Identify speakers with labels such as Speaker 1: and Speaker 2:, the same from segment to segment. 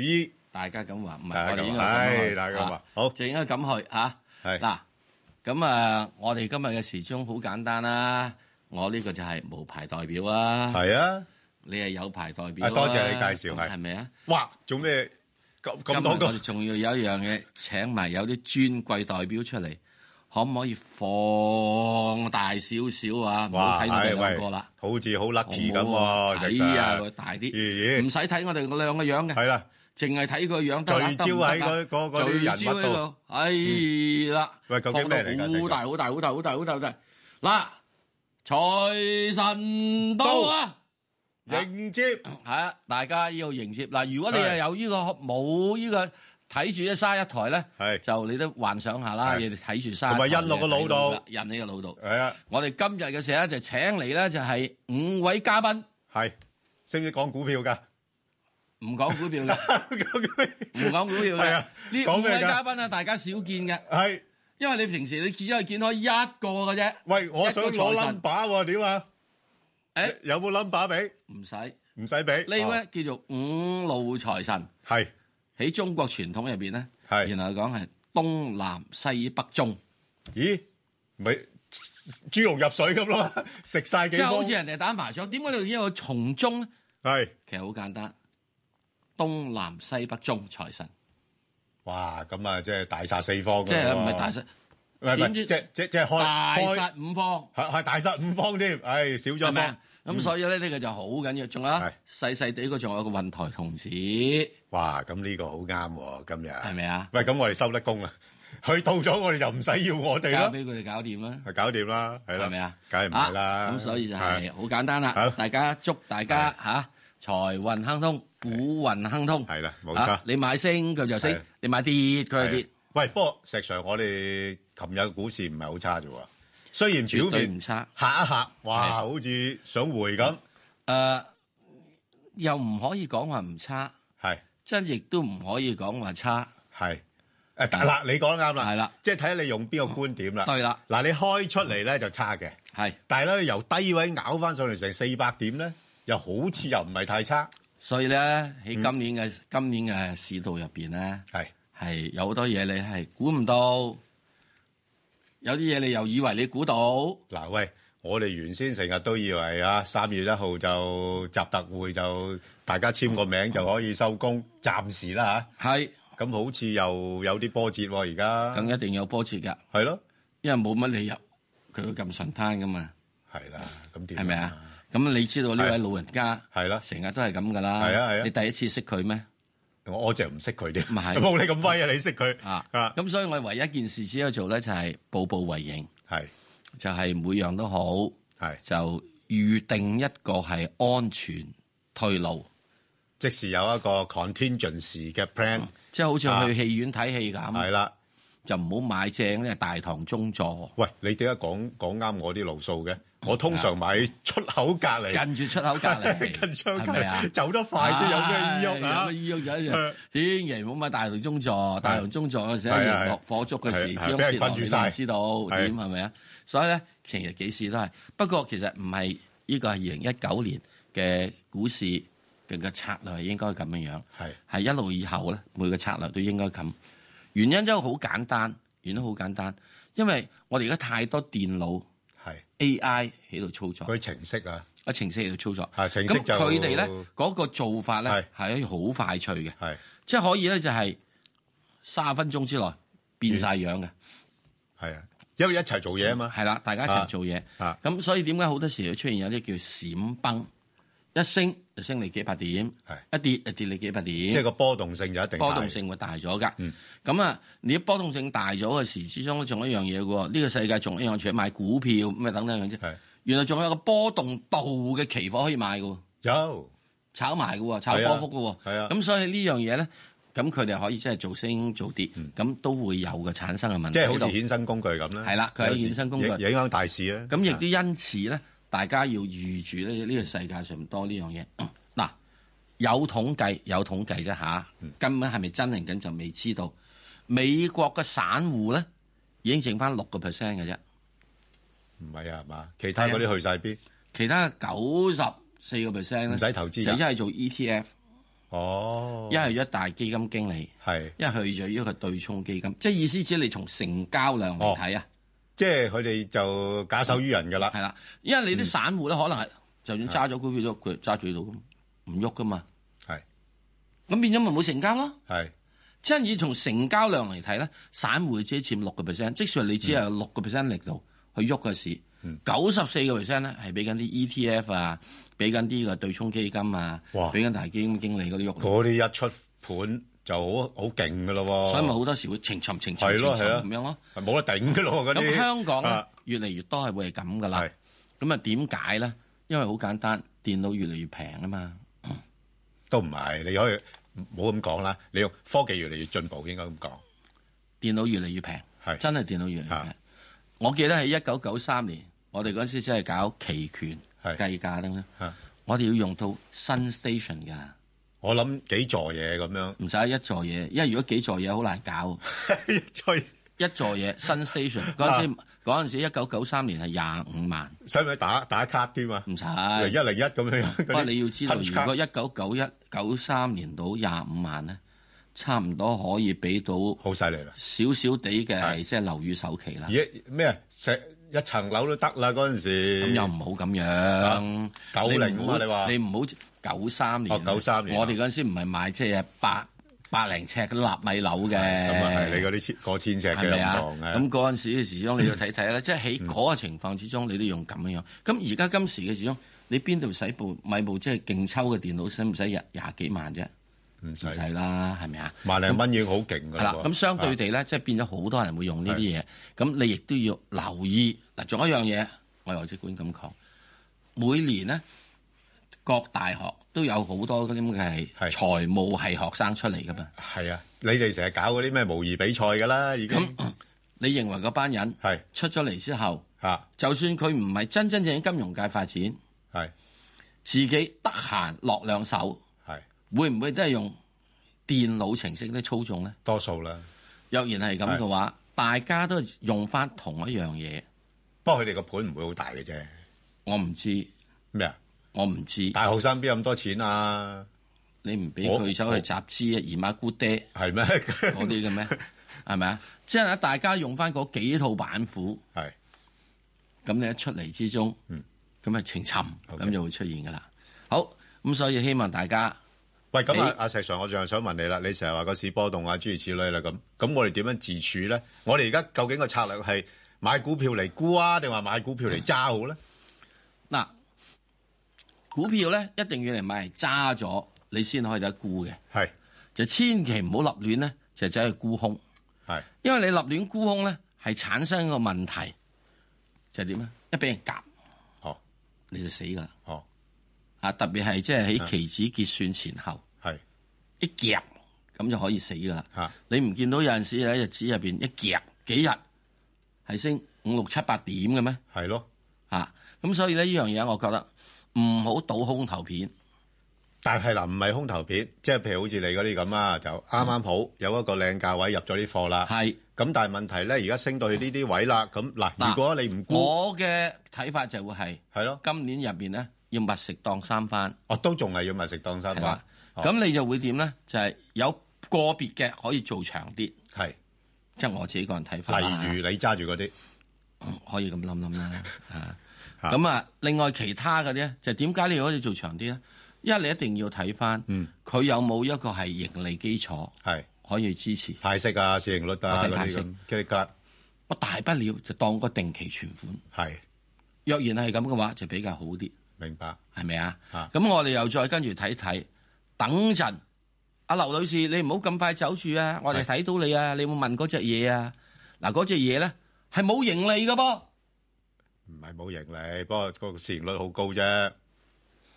Speaker 1: 衣，
Speaker 2: 大家咁話唔係
Speaker 1: 大
Speaker 2: 我
Speaker 1: 家
Speaker 2: 哋
Speaker 1: 咁
Speaker 2: 應該
Speaker 1: 話
Speaker 2: 咁去
Speaker 1: 係大家咁話
Speaker 2: 啊
Speaker 1: 好
Speaker 2: 就應該咁去嚇。
Speaker 1: 係
Speaker 2: 嗱，咁啊，我哋今日嘅時鐘好簡單啦。我呢個就係無牌代表啊，
Speaker 1: 係啊，
Speaker 2: 你係有牌代表啊。
Speaker 1: 啊多謝你介紹係
Speaker 2: 係咪啊？
Speaker 1: 哇，做咩咁咁
Speaker 2: 今
Speaker 1: 多
Speaker 2: 日我
Speaker 1: 個
Speaker 2: 哋仲要有一樣嘢，請埋有啲尊貴代表出嚟，可唔可以放大少少啊？唔好
Speaker 1: 哇，
Speaker 2: 睇我哋
Speaker 1: 係
Speaker 2: 兩個
Speaker 1: 喂
Speaker 2: 啦，，
Speaker 1: 好似好 lucky 咁
Speaker 2: 好唔好啊
Speaker 1: 喎，石
Speaker 2: 睇啊，
Speaker 1: Sir
Speaker 2: 佢大
Speaker 1: 咦
Speaker 2: 啲，
Speaker 1: 咦
Speaker 2: 唔使睇我哋兩個樣嘅，
Speaker 1: 係啦，
Speaker 2: 淨係睇佢個樣得啦
Speaker 1: 聚焦喺嗰嗰嗰啲人物度，
Speaker 2: 得唔得啊聚焦喺度係啦。
Speaker 1: 喂究竟咩嚟㗎
Speaker 2: 放到
Speaker 1: 石
Speaker 2: 好
Speaker 1: Sir？
Speaker 2: 大好大好大好大好大好大嗱，財神到啊！Dạ.
Speaker 1: 迎接
Speaker 2: 係啊，大家要迎接嗱。如果你
Speaker 1: 係
Speaker 2: 係有呢、個冇呢、個睇住一沙一台咧，
Speaker 1: 係
Speaker 2: 就你都幻想下啦。
Speaker 1: 係
Speaker 2: 你哋睇住沙一台，
Speaker 1: 同埋印落個腦度
Speaker 2: 印喺個腦度。
Speaker 1: 係啊，
Speaker 2: 我哋今日嘅時候咧，就請嚟咧就係五位嘉賓，
Speaker 1: 係識唔識講股票㗎？
Speaker 2: 唔講股票 嘅，唔講股票
Speaker 1: 係
Speaker 2: 嘅
Speaker 1: 啊。
Speaker 2: 呢
Speaker 1: 講
Speaker 2: 五
Speaker 1: 咩
Speaker 2: 位
Speaker 1: 㗎
Speaker 2: 嘉賓啊，大家少見嘅，
Speaker 1: 係，
Speaker 2: 因為你平時你只係見開一個嘅啫。
Speaker 1: 喂，我想
Speaker 2: 一個財
Speaker 1: 攞
Speaker 2: 神
Speaker 1: number 喎，點啊？
Speaker 2: 誒，
Speaker 1: 有冇 number 俾？
Speaker 2: 唔使呢
Speaker 1: 唔使俾。
Speaker 2: 位叫做五路財神，
Speaker 1: 哦？係
Speaker 2: 喺中國傳統入邊咧，
Speaker 1: 係
Speaker 2: 原來講係東南西北中。
Speaker 1: 咦？咪豬籠入水咁咯， 食晒幾
Speaker 2: 即係好
Speaker 1: 方
Speaker 2: 似。人哋打麻雀，點解你要有從中咧？
Speaker 1: 係，
Speaker 2: 其實好簡單，東南西北中財神，
Speaker 1: 哇！咁啊，即係大殺四方㗎
Speaker 2: 即係唔係
Speaker 1: 喎
Speaker 2: 大殺
Speaker 1: 唔係唔係
Speaker 2: 點知
Speaker 1: 即係即係即係開
Speaker 2: 大
Speaker 1: 開
Speaker 2: 殺五方，
Speaker 1: 係係大殺五方添，唉，少咗
Speaker 2: 係
Speaker 1: 一
Speaker 2: 咪
Speaker 1: 方
Speaker 2: 啊。？咁所以咧，呢個就好緊要。仲有
Speaker 1: 係
Speaker 2: 細細地嗰仲有個運台童子，係
Speaker 1: 哇！咁呢個好啱喎，今日係
Speaker 2: 咪啊？
Speaker 1: 喂，咁我哋收得工啦，佢到咗我哋就唔使要我哋
Speaker 2: 交
Speaker 1: 啦，
Speaker 2: 俾佢哋搞掂啦，
Speaker 1: 係搞掂啦，係啦，
Speaker 2: 係咪啊？
Speaker 1: 梗係唔係啦。
Speaker 2: 啊咁所以就
Speaker 1: 係
Speaker 2: 係好簡單啦
Speaker 1: 好。
Speaker 2: 大家祝大家嚇財運亨通，股運亨通。
Speaker 1: 係啦，冇
Speaker 2: 啊
Speaker 1: 錯。
Speaker 2: 你買升佢就
Speaker 1: 係
Speaker 2: 升，你買跌佢就跌，
Speaker 1: 喂，不過石 Sir，我哋琴日嘅股市唔係好差啫喎，雖然表
Speaker 2: 絕對唔
Speaker 1: 面
Speaker 2: 差。
Speaker 1: 嚇一嚇，哇，
Speaker 2: 係
Speaker 1: 好似想回咁，
Speaker 2: 誒、又唔可以講話唔差，
Speaker 1: 係
Speaker 2: 真亦都唔可以講話差。
Speaker 1: 係誒，呃但嗱，你講得啱啦，
Speaker 2: 係啦，
Speaker 1: 即係睇下你用邊個觀點啦。
Speaker 2: 對啦，
Speaker 1: 嗱，你開出嚟咧就差嘅，
Speaker 2: 係，
Speaker 1: 但係咧由低位咬翻上嚟成四百點咧，又好似又唔係太差，
Speaker 2: 所以咧喺今年嘅、今年嘅市道入邊咧，
Speaker 1: 係
Speaker 2: 係有好多嘢你係估唔到，有啲嘢你又以為你估到，
Speaker 1: 嗱，喂，我哋原先成日都以為啊，三月一號就集特會就大家簽個名就可以收工，暫時啦
Speaker 2: 係
Speaker 1: 嚇，咁好似又有啲波折喎，而家
Speaker 2: 咁一定有波折㗎，
Speaker 1: 係咯，
Speaker 2: 因為冇乜理由佢會咁順攤㗎嘛，
Speaker 1: 係啦，咁點？
Speaker 2: 係咪？啊？咁你知道呢位
Speaker 1: 係
Speaker 2: 老人家
Speaker 1: 係啦，
Speaker 2: 成日都係咁㗎啦，
Speaker 1: 係啊係啊
Speaker 2: 你第一次識佢咩？
Speaker 1: 我我就唔識佢啲，
Speaker 2: 咪係
Speaker 1: 冇你咁威啊！你識佢
Speaker 2: 啊，
Speaker 1: 啊？
Speaker 2: 咁所以我唯一一件事只有做咧就係步步為營。
Speaker 1: 係
Speaker 2: 就係每樣都好，
Speaker 1: 係，
Speaker 2: 就預定一個係安全退路，
Speaker 1: 即時有一個 contingency 嘅 plan，
Speaker 2: 嗯
Speaker 1: 啊
Speaker 2: 即係好似去戲院睇戲咁，
Speaker 1: 係啦。
Speaker 2: 就唔好買正咧大堂中座，嗯
Speaker 1: 喂，你點解講講啱我啲路數嘅？我通常買出口隔離，
Speaker 2: 近住出口隔 離，
Speaker 1: 近窗
Speaker 2: 係
Speaker 1: 隔
Speaker 2: 咪啊
Speaker 1: 離，？走得快啲，有咩意郁
Speaker 2: 唉
Speaker 1: 啊
Speaker 2: 有？咩醫藥就一樣，千祈唔好買大堂中座。大堂中座嘅時候，
Speaker 1: 係啊
Speaker 2: 人落火燭嘅時，
Speaker 1: 係
Speaker 2: 始終
Speaker 1: 係俾人
Speaker 2: 跌落
Speaker 1: 困住
Speaker 2: 嚟
Speaker 1: 晒
Speaker 2: 都唔知道
Speaker 1: 係
Speaker 2: 點係咪啊？所以咧，其實幾時都係。不過其實唔係呢個係二零一九年嘅股市嘅嘅策略係應該咁樣樣。
Speaker 1: 係
Speaker 2: 係一路以後咧，每個策略都應該咁。原因真係好簡單，原因好簡單，因為我哋而家太多電腦
Speaker 1: 係
Speaker 2: AI 喺度操作，
Speaker 1: 佢程式啊，
Speaker 2: 啊程式喺度操作。
Speaker 1: 係程式
Speaker 2: 咁
Speaker 1: 就
Speaker 2: 佢哋咧嗰個做法咧
Speaker 1: 係
Speaker 2: 係可以好快脆嘅，
Speaker 1: 係
Speaker 2: 即係可以咧就係三十分鐘之內變晒樣嘅，
Speaker 1: 係啊，因為一齊做嘢啊嘛，
Speaker 2: 係啦，大家一
Speaker 1: 啊
Speaker 2: 齊做嘢。
Speaker 1: 啊
Speaker 2: 咁所以點解好多時會出現有啲叫閃崩，一升就升你幾百點，一跌就跌你幾百點，
Speaker 1: 即係個波動性就一定
Speaker 2: 波
Speaker 1: 大
Speaker 2: 動性會大咗噶
Speaker 1: 嗯。
Speaker 2: 咁啊，你波動性大咗嘅時之中，仲有一樣嘢嘅喎。呢個世界仲有一樣，除咗買股票咩等等樣啫。
Speaker 1: 係
Speaker 2: 原來仲有個波動度嘅期貨可以買嘅喎，
Speaker 1: 有啊
Speaker 2: 炒埋嘅喎，炒波幅嘅喎。
Speaker 1: 係啊係啊
Speaker 2: 咁所以呢樣嘢咧，咁佢哋可以即係做升做跌，咁都會有嘅產生嘅問題
Speaker 1: 嗯即係
Speaker 2: 喺
Speaker 1: 好似
Speaker 2: 度。
Speaker 1: 衍生工具咁啦，
Speaker 2: 係啦佢係衍生工具
Speaker 1: 有時影影響大市啦。
Speaker 2: 咁亦都因此咧，大家要預住咧呢個世界上多呢樣嘢。 嗱，有統計有統計啫吓，
Speaker 1: 嗯
Speaker 2: 根本係咪真定緊就未知道。美國嘅散户咧已經剩翻六個 percent 嘅啫，
Speaker 1: 唔係啊係嘛，其他嗰啲去晒邊？
Speaker 2: 其他九十四個 percent 咧
Speaker 1: 唔使投資
Speaker 2: E 就
Speaker 1: 㗎
Speaker 2: 一係做 ETF，
Speaker 1: 哦，
Speaker 2: 一係一大基金經理，
Speaker 1: 係，
Speaker 2: 一去咗一個對沖基金，即係意思指你從成交量嚟睇啊，
Speaker 1: 哦即係佢哋就假手於人㗎啦。嗯
Speaker 2: 係啦，因為你啲散戶咧可能係就算揸咗股票都佢揸住到唔喐噶嘛，
Speaker 1: 係
Speaker 2: 咁變咗咪冇成交咯。
Speaker 1: 係
Speaker 2: 即係以從成交量嚟睇咧，散戶只係佔六個 percent，即使你只係六個 percent 力度去喐嘅市，
Speaker 1: 嗯
Speaker 2: 九十四個 percent 咧係俾緊啲 ETF 啊，俾緊啲個對沖基金啊
Speaker 1: 哇，
Speaker 2: 俾緊大基金經理嗰啲喐，
Speaker 1: 嗰啲一出盤就好好勁㗎咯喎，
Speaker 2: 所以咪好多時會情尋情
Speaker 1: 係
Speaker 2: 尋情
Speaker 1: 咯
Speaker 2: 尋
Speaker 1: 係咯
Speaker 2: 咁樣咯。
Speaker 1: 係冇得頂㗎咯喎嗰
Speaker 2: 咁
Speaker 1: 啲。
Speaker 2: 香港咧
Speaker 1: 啊
Speaker 2: 越嚟越多係會係咁噶啦
Speaker 1: 係。
Speaker 2: 咁啊點解咧？因為好簡單，電腦越嚟越平啊嘛。
Speaker 1: 都唔係，你可以唔好咁講啦。你用科技越嚟越進步，應該咁講。
Speaker 2: 電腦越嚟越平，
Speaker 1: 係
Speaker 2: 真係電腦越嚟越平
Speaker 1: 啊。
Speaker 2: 我記得喺一九九三年，我哋嗰陣時真係搞期權
Speaker 1: 係
Speaker 2: 計價等等
Speaker 1: 啊，
Speaker 2: 我哋要用到新 station 㗎，
Speaker 1: 我諗幾座嘢咁樣，
Speaker 2: 唔使一座嘢，因為如果幾座嘢好難 搞。
Speaker 1: 吹
Speaker 2: 一座嘢新 station 嗰陣時，嗰陣時一九九三年係廿五萬，
Speaker 1: 使唔使打打卡添啊？
Speaker 2: 唔使。
Speaker 1: 零一零一咁樣嗰啲
Speaker 2: 不過你要知道，
Speaker 1: punch
Speaker 2: 如
Speaker 1: 卡
Speaker 2: 果一九九一九三年到廿五萬咧，差唔多可以俾到
Speaker 1: 好犀利啦！
Speaker 2: 少少地嘅係即係樓宇首期啦
Speaker 1: 而。家咩啊石一層樓都得啦嗰陣時。
Speaker 2: 咁又唔好咁樣。
Speaker 1: 90
Speaker 2: 你唔好
Speaker 1: 啊你話
Speaker 2: 你唔好九三年啊。
Speaker 1: 哦93年啊
Speaker 2: 我哋嗰陣時唔係買即係百百零尺嘅納米樓嘅。
Speaker 1: 咁啊係，你嗰啲千過千尺
Speaker 2: 係
Speaker 1: 嘅
Speaker 2: 咪啊？
Speaker 1: 唔同
Speaker 2: 咁
Speaker 1: 嘅，
Speaker 2: 嗰陣時嘅時鐘你要睇睇 啦，即係
Speaker 1: 嗯
Speaker 2: 喺嗰個情況之中，你都用咁樣樣。咁而家今時嘅時鐘，你邊度使部買部即係勁抽嘅電腦，使唔使廿廿幾萬啫？
Speaker 1: 唔
Speaker 2: 唔使
Speaker 1: 使
Speaker 2: 啦，係咪啊？
Speaker 1: 萬零蚊已經好勁㗎
Speaker 2: 係啦，
Speaker 1: 喎
Speaker 2: 咁相對地咧，即係變咗好多人會用呢啲嘢，咁你亦都要留意。嗱，仲有一樣嘢，我由即管咁講，每年咧各大學都有好多嗰啲咁嘅係
Speaker 1: 係
Speaker 2: 財務系學生出嚟噶嘛。
Speaker 1: 係啊！你哋成日搞嗰啲咩模擬比賽㗎啦，已經
Speaker 2: 咁你認為嗰班人
Speaker 1: 係
Speaker 2: 出咗嚟之後，
Speaker 1: 嚇
Speaker 2: 就算佢唔係真真正正金融界發展，
Speaker 1: 係
Speaker 2: 自己得閒落兩手，
Speaker 1: 係
Speaker 2: 會唔會真係用電腦程式咧操縱咧？
Speaker 1: 多數啦。
Speaker 2: 若然係咁嘅話，大家都用翻同一樣嘢，
Speaker 1: 不過佢哋個盤唔會好大嘅啫。
Speaker 2: 我唔知。
Speaker 1: 咩啊？
Speaker 2: 我唔知，
Speaker 1: 大學生邊有咁多錢啊？
Speaker 2: 你唔俾
Speaker 1: 我
Speaker 2: 佢走去集資啊，姨媽姑爹
Speaker 1: 係咩？
Speaker 2: 嗰啲嘅 咩？係咪啊？即係大家用翻嗰幾套板斧，
Speaker 1: 係嗯
Speaker 2: 咁你一出嚟之中，咁啊情尋，咁就會出現噶啦。好，咁所以希望大家
Speaker 1: 喂，咁
Speaker 2: 你
Speaker 1: 啊，阿石 Sir，我仲係想問你啦，你成日話個市波動啊，諸如此類啦，咁咁我哋點樣自處咧？我哋而家究竟個策略係買股票嚟沽啊，定話買股票嚟揸好咧？
Speaker 2: 嗱，股票咧一定要嚟買嚟揸咗，你先可以得沽嘅，
Speaker 1: 係
Speaker 2: 就千祈唔好立亂咧，就走去沽空，
Speaker 1: 係
Speaker 2: 因為你立亂沽空咧係產生一個問題，就係點咧？一俾人夾
Speaker 1: 哦
Speaker 2: 你就死噶啦。
Speaker 1: 哦
Speaker 2: 啊，特別係即係喺期指結算前後
Speaker 1: 係
Speaker 2: 一夾，咁就可以死噶啦。
Speaker 1: 嚇
Speaker 2: 你唔見到有陣時喺日子入邊一夾幾日係升五六七八點嘅咩？
Speaker 1: 係咯，
Speaker 2: 啊，咁所以咧呢樣嘢我覺得唔好倒空頭片，
Speaker 1: 但係嗱，唔係空頭片，即係譬如好似你嗰啲咁啊，就啱啱好有一個靚價位入咗啲貨啦。
Speaker 2: 嗯係
Speaker 1: 咁但係問題咧，而家升到去呢啲位啦，咁嗱，
Speaker 2: 嗱
Speaker 1: 如果你唔沽，
Speaker 2: 我嘅睇法就會係
Speaker 1: 係咯，
Speaker 2: 今年入邊咧要密食當三番，
Speaker 1: 我都仲係要咪食當三
Speaker 2: 係
Speaker 1: 飯
Speaker 2: 啦，。
Speaker 1: 哦
Speaker 2: 咁你就會點咧？就係、有個別嘅可以做長啲，即、
Speaker 1: 係，
Speaker 2: 係、我自己個人睇法啦。嗯
Speaker 1: 例如你揸住嗰啲
Speaker 2: 可以咁諗諗啦，啊
Speaker 1: 嚇
Speaker 2: 咁啊，另外其他嘅咧，就點解你可以做長啲咧？因為你一定要睇翻，
Speaker 1: 嗯
Speaker 2: 佢有冇一個係盈利基礎
Speaker 1: 係。
Speaker 2: 可以支持。
Speaker 1: 派息啊、市盈率啊
Speaker 2: 或者
Speaker 1: 嗰
Speaker 2: 派
Speaker 1: 啲
Speaker 2: 息
Speaker 1: 咁，吉利吉
Speaker 2: 我大不了就當個定期存款。
Speaker 1: 係
Speaker 2: 若然係咁嘅話，就比較好啲，
Speaker 1: 明白
Speaker 2: 係咪啊？
Speaker 1: 嚇
Speaker 2: 咁我哋又再跟住睇睇，等陣。阿劉女士，你唔好咁快走住啊！我哋睇到你啊，你有冇問嗰只嘢啊？嗱，嗰只嘢咧係冇盈利嘅噃。
Speaker 1: 唔係冇盈利，不過個市盈率好高啫。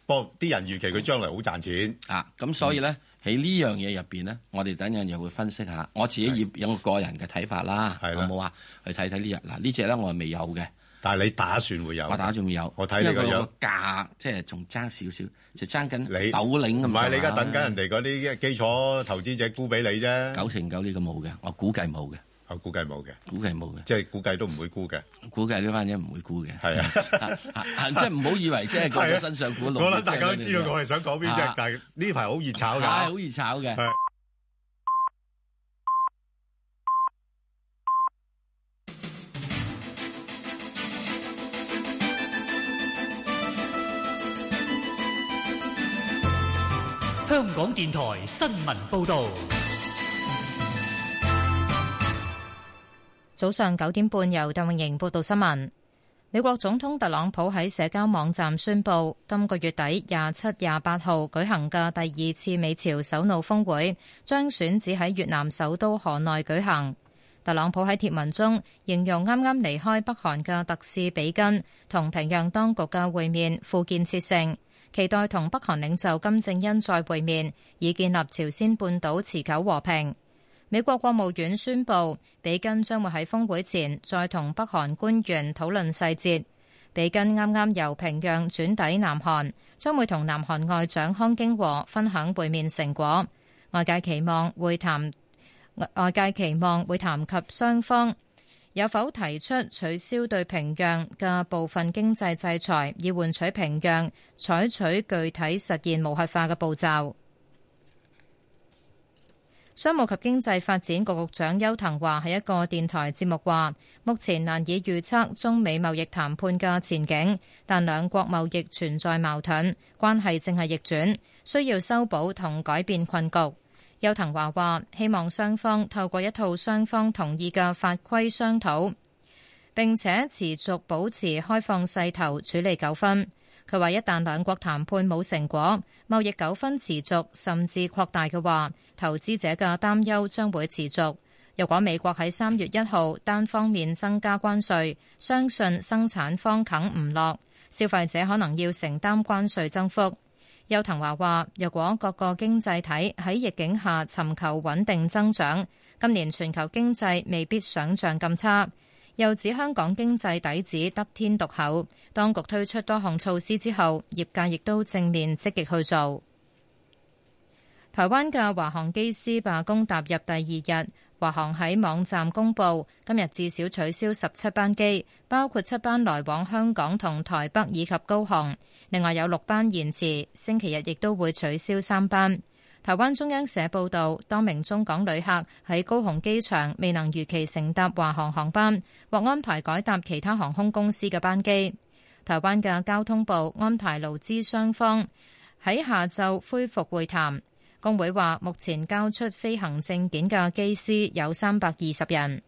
Speaker 1: 不過啲人預期佢將來好賺錢，
Speaker 2: 啊，咁所以咧喺呢樣嘢入邊咧，我哋等陣又會分析下。我自己以有個個人嘅睇法啦，
Speaker 1: 係
Speaker 2: 好
Speaker 1: 啦
Speaker 2: 冇啊？去睇睇呢日嗱呢只咧，我係未有嘅，
Speaker 1: 但係你打算會有。
Speaker 2: 我打仲有，
Speaker 1: 我睇你個樣
Speaker 2: 因為佢個價即係仲爭少少，就爭緊
Speaker 1: 你
Speaker 2: 斗領咁。
Speaker 1: 唔係你而家等緊人哋嗰啲基礎投資者沽俾你啫。
Speaker 2: 九成九呢個冇嘅，我估計冇嘅。
Speaker 1: 我估計冇嘅，
Speaker 2: 估計冇嘅。
Speaker 1: 即係估計都唔會估嘅。
Speaker 2: 估計呢班嘢唔會估嘅，
Speaker 1: 係啊
Speaker 2: 啊，啊即係唔好以為即係個
Speaker 1: 係
Speaker 2: 個
Speaker 1: 啊
Speaker 2: 身上股龍。
Speaker 1: 我諗大家都知道我哋想講邊隻
Speaker 2: 啊，
Speaker 1: 但係呢排好熱炒
Speaker 2: 係
Speaker 1: 㗎
Speaker 2: 好。易炒嘅。
Speaker 1: 係
Speaker 3: 香港電台新聞報道，
Speaker 4: 早上九點半，由鄧永盈報道新聞。美國總統特朗普喺社交網站宣布，今個月底廿七、廿八號舉行嘅第二次美朝首腦峰會將選址喺越南首都河內舉行。特朗普喺貼文中形容啱啱離開北韓嘅特使比根同平壤當局嘅會面富建設性，期待同北韓領袖金正恩再會面，以建立朝鮮半島持久和平。美國國務院宣布，比根將會喺峰會前再同北韓官員討論細節。比根啱啱由平壤轉抵南韓，將會同南韓外長康京和分享會面成果。外界期望會談，外外界期望會談及雙方有否提出取消對平壤嘅部分經濟制裁，以換取平壤採取具體實現無核化嘅步驟。商務及經濟發展局局長邱騰華喺一個電台節目話：目前難以預測中美貿易談判嘅前景，但兩國貿易存在矛盾，關係正係逆轉，需要修補同改變困局。邱騰華話：希望雙方透過一套雙方同意嘅法規商討，並且持續保持開放勢頭處理糾紛。佢話：一旦兩國談判冇成果，貿易糾紛持續甚至擴大嘅話，投資者嘅擔憂將會持續。若果美國喺三月一號單方面增加關稅，相信生產方啃唔落，消費者可能要承擔關稅增幅。邱騰華話：若果各個經濟體喺逆境下尋求穩定增長，今年全球經濟未必想像咁差。又指香港經濟底子得天獨厚，當局推出多項措施之後，業界亦都正面積極去做。台灣嘅華航機師罷工踏入第二日，華航喺網站公佈，今日至少取消十七班機，包括七班來往香港同台北以及高雄，另外有六班延遲，星期日亦都會取消三班。台灣中央社報導，多名中港旅客喺高雄機場未能如期乘搭華航航班，獲安排改搭其他航空公司嘅班機。台灣嘅交通部安排勞資雙方喺下晝恢復會談。工會話，目前交出飛行證件嘅機師有三百二十人。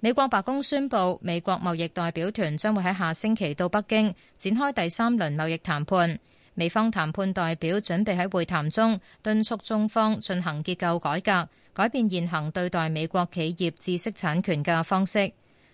Speaker 4: 美國白宮宣布，美國貿易代表團將會喺下星期到北京展開第三輪貿易談判。美方談判代表準備喺會談中敦促中方進行結構改革，改變現行對待美國企業知識產權嘅方式。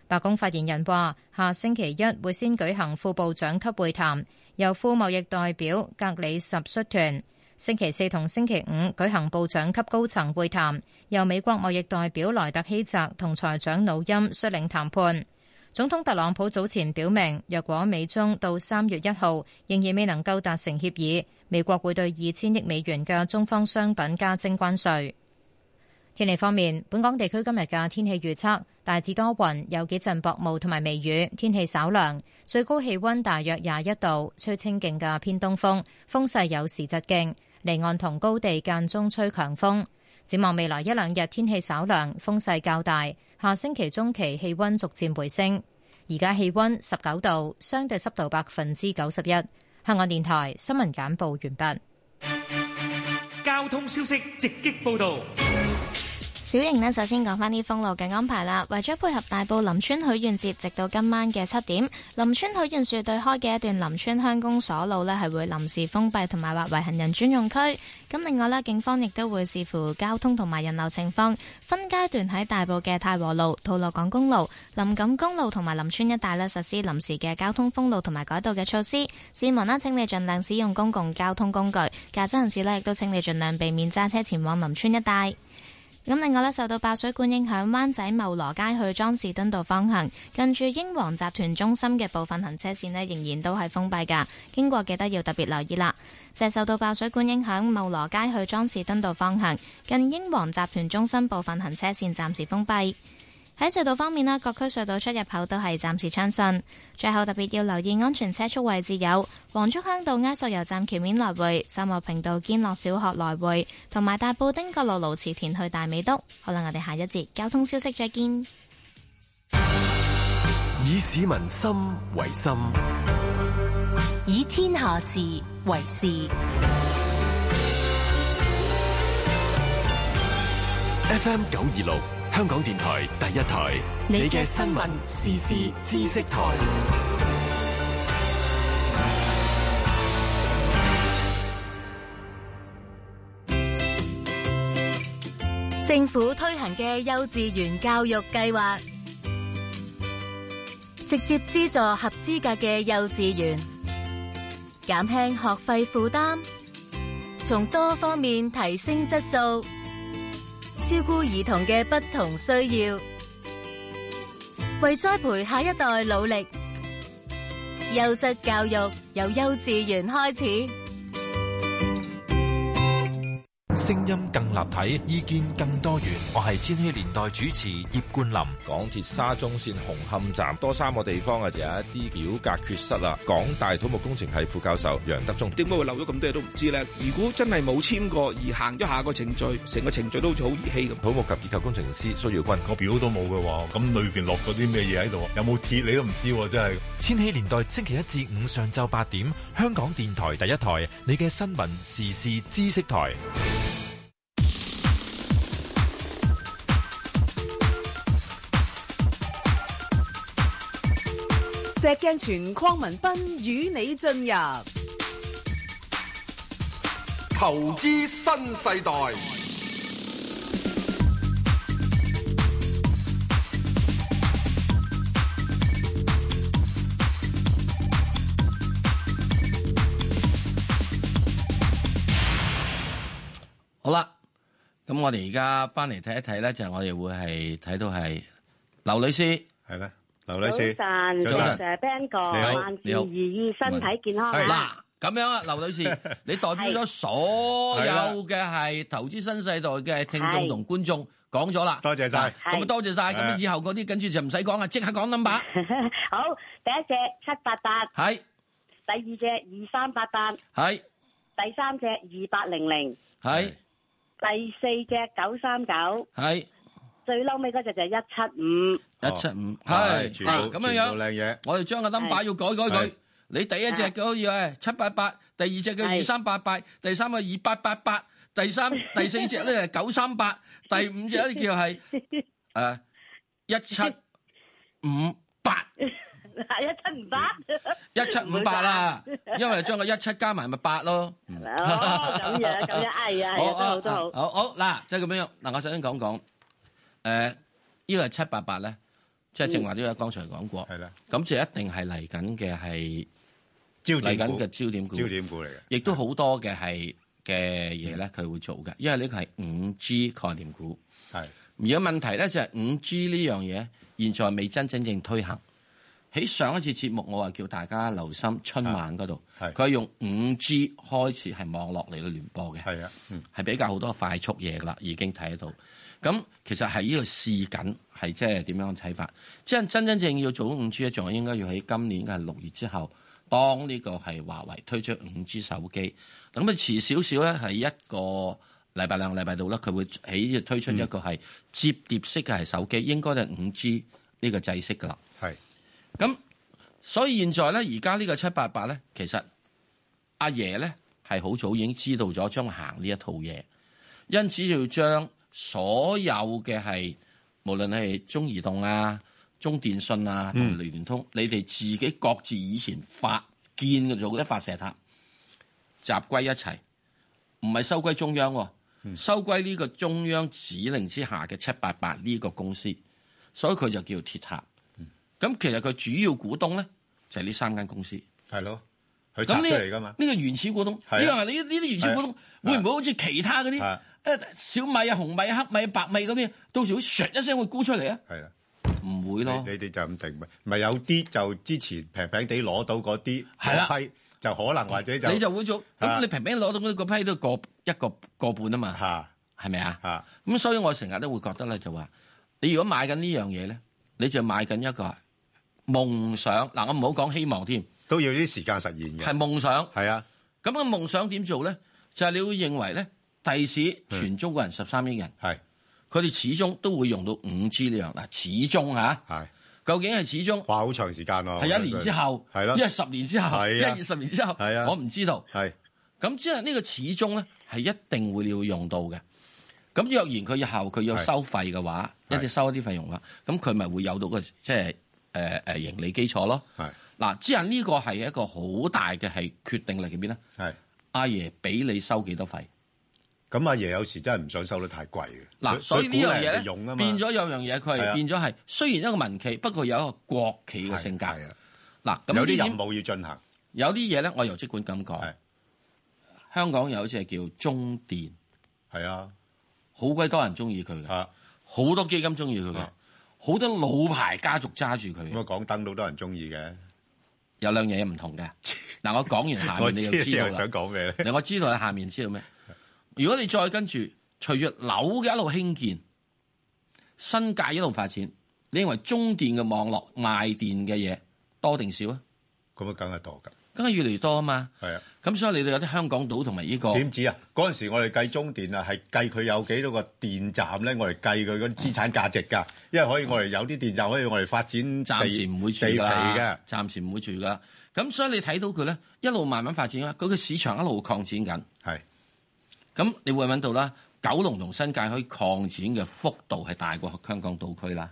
Speaker 4: 白宮發言人話：下星期一會先舉行副部長級會談，由副貿易代表格里什率團；星期四同星期五舉行部長級高層會談，由美國貿易代表萊特希澤同財長努欽率領談判。總統特朗普早前表明，若果美中到三月一號仍然未能夠達成協議，美國會對二千億美元嘅中方商品加徵關稅。天氣方面，本港地區今日嘅天氣預測大致多雲，有幾陣薄霧同埋微雨，天氣稍涼，最高氣溫大約廿一度，吹清勁嘅偏東風，風勢有時疾勁，離岸同高地間中吹強風。展望未來一兩日天氣稍涼，風勢較大，下星期中期氣溫逐漸回升。而家氣溫十九度，相對濕度百分之九十一。香港電台新聞簡報完畢。
Speaker 3: 交通消息直擊報道。
Speaker 5: 小瑩呢，首先講返啲封路嘅安排啦。為咗配合大埔林村許願節，直到今晚嘅七點，林村許願樹對開嘅一段林村鄉公所路呢，係會臨時封閉同埋劃為行人專用區。咁另外呢，警方亦都會視乎交通同埋人流情況，分階段喺大埔嘅太和路、吐露港公路、林錦公路同埋林村一帶呢，實施臨時嘅交通封路同埋改道嘅措施。市民呢，請你盡量使用公共交通工具，駕車人士呢，亦都請你盡量避免揸車前往林村一帶。咁另外呢，受到爆水管影響，灣仔茂羅街去莊士敦道方向，近住英皇集團中心嘅部分行車線呢，仍然都係封閉㗎。經過記得要特別留意啦。就係受到爆水管影響，茂羅街去莊士敦道方向，近英皇集團中心部分行車線暫時封閉。喺隧道方面啦，各區隧道出入口都係暫時暢順。最後特別要留意安全車速位置有黃竹坑道埃索油站橋面來回、秀茂坪道堅樂小學來回，同埋大埔汀角路蘆慈田去大美督。好啦，我哋下一節交通消息再見。
Speaker 6: 以市民心為心，
Speaker 7: 以天下事為事。
Speaker 6: FM 九二六，香港電台第一台，你嘅新聞、時事、知識台。
Speaker 7: 政府推行嘅幼稚園教育計劃，直接資助合資格嘅幼稚園，減輕學費負擔，從多方面提升質素，照顧兒童嘅不同需要，為栽培下一代努力。優質教育由幼稚園開始。
Speaker 8: 聲音更立體，意見更多元。我係千禧年代主持葉冠霖。
Speaker 9: 港鐵沙中線紅磡站多三個地方啊，有一啲表格缺失啊。港大土木工程系副教授楊德忠，
Speaker 10: 點解會漏咗咁多嘢都唔知呢？如果真係冇簽過而行咗下個程序，成個程序都好似好兒戲咁。
Speaker 9: 土木及結構工程師蘇耀君，
Speaker 11: 個表都冇嘅喎，咁裏邊落嗰啲咩嘢喺度？有冇鐵你都唔知喎，真係。
Speaker 8: 千禧年代星期一至五上晝八點，香港電台第一台，你嘅新聞時事知識台。
Speaker 12: 石鏡泉鄺民彬與你進入
Speaker 13: 投資新世代。
Speaker 2: 好啦，咁我哋而家翻嚟睇一睇咧，就係我哋會係睇到係劉女士，
Speaker 1: 係啦，劉女士，
Speaker 14: 早晨，
Speaker 2: 早晨
Speaker 14: 石 Ben 哥，
Speaker 2: 你好
Speaker 14: 萬事
Speaker 2: 你好
Speaker 14: 如意，身體健康
Speaker 2: 嗱
Speaker 14: 啊！
Speaker 2: 咁樣啊，劉女 士，你代表咗所有嘅係投資新世代嘅聽眾同觀眾講咗啦，
Speaker 1: 多謝晒
Speaker 2: 嗱咁啊多謝晒，咁啊
Speaker 1: 係
Speaker 2: 以後嗰啲跟住就唔使講啦，即刻講 number，
Speaker 14: 好，第一隻七八八，第
Speaker 2: 係
Speaker 14: 二隻二三八八，
Speaker 2: 係
Speaker 14: 第三隻二八零零，
Speaker 2: 係
Speaker 14: 第四隻九三九，
Speaker 2: 係
Speaker 14: 最嬲尾嗰只就一七五。
Speaker 2: 一 七五，
Speaker 1: 係
Speaker 2: 係
Speaker 1: 全部
Speaker 2: 啊咁樣
Speaker 1: 全部
Speaker 2: 樣，
Speaker 1: 靚嘢，
Speaker 2: 我哋將個 number
Speaker 14: 係
Speaker 2: 要改改佢
Speaker 1: 係。
Speaker 2: 你第一隻嗰樣七八八，第二隻嘅二
Speaker 14: 係
Speaker 2: 三八八，第三個二八八八，第三第四隻咧九三八，第五隻咧叫係誒一 七五八，
Speaker 14: 一七唔八，
Speaker 2: 一七五八啦，因為將個一七加埋咪八咯。
Speaker 14: 哦，咁樣咁 樣，哎呀，係啊，都好都好，
Speaker 2: 好好嗱，即係咁樣樣嗱，我首先講講誒呢個七八八咧，即係正話呢個剛才講過，
Speaker 1: 係啦，
Speaker 2: 咁就一定係嚟緊嘅係
Speaker 1: 焦
Speaker 2: 嚟
Speaker 1: 點
Speaker 2: 緊
Speaker 1: 股
Speaker 2: 嘅，焦點股，
Speaker 1: 焦點股嚟嘅，嗯
Speaker 2: 亦都好多嘅係嘅嘢咧，佢會做嘅，因為呢個係五 G 概念股。
Speaker 1: 係
Speaker 2: 而家問題咧就係五 G 呢樣嘢，現在未真真正推行。喺上一次節目，我話叫大家留心春晚嗰度，
Speaker 1: 係
Speaker 2: 佢係用五 G 開始係網絡嚟到聯播嘅，
Speaker 1: 係啊，嗯
Speaker 2: 係比較好多快速嘢噶啦，已經睇得到。咁其實係呢度試緊，係即係點樣嘅睇法？即係真真正要做五 G 咧，仲係應該要喺今年嘅六月之後，當呢個係華為推出五 G 手機，咁啊遲少少咧係一個禮拜兩個禮拜度啦，佢會起推出一個係摺疊式嘅係手機，應該就係五 G 呢個制式噶啦。
Speaker 1: 係
Speaker 2: 咁所以現在咧，而家呢個七八八咧，其實阿爺咧係好早已經知道咗將行呢一套嘢，因此要將所有嘅係無論係中移動啊、中電信啊同埋聯通，你哋自己各自以前發建嘅做嗰啲發射塔，集歸一齊，唔係收歸中央喎，
Speaker 1: 嗯
Speaker 2: 收歸呢個中央指令之下嘅七八八呢個公司，所以佢就叫鐵塔。咁其實佢主要股東咧就係呢三間公司。
Speaker 1: 係咯，佢
Speaker 2: 咁
Speaker 1: 拆出
Speaker 2: 呢
Speaker 1: 嚟
Speaker 2: 個
Speaker 1: 㗎
Speaker 2: 呢
Speaker 1: 嘛，
Speaker 2: 個原始股東，
Speaker 1: 係啊
Speaker 2: 你話你呢呢啲原始股東
Speaker 1: 係啊
Speaker 2: 會唔會好似其他嗰啲
Speaker 1: 係啊
Speaker 2: 誒小米啊、紅米啊、黑米啊、白米嗰啲，到時會唰一聲會沽出嚟啊！
Speaker 1: 係啦，
Speaker 2: 唔會
Speaker 1: 咯。你哋就咁定，唔係有啲就之前平平地攞到嗰啲
Speaker 2: 係啦嗯
Speaker 1: 嗰批，就可能或者就
Speaker 2: 你就會做，
Speaker 1: 啊
Speaker 2: 咁你平平攞到嗰個批都個一個個半啊嘛，係咪啊？咁所以我成日都會覺得咧，就話你如果買緊呢樣嘢咧，你就買緊一個夢想。嗱，我唔好講希望添，
Speaker 1: 都要啲時間實現嘅。
Speaker 2: 係夢想，
Speaker 1: 係啊。
Speaker 2: 咁個夢想點做咧？就係你會認為咧，第時全中國人十三億人，
Speaker 1: 嗯係
Speaker 2: 佢哋始終都會用到五 G 呢樣嗱，始終嚇。
Speaker 1: 係
Speaker 2: 究竟係始終
Speaker 1: 哇，好長時間咯，
Speaker 2: 係一年之後，
Speaker 1: 係咯
Speaker 2: 一係十年之後，一
Speaker 1: 係啊
Speaker 2: 係二十年之後，
Speaker 1: 係啊
Speaker 2: 我唔知道。
Speaker 1: 係
Speaker 2: 咁之後呢個始終咧係一定會要用到嘅。咁若然佢日後佢要收費嘅話，一啲收一啲費用啦，咁佢咪會有到個即係誒誒盈利基礎咯。
Speaker 1: 係
Speaker 2: 嗱，之後呢個係一個好大嘅係決定力入邊咧。
Speaker 1: 係
Speaker 2: 阿爺俾你收幾多費？
Speaker 1: 咁阿爺有時真係唔想收得太貴嘅。
Speaker 2: 嗱，
Speaker 1: 佢
Speaker 2: 所以呢樣
Speaker 1: 佢鼓勵人
Speaker 2: 嘢
Speaker 1: 哋
Speaker 2: 咧
Speaker 1: 用啊嘛，
Speaker 2: 變咗有樣嘢，佢
Speaker 1: 係
Speaker 2: 係
Speaker 1: 啊
Speaker 2: 變咗係雖然一個民企，不過有一個國企嘅性格。嗱，咁
Speaker 1: 啊有
Speaker 2: 呢
Speaker 1: 啲任務要進行。
Speaker 2: 有啲嘢咧，我由即管咁講。香港有一隻叫中電，
Speaker 1: 係啊，
Speaker 2: 好鬼多人中意佢嘅，好多基金中意佢嘅，好多老牌家族揸住佢。咁
Speaker 1: 啊，港燈都好多人中意嘅。
Speaker 2: 有兩樣嘢唔同嘅。嗱，我講完下
Speaker 1: 我
Speaker 2: 面你
Speaker 1: 知
Speaker 2: 就
Speaker 1: 你
Speaker 2: 知道
Speaker 1: 又
Speaker 2: 啦
Speaker 1: 想講咩咧？
Speaker 2: 嗱，我知道你下面知道咩？如果你再跟住隨住樓嘅一路興建，新界一路發展，你認為中電嘅網絡賣電嘅嘢多定少啊？
Speaker 1: 咁啊，梗係多㗎，
Speaker 2: 梗係越嚟越多啊嘛。
Speaker 1: 係啊。
Speaker 2: 咁所以你哋有啲香港島同埋呢個
Speaker 1: 點止啊？嗰陣時我哋計中電啊，係計佢有幾多個電站咧，我哋計佢嗰啲資產價值㗎，因為可以我哋有啲電站可以我哋發展地
Speaker 2: 暫時唔會住
Speaker 1: 地皮
Speaker 2: 㗎
Speaker 1: 嘅
Speaker 2: 啦，，暫時唔會住㗎啦。咁所以你睇到佢咧，一路慢慢發展啊啦，佢嘅市場一路擴展緊。
Speaker 1: 係。
Speaker 2: 咁你會揾到啦，九龍同新界可以擴展嘅幅度係大過香港島區啦。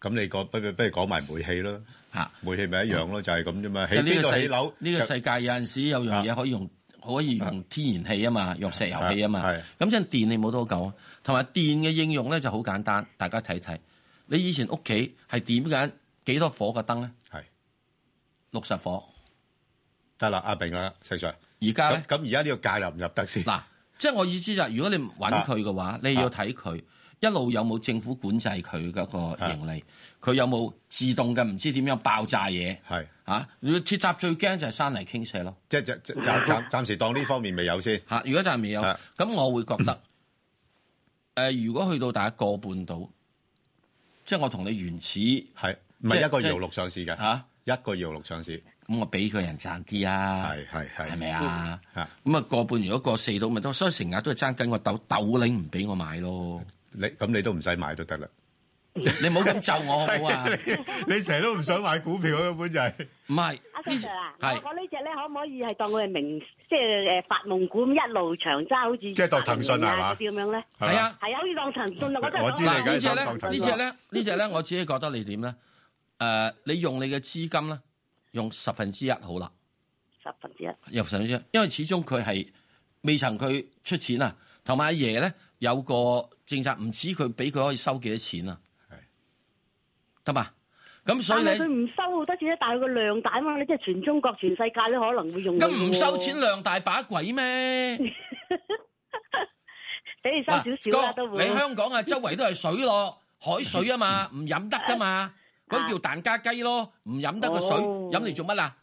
Speaker 1: 咁你講不如不如講埋煤氣啦，
Speaker 2: 嚇
Speaker 1: 煤氣咪一樣咯，就係咁啫嘛。
Speaker 2: 即
Speaker 1: 喺
Speaker 2: 係呢
Speaker 1: 邊
Speaker 2: 個
Speaker 1: 度
Speaker 2: 世
Speaker 1: 起樓啊
Speaker 2: 呢個
Speaker 1: 就
Speaker 2: 世界有陣時有樣嘢可以用，可以用天然氣啊嘛，用石油氣啊嘛。咁即係電你冇得救啊。同埋電嘅應用咧就好簡單，大家睇睇。你以前屋企係點緊幾多火嘅燈咧？
Speaker 1: 係
Speaker 2: 六十火。
Speaker 1: 得啦，阿炳啦，石 Sir。
Speaker 2: 而家咧，
Speaker 1: 咁而家呢個界入唔入得先？啊
Speaker 2: 嗱，即係我意思就係，如果你揾佢嘅話，你要睇佢一路有冇政府管制佢嗰個盈
Speaker 1: 啊
Speaker 2: 利，佢有冇自動嘅唔知點樣爆炸嘢。
Speaker 1: 係
Speaker 2: 嚇，你鐵閘最驚就係山泥傾瀉咯。
Speaker 1: 即係暫暫暫暫時當呢方面未有先。啊
Speaker 2: 嚇，如果暫未有，咁我會覺得 誒、如果去到大家個半島，即係我同你原始
Speaker 1: 係唔係一個搖
Speaker 2: 六
Speaker 1: 六上市嘅？
Speaker 2: 嚇，
Speaker 1: 一個搖六上市。
Speaker 2: 啊咁我俾佢人賺啲啊，
Speaker 1: 係係係，嗯
Speaker 2: 係咪啊？
Speaker 1: 嚇，
Speaker 2: 咁啊個半如果過四到咪多，所以成日都係爭緊個豆豆領唔俾我買咯。
Speaker 1: 你咁你都唔使買都得啦。
Speaker 2: 你唔好咁就我好唔好啊？
Speaker 1: 你成日都唔想買股票根本就係。
Speaker 2: 唔係
Speaker 14: 阿 Sir 啊，
Speaker 1: 係
Speaker 14: 我我呢只咧可唔可以係當佢係明，即係誒發夢股咁一路長揸，好似即
Speaker 1: 係當騰訊係嘛
Speaker 14: 咁樣咧？
Speaker 1: 係啊，
Speaker 14: 啊係啊，好似當騰訊啊， 我真係
Speaker 2: 嗱呢隻咧，
Speaker 14: 當騰
Speaker 2: 呢
Speaker 14: 訊啊
Speaker 2: 隻咧，呢隻咧，我自己覺得你點咧？誒，你用你嘅資金咧，用十分之一好啦。
Speaker 14: 十分之一。
Speaker 2: 入上啫，因為始終佢係未曾佢出錢啊，同埋阿爺咧有個政策，唔止佢俾佢可以收幾多錢啊，得嘛？咁所以
Speaker 14: 但係佢
Speaker 2: 你
Speaker 14: 唔收好多錢咧，但係佢個量大啊嘛，你即係全中國、全世界都可能會用佢嘅喎。
Speaker 2: 咁唔收錢量大把鬼咩？
Speaker 14: 俾你收少少啦，都會。
Speaker 2: 啊你香港啊，周圍都係水 咯，海水啊嘛，唔飲得噶嘛，嗰叫蛋家雞咯，唔飲得個水，
Speaker 1: 哦
Speaker 2: 飲嚟做乜啊？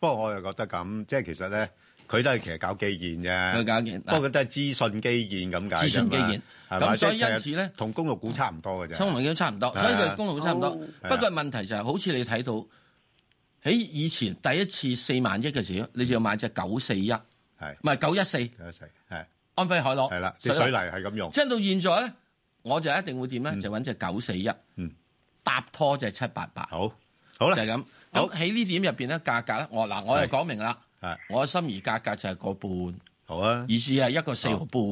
Speaker 1: 不過我又覺得咁，即係其實咧，佢都係其實搞基建啫。
Speaker 2: 佢搞基建
Speaker 1: 不過佢都係資訊基建咁解
Speaker 2: 資
Speaker 1: 啫
Speaker 2: 訊
Speaker 1: 嘛
Speaker 2: 基建
Speaker 1: 係嘛
Speaker 2: 咁所以
Speaker 1: 即係
Speaker 2: 因此咧，
Speaker 1: 同公路股差唔多嘅啫。
Speaker 2: 收埋都差唔多，所
Speaker 1: À.
Speaker 2: 以佢公路都差唔多。
Speaker 1: 哦
Speaker 2: 不過問題就係、好似你睇到喺以前第一次四萬億嘅時候，你就要買只九四一，
Speaker 1: 係
Speaker 2: 唔係九一四？
Speaker 1: 九一四係
Speaker 2: 安徽海螺係
Speaker 1: 啦啲水泥係咁用嗯
Speaker 2: 即係到現在咧，我就一定會點咧？就揾只九四一，搭拖就係七八八。
Speaker 1: 好，好
Speaker 2: 啦，就係咁。咁喺呢點入邊咧，價格咧，我嗱我又講明啦，我心儀價格就係個半。
Speaker 1: 好啊，
Speaker 2: 意思係一個四
Speaker 1: Ờ.
Speaker 2: 毫半。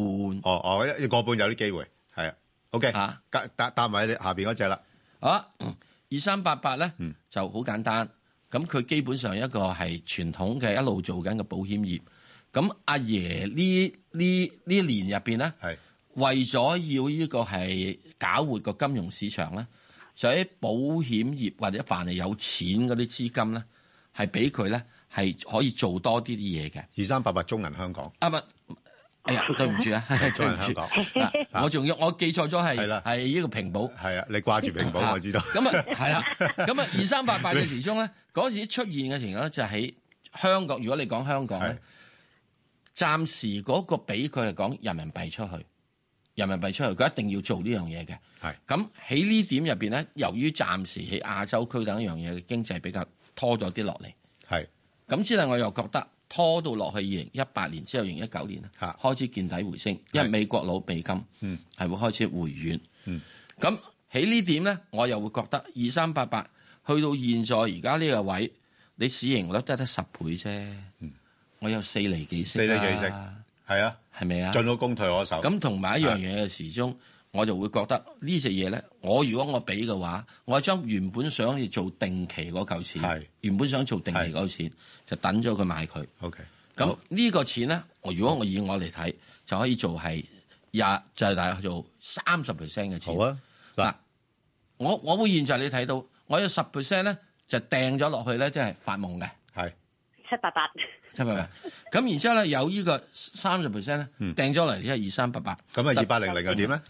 Speaker 1: 哦哦，一一個半有啲機會，係啊。OK，à.
Speaker 2: 嚇，
Speaker 1: 搭搭搭埋你下邊嗰只啦。嗯
Speaker 2: 啊，二三八八咧就好簡單。咁佢基本上一個係傳統嘅一路做緊嘅保險業。咁阿爺呢呢呢年入邊咧，為咗要呢個係搞活個金融市場咧，就喺保險業或者凡係有錢嗰啲資金咧，係俾佢咧係可以做多啲啲嘢嘅。
Speaker 1: 二三八八中銀香港
Speaker 2: 啊，唔係哎 呀，對唔住啊，對
Speaker 1: 係中
Speaker 2: 唔
Speaker 1: 人
Speaker 2: 住
Speaker 1: 香港，
Speaker 2: 啊我仲要我記錯咗係係呢個平保，
Speaker 1: 係啊，你掛住平保我知道。
Speaker 2: 咁 啊，係啦，咁啊，二三八八嘅時鐘咧，嗰時出現嘅情況咧就喺香港。如果你講香港咧，暫時嗰個俾佢係講人民幣出去，人民幣出去，佢一定要做呢樣嘢嘅。
Speaker 1: 係
Speaker 2: 咁喺呢點入邊咧，由於暫時喺亞洲區等一樣嘢嘅經濟比較拖咗啲落嚟，
Speaker 1: 係
Speaker 2: 咁之但我又覺得拖到落去二零一八年之後，二零一九年咧啊開始見底回升，因為美國佬美金
Speaker 1: 嗯
Speaker 2: 係會開始回軟。
Speaker 1: 嗯
Speaker 2: 咁喺呢點咧，我又會覺得二三八八去到現在而家呢個位，你市盈率得得十倍啫，我有四厘幾息、
Speaker 1: 嗯四厘幾息係啊，
Speaker 2: 係咪啊？
Speaker 1: 進到攻退我手。
Speaker 2: 咁同埋一樣嘢嘅時鐘，我就會覺得呢隻嘢咧，我如果我俾嘅話，我係將原本想要做定期嗰嚿錢，原本想做定期嗰嚿錢，就等咗佢買佢。
Speaker 1: OK，
Speaker 2: 咁呢個錢咧，我如果我以我嚟睇，就可以做係廿，就係大概做三十 percent 嘅錢。好啊，嗱，我我會現在你睇到，我有十 percent 咧就掟咗落去咧，即係發夢嘅。
Speaker 1: 係。
Speaker 14: 七八八，
Speaker 2: 七百八，咁然之後咧有呢個三十 percent 咧掟咗嚟，即係二三八八。
Speaker 1: 嗯咁啊2800又點咧？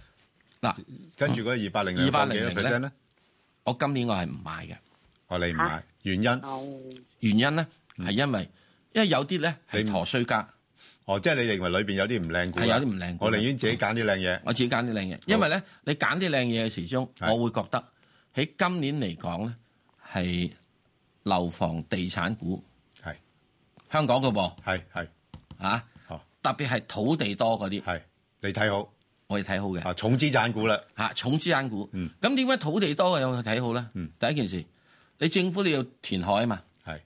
Speaker 2: 嗱，
Speaker 1: 跟住嗰2800
Speaker 2: 二
Speaker 1: 又
Speaker 2: 八
Speaker 1: 放幾
Speaker 2: 零
Speaker 1: 多
Speaker 2: 零
Speaker 1: percent
Speaker 2: 咧，我今年我係唔買嘅。
Speaker 1: 我你唔買，原因？嗯
Speaker 2: 原因咧係因為，因為有啲咧係陀衰家。
Speaker 1: 哦，即係你認為裏邊有啲唔靚股啦？
Speaker 2: 係有啲唔靚股
Speaker 1: 我寧願自己揀啲靚嘢。
Speaker 2: 我自己揀啲靚嘢，因為咧你揀啲靚嘢嘅時鐘，我會覺得喺今年嚟講咧係樓房地產股
Speaker 1: 係
Speaker 2: 香港嘅噃，
Speaker 1: 係係哦
Speaker 2: 啊，特別係土地多嗰啲，
Speaker 1: 係你睇好，
Speaker 2: 我哋睇好嘅，
Speaker 1: 啊，重資產股啦，嗯
Speaker 2: 嚇重資產股，咁點解土地多嘅有睇好咧？第一件事，你政府你要填海啊嘛，
Speaker 1: 係，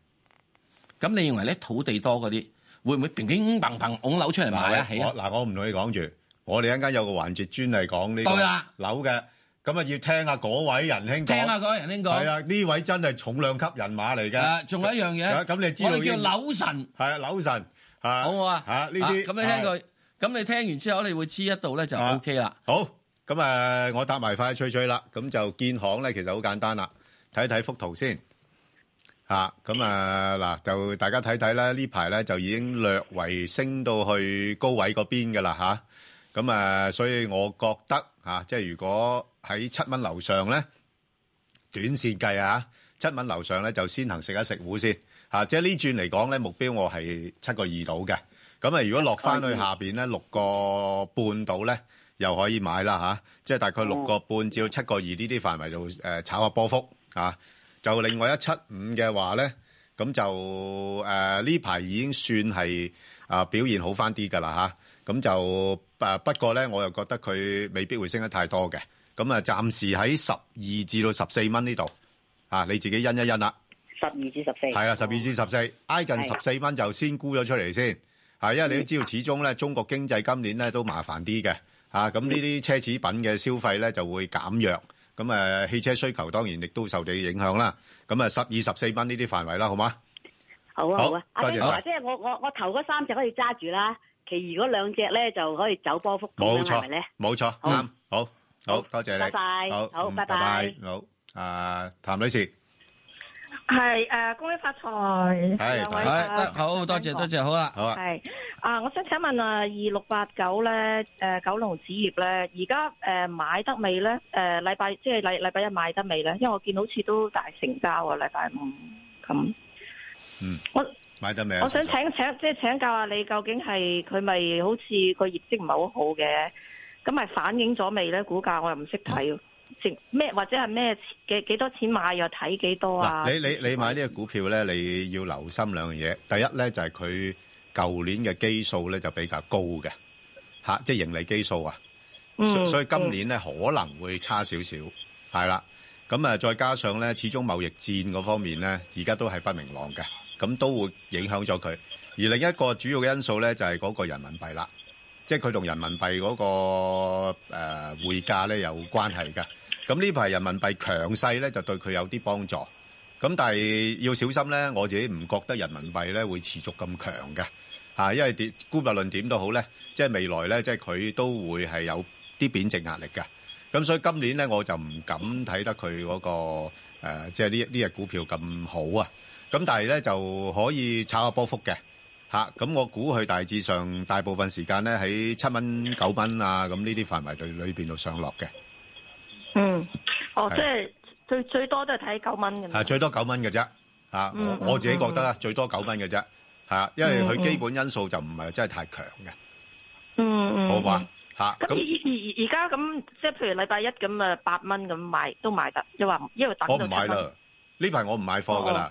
Speaker 2: 咁你認為咧土地多嗰啲會唔會乒乒乓乓拱樓出嚟賣啊？
Speaker 1: 嗱，
Speaker 2: 起啊
Speaker 1: 我嗱，我唔同你講住，我哋一陣間有個環節專係講呢
Speaker 2: 對啦
Speaker 1: 個樓嘅，咁啊要聽下嗰位仁兄講。
Speaker 2: 聽下嗰位仁兄講
Speaker 1: 係啊，呢位真係重量級人馬嚟
Speaker 2: 啊
Speaker 1: 㗎。
Speaker 2: 仲有一樣嘢
Speaker 1: 咁咁你知道
Speaker 2: 我哋叫
Speaker 1: 應
Speaker 2: 樓神。
Speaker 1: 係啊，樓神。好
Speaker 2: 好啊，
Speaker 1: 嚇呢啲
Speaker 2: 咁你聽佢，咁你聽完之後，你會知一度咧就 O K 啦。
Speaker 1: 好，咁誒，我搭埋快脆脆啦。咁就建行咧，其實好簡單啦，睇一睇幅圖先。嚇，咁啊嗱，就大家睇睇啦，呢排咧就已經略為升到去高位嗰邊嘅啦吓，咁啊，所以我覺得嚇、啊即係如果喺七蚊樓上咧，短線計啊，七蚊樓上咧就先行食一食糊先嚇、啊即係呢轉嚟講咧，目標我係七個二到嘅。咁啊，如果落翻去下邊咧六個半到咧，又可以買啦吓、即係大概六個半至到七個二呢啲範圍度誒炒下波幅啊。就另外一七五嘅話咧，咁就誒呢排已經算係啊、表現好翻啲㗎啦吓，咁、就誒、不過咧，我又覺得佢未必會升得太多嘅。咁啊，暫時喺十二至到十四蚊呢度啊，你自己因一因啦。
Speaker 14: 十二至十四，
Speaker 1: 係啦，12至14挨近
Speaker 14: 係
Speaker 1: 14蚊就先沽咗出嚟先。係，因為你都知道，始終呢，中國經濟今年呢都麻煩啲嘅。啊，咁呢啲奢侈品嘅消費呢就會減弱。咁，呃，汽車需求當然亦都受到影響啦。咁，呃，12 14蚊呢啲範圍啦，好嗎？
Speaker 14: 好啊
Speaker 1: 好
Speaker 14: 好啊，阿
Speaker 1: 多
Speaker 14: Ben
Speaker 1: 謝
Speaker 14: Sir，
Speaker 1: 晒
Speaker 14: 即係我我我頭嗰三隻可以揸住啦，其餘嗰兩隻咧就可以走波幅咁樣，
Speaker 1: 冇錯，
Speaker 14: 係咪咧？
Speaker 1: 冇錯，啱。好，好，多謝你。
Speaker 14: 拜拜，
Speaker 1: 好，
Speaker 14: 好，
Speaker 1: 嗯，
Speaker 14: 拜拜。
Speaker 1: 拜拜。好，啊，譚女士。
Speaker 15: 係誒，恭喜發財，
Speaker 1: 係
Speaker 15: 兩位
Speaker 2: 係得
Speaker 15: 啊，
Speaker 2: 好多謝多謝，好啦，
Speaker 1: 好啊
Speaker 15: 係啊，我想請問啊，二六八九咧，誒九龍紙業咧，而家誒呃買得未咧？誒禮拜即係禮禮拜一買得未咧？因為我見好似都大成交啊，禮拜五。
Speaker 1: 買得未啊，
Speaker 15: 我想
Speaker 1: 陳
Speaker 15: 請
Speaker 1: 生？
Speaker 15: 請即係請教下你，究竟係佢咪好似個業績唔係好好嘅？咁咪反映咗未咧？股價我又唔識
Speaker 1: 啊
Speaker 15: 睇，即咩或者係咩幾幾多錢買又睇幾多啊？
Speaker 1: 你你你買呢個股票咧，你要留心兩樣嘢。第一咧就係佢舊年嘅基數咧就比較高嘅，嚇、即係盈利基數啊。
Speaker 16: 嗯
Speaker 1: 所所以今年咧可能會差少少，係啦。咁啊，再加上咧，始終貿易戰嗰方面咧，而家都係不明朗嘅，咁都會影響咗佢。而另一個主要嘅因素咧，就係嗰個人民幣啦，即係佢同人民幣嗰、個誒、呃、匯價咧有關係嘅。咁呢排人民幣強勢咧，就對佢有啲幫助。咁但係要小心咧，我自己唔覺得人民幣咧會持續咁強嘅。啊，因為點估無論點都好咧，即係未來咧，即係佢都會係有啲貶值壓力嘅。咁所以今年咧，我就唔敢睇得佢嗰、個、呃、即係呢呢只股票咁好啊。咁但係咧就可以炒下波幅嘅。吓，咁我估佢大致上大部分時間咧喺七蚊、九蚊啊，咁呢啲範圍裏裏邊度上落嘅，
Speaker 15: 嗯，哦，
Speaker 1: 係
Speaker 15: 即係最最多都係睇九蚊咁
Speaker 1: 係
Speaker 15: 樣。
Speaker 1: 啊最多九蚊嘅啫。吓，
Speaker 15: 嗯
Speaker 1: 我我自己覺得啦，最多九蚊嘅啫。吓，因為佢基本因素就唔係真係太強嘅，
Speaker 15: 嗯嗯。
Speaker 1: 好
Speaker 15: 嗯
Speaker 1: 嘛？啊吓，
Speaker 15: 咁而
Speaker 1: 咁
Speaker 15: 而而而家咁，即係譬如禮拜一咁啊，八蚊咁買都買得，你話因為等
Speaker 1: 我
Speaker 15: 到
Speaker 1: 唔買
Speaker 15: 七蚊
Speaker 1: 啦，呢排我唔買貨噶啦，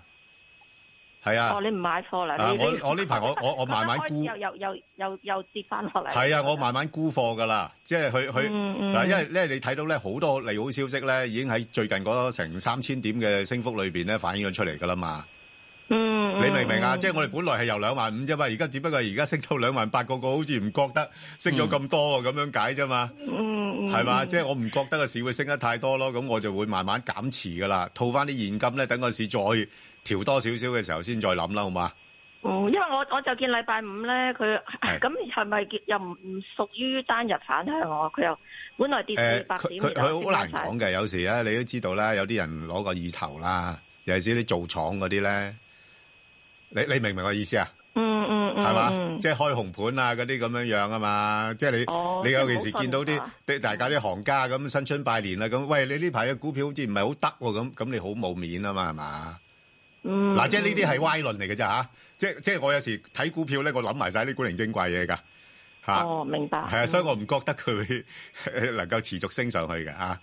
Speaker 1: 係啊
Speaker 15: 哦，。你唔買貨啦？
Speaker 1: 啊
Speaker 15: 你你
Speaker 1: 我我呢排我我我慢慢
Speaker 15: 覺得
Speaker 1: 沽
Speaker 15: 啊開始又又又又又跌翻落嚟。
Speaker 1: 係啊，我慢慢沽貨㗎啦，即係佢佢
Speaker 15: 嗯嗯
Speaker 1: 嗱，因為咧你睇到咧好多利好消息咧，已經喺最近嗰成三千點嘅升幅裏邊咧反映咗出嚟㗎啦嘛。
Speaker 15: 嗯，
Speaker 1: 你明唔明啊？
Speaker 15: 嗯
Speaker 1: 即係我哋本來係由兩萬五啫嘛，而家只不過而家升到兩萬八，個個好似唔覺得升咗咁多喎，咁樣解啫嘛。
Speaker 15: 嗯，
Speaker 1: 係嘛？即係我唔覺得個市會升得太多咯，咁我就會慢慢減持㗎啦，套翻啲現金咧，等個市再調多少少嘅時候先再諗啦，好嘛？
Speaker 15: 哦，因為我我就見禮拜五咧，佢
Speaker 1: 係
Speaker 15: 咁係咪又唔唔屬於單日反向喎？佢又本來跌
Speaker 1: 誒
Speaker 15: 四百
Speaker 1: 佢
Speaker 15: 點，
Speaker 1: 佢佢好難
Speaker 15: 講
Speaker 1: 講嘅，有時咧你都知道啦，有啲人攞個意頭啦，尤其是啲做廠嗰啲咧，你你明唔明我意思啊？
Speaker 15: 嗯嗯嗯，
Speaker 1: 係嘛
Speaker 15: 嗯？
Speaker 1: 即係開紅盤啊，嗰啲咁樣樣啊嘛，即係你、
Speaker 15: 哦
Speaker 1: 你
Speaker 15: 即係
Speaker 1: 尤其是
Speaker 15: 唔好
Speaker 1: 見到
Speaker 15: 信啊
Speaker 1: 啲啲大家啲行家咁新春拜年啦，咁喂你呢排嘅股票好似唔係好得喎，咁咁你好冇面啊嘛，係嘛？
Speaker 15: 嗯
Speaker 1: 嗱，即係呢啲係歪論嚟嘅啫嚇，即係即係我有時睇股票咧，我諗埋晒啲古靈精怪嘢㗎嚇。
Speaker 15: 哦，明白。
Speaker 1: 係啊，所以我唔覺得佢 能夠持續升上去嘅嚇。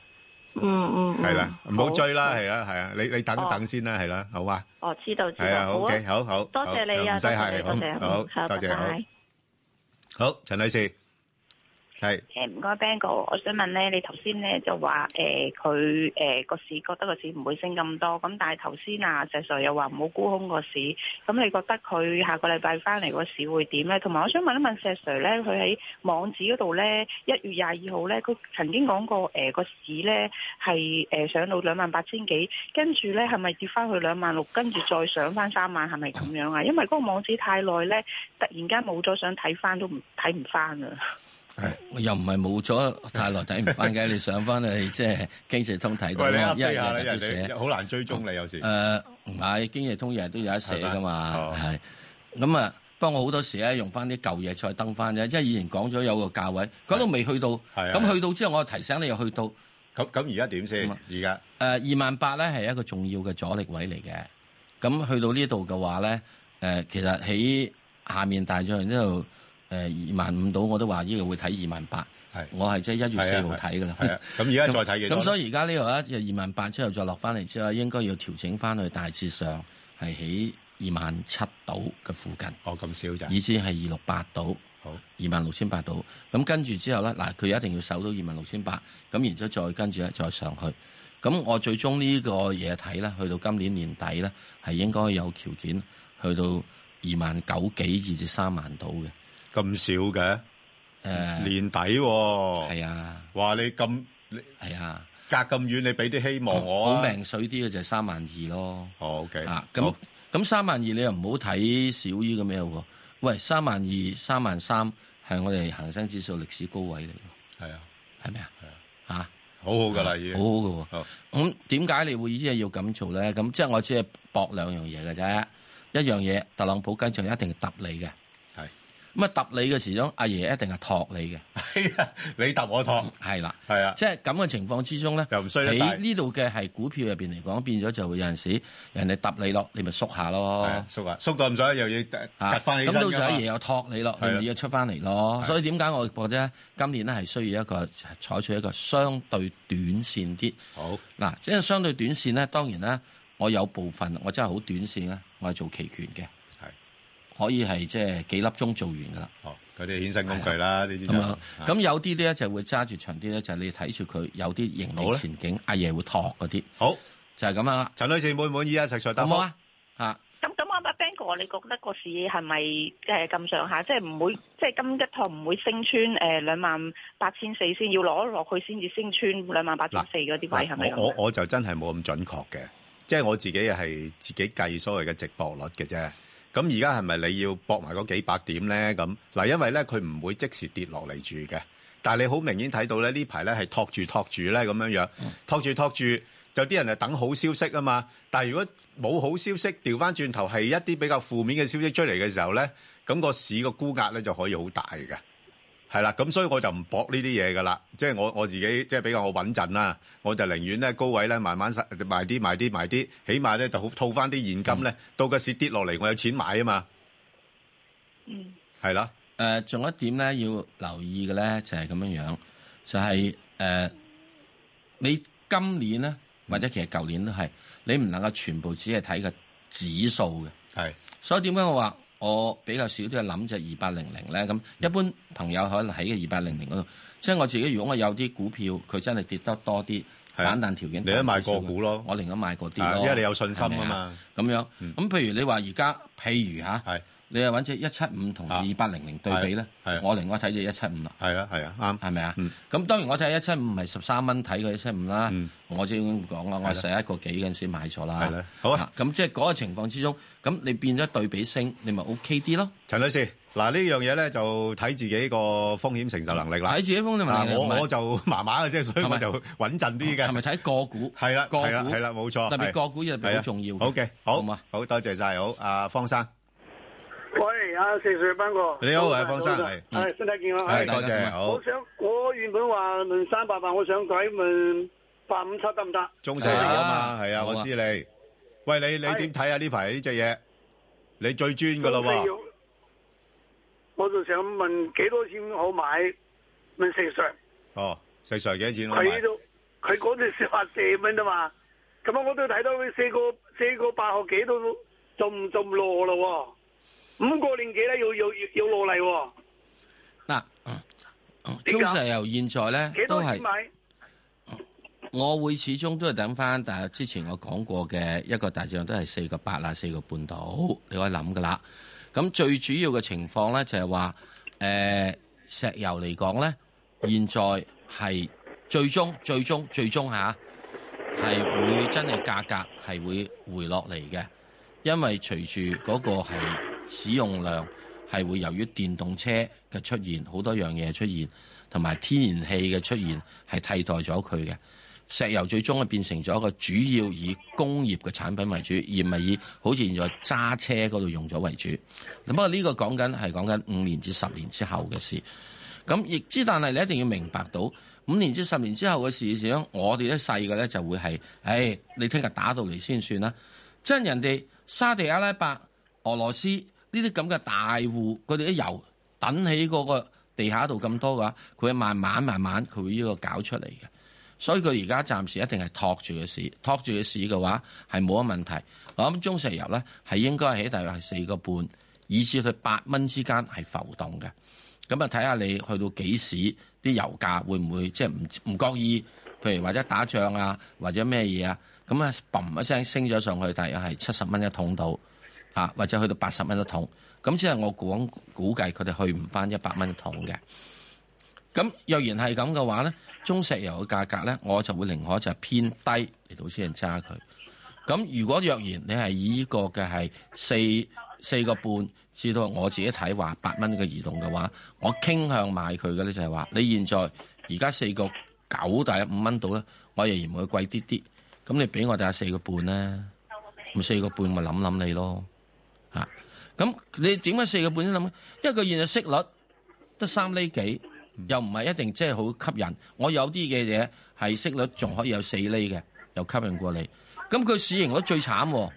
Speaker 15: 嗯嗯，嗯
Speaker 1: 係啦，唔好追啦，
Speaker 15: 好
Speaker 1: 係啦，係啊，你你等
Speaker 15: 哦
Speaker 1: 等先啦，係啦，好嘛？
Speaker 15: 哦，知道知
Speaker 1: 係啊
Speaker 15: 道，啊
Speaker 1: ，OK，好好，
Speaker 15: 多謝你啊，
Speaker 1: 唔使
Speaker 15: 多謝
Speaker 1: 客氣，
Speaker 15: 你多謝，
Speaker 1: 好，好，多謝，好，好，陳女士，係
Speaker 16: 誒唔該 Bang 哥，我想問咧，你頭先咧就話誒佢誒個市覺得個市唔會升咁多，咁但係頭先啊石 Sir 又話唔好沽空個市，咁你覺得佢下個禮拜翻嚟個市會點咧？同埋我想問一問石 Sir 咧，佢喺網址嗰度咧一月廿二號咧，佢曾經講過誒個、市咧係誒上到兩萬八千幾，跟住咧係咪跌翻去兩萬六，跟住再上翻三萬，係咪咁樣啊？因為嗰個網址太耐咧，突然間冇咗，想睇翻都唔睇唔翻啊！
Speaker 2: 又唔係冇咗太耐睇唔翻嘅，你上翻去即係經濟通睇到
Speaker 1: 喂，你
Speaker 2: 咯，因
Speaker 1: update
Speaker 2: 為
Speaker 1: 下啦，
Speaker 2: 日日
Speaker 1: 人
Speaker 2: 都寫
Speaker 1: 哋。好難追蹤你有時。
Speaker 2: 誒唔係，經濟通日日都有得寫噶嘛，
Speaker 1: 哦
Speaker 2: 係咁啊。不過我好多時咧用翻啲舊嘢再登翻啫，因為以前講咗有個價位，講到未去到，咁去到之後我提醒你又去到。
Speaker 1: 啊
Speaker 2: 啊
Speaker 1: 咁咁而家點先？而家
Speaker 2: 呃誒二萬八咧係一個重要嘅阻力位嚟嘅。咁去到呢度嘅話咧，誒、其實喺下面大約呢度呃誒二萬五到，我都話呢個會睇二萬八。我係即係一月四號睇㗎啦。
Speaker 1: 係啊係啊咁而家再睇幾多
Speaker 2: 咁所以而家呢度咧就二萬八之後再落翻嚟之後，應該要調整翻去大致上係喺二萬七度嘅附近。
Speaker 1: 哦，咁少咋？
Speaker 2: 以至係二六八度。
Speaker 1: 好，
Speaker 2: 二萬六千八度。咁跟住之後咧，嗱，佢一定要守到二萬六千八，咁然之後再跟住咧再上去。咁我最終呢個嘢睇咧，去到今年年底咧，係應該有條件去到二萬九幾二至三萬度嘅。
Speaker 1: 咁少嘅？
Speaker 2: 誒，
Speaker 1: 年底喎，
Speaker 2: 係啊，
Speaker 1: 哇，你咁
Speaker 2: 係啊，
Speaker 1: 隔咁遠，你俾啲希望我啊
Speaker 2: 好命水啲嘅就係三萬二咯。
Speaker 1: 哦，OK，
Speaker 2: 啊，咁咁三萬二你又唔好睇少於咁樣喎。喂，三萬二、三萬三係我哋恒生指數歷史高位嚟喎。
Speaker 1: 係啊，
Speaker 2: 係咪啊？嚇，
Speaker 1: 好好㗎啦已經
Speaker 2: 好好㗎喎。咁點解你會依家要咁做咧？咁即係我只係搏兩樣嘢嘅啫。一樣嘢，特朗普跟住一定揼你嘅。
Speaker 1: 係。
Speaker 2: 咁啊，揼你嘅時鐘，阿爺一定係托你嘅。
Speaker 1: 係啊，你揼我托。
Speaker 2: 係啦，
Speaker 1: 係啊。
Speaker 2: 即係咁嘅情況之中咧，
Speaker 1: 又唔衰得晒
Speaker 2: 喺。呢度嘅係股票入邊嚟講，變咗就會有陣時人哋揼你落，你咪縮下
Speaker 1: 係
Speaker 2: 咯
Speaker 1: 啊。縮啊，縮到咁上下又要突
Speaker 2: 啊
Speaker 1: 翻起
Speaker 2: 咁
Speaker 1: 身㗎
Speaker 2: 到
Speaker 1: 嘛
Speaker 2: 時阿爺又托你咯，你
Speaker 1: 係啊
Speaker 2: 咪要出翻嚟咯。
Speaker 1: 係
Speaker 2: 所以點解我覺得今年咧係需要一個採取一個相對短線啲。
Speaker 1: 好
Speaker 2: 嗱，即係相對短線咧，當然啦，我有部分我真係好短線咧，我係做期權嘅，
Speaker 1: 係
Speaker 2: 可以係即係幾粒鐘做完噶啦。
Speaker 1: 哦，嗰啲衍生工具啦，呢啲就
Speaker 2: 咁啊，
Speaker 1: 係
Speaker 2: 咁有啲咧就會揸住長啲咧，就係你睇住佢有啲盈
Speaker 1: 好
Speaker 2: 利
Speaker 1: 咧
Speaker 2: 前景，阿爺會托嗰啲。
Speaker 1: 好，
Speaker 2: 就係咁樣啦。
Speaker 1: 陳女士滿唔滿意啊？石 Sir 答
Speaker 2: 好冇啊？嚇！
Speaker 16: 咁咁啱啊，Bang 哥，你覺得個市係咪誒咁上下，即係唔會，即係今一趟唔會升穿誒兩萬八千四先，要攞落去先至升穿兩萬八千四嗰啲位係咪
Speaker 1: 我
Speaker 16: 咁？
Speaker 1: 我
Speaker 16: 啊
Speaker 1: 我就真係冇咁準確嘅，即係我自己係自己計所謂嘅值博率嘅啫。咁而家係咪你要搏埋嗰幾百點咧？咁嗱，因為咧佢唔會即時跌落嚟住嘅，但係你好明顯睇到咧呢排咧係托住托住咧咁樣樣，托住托住就啲人係等好消息啊嘛。但係如果冇好消息，調翻轉頭係一啲比較負面嘅消息出嚟嘅時候咧，咁個市個估壓咧就可以好大嘅。係啦，咁所以我就唔搏呢啲嘢噶啦，即係我我自己即係比較我穩陣啦，我就寧願咧高位咧慢慢實賣啲賣啲賣啲，起碼咧就好套翻啲現金咧，到個市跌落嚟我有錢買啊嘛，
Speaker 15: 嗯，
Speaker 1: 係啦。
Speaker 2: 誒，仲有一點咧要留意嘅咧就係咁樣樣，就係、誒、你今年咧或者其實舊年都係，你唔能夠全部只係睇個指數嘅。
Speaker 1: 係，
Speaker 2: 所以點解我話我比較少都係諗就二八零零咧？咁
Speaker 1: 嗯
Speaker 2: 一般朋友可能喺嘅二八零零嗰度，即係我自己如果我有啲股票佢真係跌得多啲，
Speaker 1: 係啊
Speaker 2: 反彈條件
Speaker 1: 你都
Speaker 2: 大
Speaker 1: 買
Speaker 2: 少少
Speaker 1: 個
Speaker 2: 嘅
Speaker 1: 股咯，
Speaker 2: 我寧願買嗰
Speaker 1: 啊
Speaker 2: 啲咯，
Speaker 1: 因為你有信心啊嘛
Speaker 2: 係咪啊咁樣，
Speaker 1: 嗯
Speaker 2: 咁譬如你話而家，譬如嚇，你係揾只一七五同
Speaker 1: 啊
Speaker 2: 二八零零對比咧，我另外睇只一七五啦。
Speaker 1: 係啊，係啊，啱，
Speaker 2: 係咪啊？咁當然我睇一七五唔係十三蚊睇佢一七五啦，我即係咁講啦，我係十一個幾嗰陣時買咗啦。
Speaker 1: 嗯係啦好啊
Speaker 2: 咁即係嗰個情況之中，咁你變咗對比升，你咪 O K 啲咯。
Speaker 1: 陳女士，嗱呢樣嘢咧就睇自己個風險承受能力啦。
Speaker 2: 睇自己風險能力
Speaker 1: 啊
Speaker 2: 唔係
Speaker 1: 我我就麻麻嘅啫，所以
Speaker 2: 係咪
Speaker 1: 我就穩陣啲嘅。
Speaker 2: 係咪睇個股？
Speaker 1: 係啦，
Speaker 2: 個股
Speaker 1: 係啦，係啦，冇錯。
Speaker 2: 特別
Speaker 1: 係
Speaker 2: 個股嘢特別
Speaker 1: 係啊
Speaker 2: 好重要嘅。
Speaker 1: 好嘅，好嘛，好多謝晒，好啊，方生，
Speaker 17: 喂，阿四歲斌哥，
Speaker 1: 你好
Speaker 17: 早晨
Speaker 1: 啊方生
Speaker 17: 早晨
Speaker 1: 係
Speaker 17: 係身體健康，
Speaker 1: 係
Speaker 17: 係
Speaker 1: 多謝好
Speaker 17: 我想我原本話問三百八，我想改問八五七得唔得？
Speaker 1: 中石油啊嘛，係啊，我知你。喂，你你點睇啊？呢排呢只嘢，你最專噶啦
Speaker 17: 中石
Speaker 1: 喎
Speaker 17: 油。我就想問幾多錢好買？問四歲，
Speaker 1: 哦，石 Sir 幾多錢好買？
Speaker 17: 佢呢度佢嗰陣時話四蚊啊嘛，咁啊我都睇到佢四個四個八毫幾都仲仲落咯喎，五個零幾咧要要要要落嚟喎，
Speaker 2: 嗱，嗯中石油現在咧
Speaker 17: 幾
Speaker 2: 都
Speaker 17: 多
Speaker 2: 係
Speaker 17: 錢。買？
Speaker 2: 我會始終都係等翻，但係之前我講過嘅一個大致上都係四個八啦，四個半度，你可以諗噶啦。咁最主要嘅情況咧就係話，誒、石油嚟講咧，現在係最終最終最終嚇係會真係價格係會回落嚟嘅，因為隨住嗰個係使用量係會由於電動車嘅出現，好多樣嘢出現，同埋天然氣嘅出現係替代咗佢嘅。石油最終係變成咗一個主要以工業嘅產品為主，而唔係以好似現在揸車嗰度用咗為主。咁不過呢個講緊係講緊五年至十年之後嘅事。咁亦之，但係你一定要明白到五年至十年之後嘅事，始終我哋啲細嘅咧就會係，唉，你聽日打到嚟先算啦。即係人哋沙地阿拉伯、俄羅斯呢啲咁嘅大戶，佢哋啲油等起嗰個地下度咁多嘅話，佢會慢慢慢慢佢會呢個搞出嚟嘅。所以佢而家暫時一定係托住嘅市，托住嘅市嘅話係冇乜問題。我諗中石油咧係應該喺大約係四個半，以至佢八蚊之間係浮動嘅。咁啊，睇下你去到幾時啲油價會唔會即係唔唔覺意，譬如或者打仗啊，或者咩嘢啊，咁啊，嘣一聲升咗上去，大約係七十蚊一桶度啊，或者去到八十蚊一桶。咁即係我估估計佢哋去唔翻一百蚊一桶嘅。咁若然係咁嘅話咧，中石油嘅價格咧，我就會寧可就係偏低嚟到先揸佢。咁如果若然你係以呢個嘅係四四個半至到我自己睇話八蚊嘅移動嘅話，我傾向買佢嘅咧就係話，你現在而家四個九大約五蚊到咧，我仍然會貴啲啲。咁你俾我第下四個半咧，咁四個半咪諗諗你咯，嚇、咁你點解四個半先諗？因為佢現在息率得三厘幾，又唔係一定即係好吸引。我有啲嘅嘢係息率仲可以有四厘嘅，又吸引過你。咁佢市盈率最慘喎，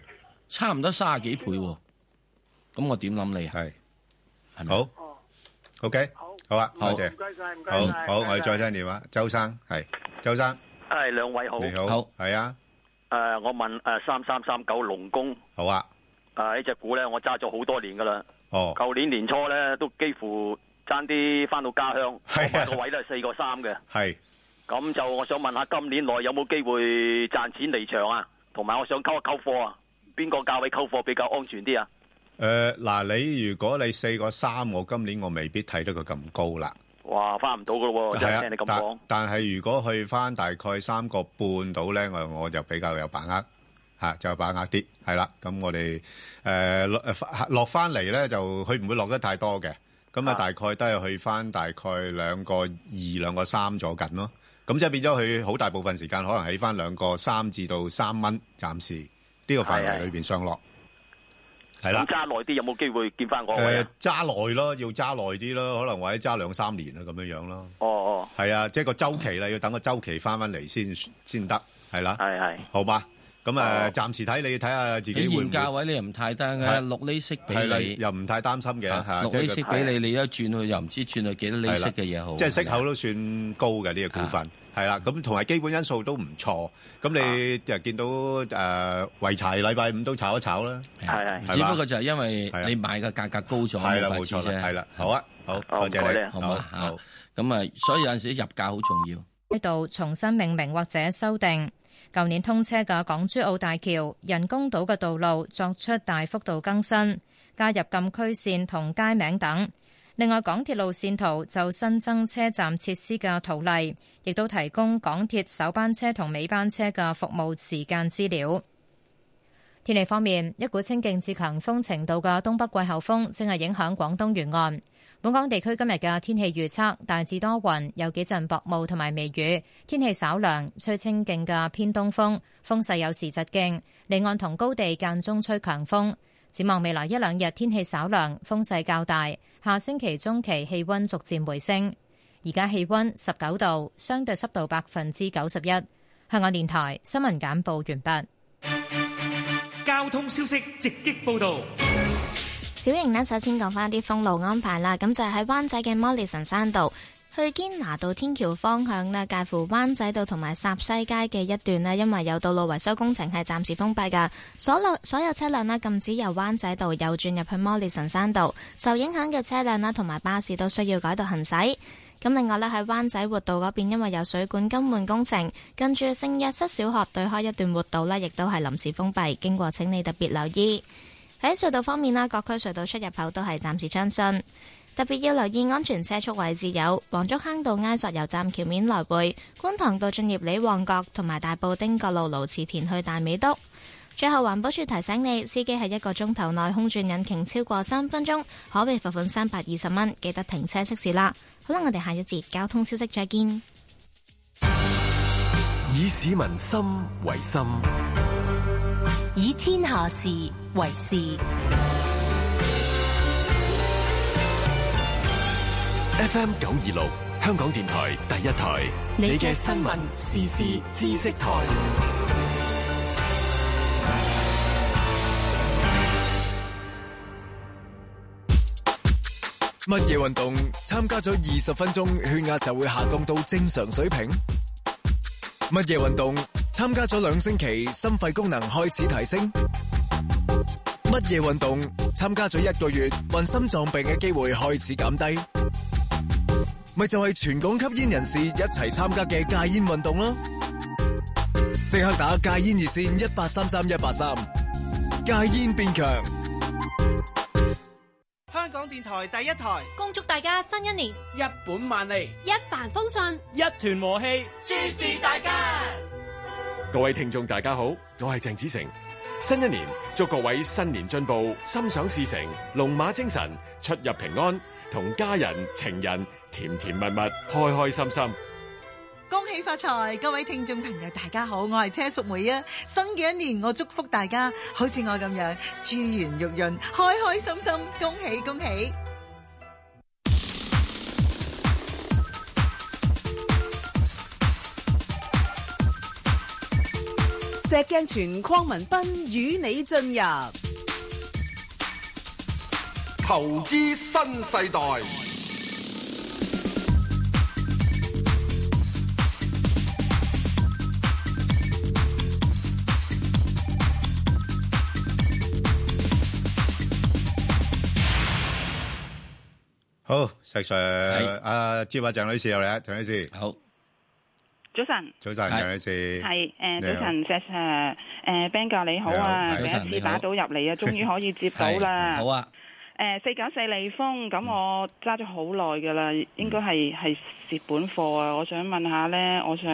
Speaker 2: 差唔多三十幾倍喎。咁我點諗你啊？
Speaker 1: 係
Speaker 2: 係
Speaker 1: 好，OK，好啊，
Speaker 2: 好
Speaker 1: 多謝
Speaker 2: 唔該
Speaker 17: 哦晒唔該晒
Speaker 1: 好好，
Speaker 17: 唔該
Speaker 1: 我哋
Speaker 17: 晒
Speaker 1: 再聽電話，周生係，周生
Speaker 18: 诶，两位好，
Speaker 1: 你好，係啊，
Speaker 18: 诶、我问诶三三三九龙工
Speaker 1: 好啊，
Speaker 18: 诶呢只股咧，我揸咗好多年噶啦。
Speaker 1: 哦
Speaker 18: 旧年年初咧，都几乎争啲翻到家乡，我
Speaker 1: 啊
Speaker 18: 買个位都系四个三嘅。
Speaker 1: 係
Speaker 18: 咁就我想问下，今年内有冇机会赚钱离场啊？同埋我想沟一沟货啊，边个价位沟货比较安全啲啊？
Speaker 1: 誒呃嗱，你如果你四個三，我今年我未必睇得佢咁高啦。
Speaker 18: 哇，翻唔到噶咯，真
Speaker 1: 係
Speaker 18: 系
Speaker 1: 啊
Speaker 18: 听你咁
Speaker 1: 但
Speaker 18: 讲。
Speaker 1: 但係如果去翻大概三個半到咧，我我就比較有把握嚇、就有把握啲係啦。咁我哋誒落誒落翻嚟咧，就佢唔會落得太多嘅。咁啊，大概都係去翻大概兩個二、兩個三左近咯。咁即係變咗佢好大部分時間可能喺翻兩個三至到三蚊，暫時呢個範圍裏邊上落。係啦
Speaker 18: 咁揸耐啲有冇機會見翻我位
Speaker 1: 誒
Speaker 18: 啊？
Speaker 1: 揸耐咯，要揸耐啲咯，可能或者揸兩三年啦咁樣樣咯。
Speaker 18: 哦哦，
Speaker 1: 係啊，即係個周期啦，要等個周期翻翻嚟先先得，係啦。
Speaker 18: 係係，
Speaker 1: 好吧。咁啊，暫時睇你睇下自己
Speaker 2: 你
Speaker 1: 會
Speaker 2: 現
Speaker 1: 唔
Speaker 2: 價
Speaker 1: 會
Speaker 2: 位你又唔太低
Speaker 1: 係
Speaker 2: 嘅，六厘息俾
Speaker 1: 係啦
Speaker 2: 你，
Speaker 1: 又唔太擔心嘅嚇
Speaker 2: 六
Speaker 1: 即係
Speaker 2: 厘
Speaker 1: 佢
Speaker 2: 息俾你，你一轉去又唔知轉去幾多厘
Speaker 1: 係
Speaker 2: 息
Speaker 1: 啦
Speaker 2: 嘅嘢好。
Speaker 1: 即係息口都算高嘅呢個股份，係啦。咁同埋基本因素都唔錯。咁你就見到誒維柴禮拜五都炒一炒啦，
Speaker 2: 係
Speaker 1: 係
Speaker 2: 只
Speaker 1: 嘛啊
Speaker 2: 不過就係因為你買嘅價格高咗，
Speaker 1: 係啦
Speaker 2: 冇法
Speaker 1: 冇錯
Speaker 2: 子
Speaker 1: 啦
Speaker 2: 啫
Speaker 1: 係啦好啊好
Speaker 2: 好
Speaker 1: 多謝你
Speaker 2: 唔該好嘛
Speaker 1: 好好
Speaker 2: 嚇咁啊，所以有陣時入價好重要。
Speaker 4: 呢度重新命名或者修訂。舊年通車嘅港珠澳大橋、人工島嘅道路作出大幅度更新，加入禁區線同街名等。另外，港鐵路線圖就新增車站設施嘅圖例，亦都提供港鐵首班車同尾班車嘅服務時間資料。天氣方面，一股清勁至強風程度嘅東北季候風正係影響廣東沿岸。本港地區今日嘅天氣預測大致多雲，有幾陣薄霧同埋微雨，天氣稍涼，吹清勁嘅偏東風，風勢有時疾勁，離岸同高地間中吹強風。展望未來一兩日天氣稍涼，風勢較大。下星期中期氣温逐漸回升，而家氣温十九度，相對濕度百分之九十一。香港電台新聞簡報完畢。
Speaker 3: 交通消息直擊報道。
Speaker 5: 小型呢，首先講翻啲封路安排啦。咁就係喺灣仔嘅 Mollison 山道去堅拿道天橋方向呢，介乎灣仔道同埋霎西街嘅一段呢，因為有道路維修工程係暫時封閉㗎。所有所有車輛呢，禁止由灣仔道右轉入去 Mollison 山道，受影響嘅車輛啦同埋巴士都需要改道行駛。咁另外呢，喺灣仔活道嗰邊，因為有水管更換工程，跟住聖若瑟小學對開一段活道呢，亦都係臨時封閉，經過請你特別留意。喺隧道方面啦，各區隧道出入口都係暫時暢順，特別要留意安全車速位置有黃竹坑道埃索油站橋面來回、觀塘道進業里旺角同埋大埔汀角路蘆慈田去大美督。最後，環保署提醒你，司機喺一個鐘頭內空轉引擎超過三分鐘，可被罰款三百二十蚊。記得停車熄匙啦。好啦，我哋下一節交通消息再見。
Speaker 6: 以市民心為心，
Speaker 19: 以天下事為事。
Speaker 6: FM 九二六，香港電台第一台，你嘅新聞、時事、知識台。
Speaker 20: 乜嘢運動參加咗二十分鐘，血壓就會下降到正常水平？乜嘢運動參加咗兩星期，心肺功能開始提升？乜嘢運動參加咗一個月，患心臟病嘅機會開始減低？咪就係全港吸煙人士一齊參加嘅戒煙運動咯！即刻打戒煙熱線一八三三一八三，戒煙變強。
Speaker 21: 香港電台第一台，
Speaker 22: 恭祝大家新一年
Speaker 21: 一本萬利，
Speaker 22: 一帆風順，
Speaker 21: 一團和氣，諸事大吉。
Speaker 6: 各位聽眾大家好，我係鄭子誠。新一年祝各位新年進步，心想事成，龍馬精神，出入平安，同家人、情人甜甜蜜蜜，開開心心。
Speaker 23: 恭喜發財！各位聽眾朋友，大家好，我係車淑梅啊！新嘅一年，我祝福大家好似我咁樣珠圓玉潤，開開心心，恭喜恭喜！
Speaker 12: 石鏡泉鄺民彬與你進入
Speaker 13: 投資新世代，
Speaker 1: 好，石 Sir，阿接阿鄭女士又嚟啊，鄭女士，
Speaker 2: 好，
Speaker 24: 早晨，
Speaker 1: 早晨，鄭女士，
Speaker 24: 係誒
Speaker 1: 你好
Speaker 24: 早晨，石 Sir，誒 Ben 哥你好啊，第
Speaker 1: 你好
Speaker 24: 一
Speaker 1: 早晨你
Speaker 24: 次
Speaker 1: 好
Speaker 24: 打到入嚟 啊，終於可以接到啦。
Speaker 2: 係好啊，
Speaker 24: 誒四九四利豐，
Speaker 1: 嗯
Speaker 24: 咁我揸咗好耐㗎啦，應該係係蝕本貨啊！我想問下呢，我想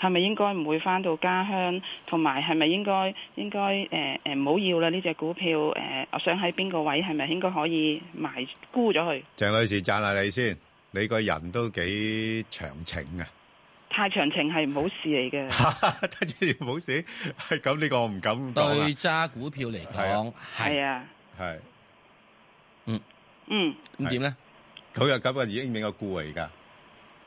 Speaker 24: 係咪應該唔會翻到家鄉，同埋係咪應該應該誒誒唔好要啦呢只股票誒、呃我想喺邊個位係咪應該可以賣沽咗佢？
Speaker 1: 鄭女士讚下你先，你個人都幾長情啊！
Speaker 24: 太長情係唔好事嚟嘅。
Speaker 1: 跟住冇事，係咁呢個我唔敢講啊
Speaker 2: 對揸股票嚟
Speaker 1: 係啊
Speaker 2: 講
Speaker 1: 係
Speaker 2: 係
Speaker 1: 啊係。
Speaker 24: 嗯，
Speaker 2: 咁點咧？
Speaker 1: 佢又咁啊，已經變個沽嚟㗎，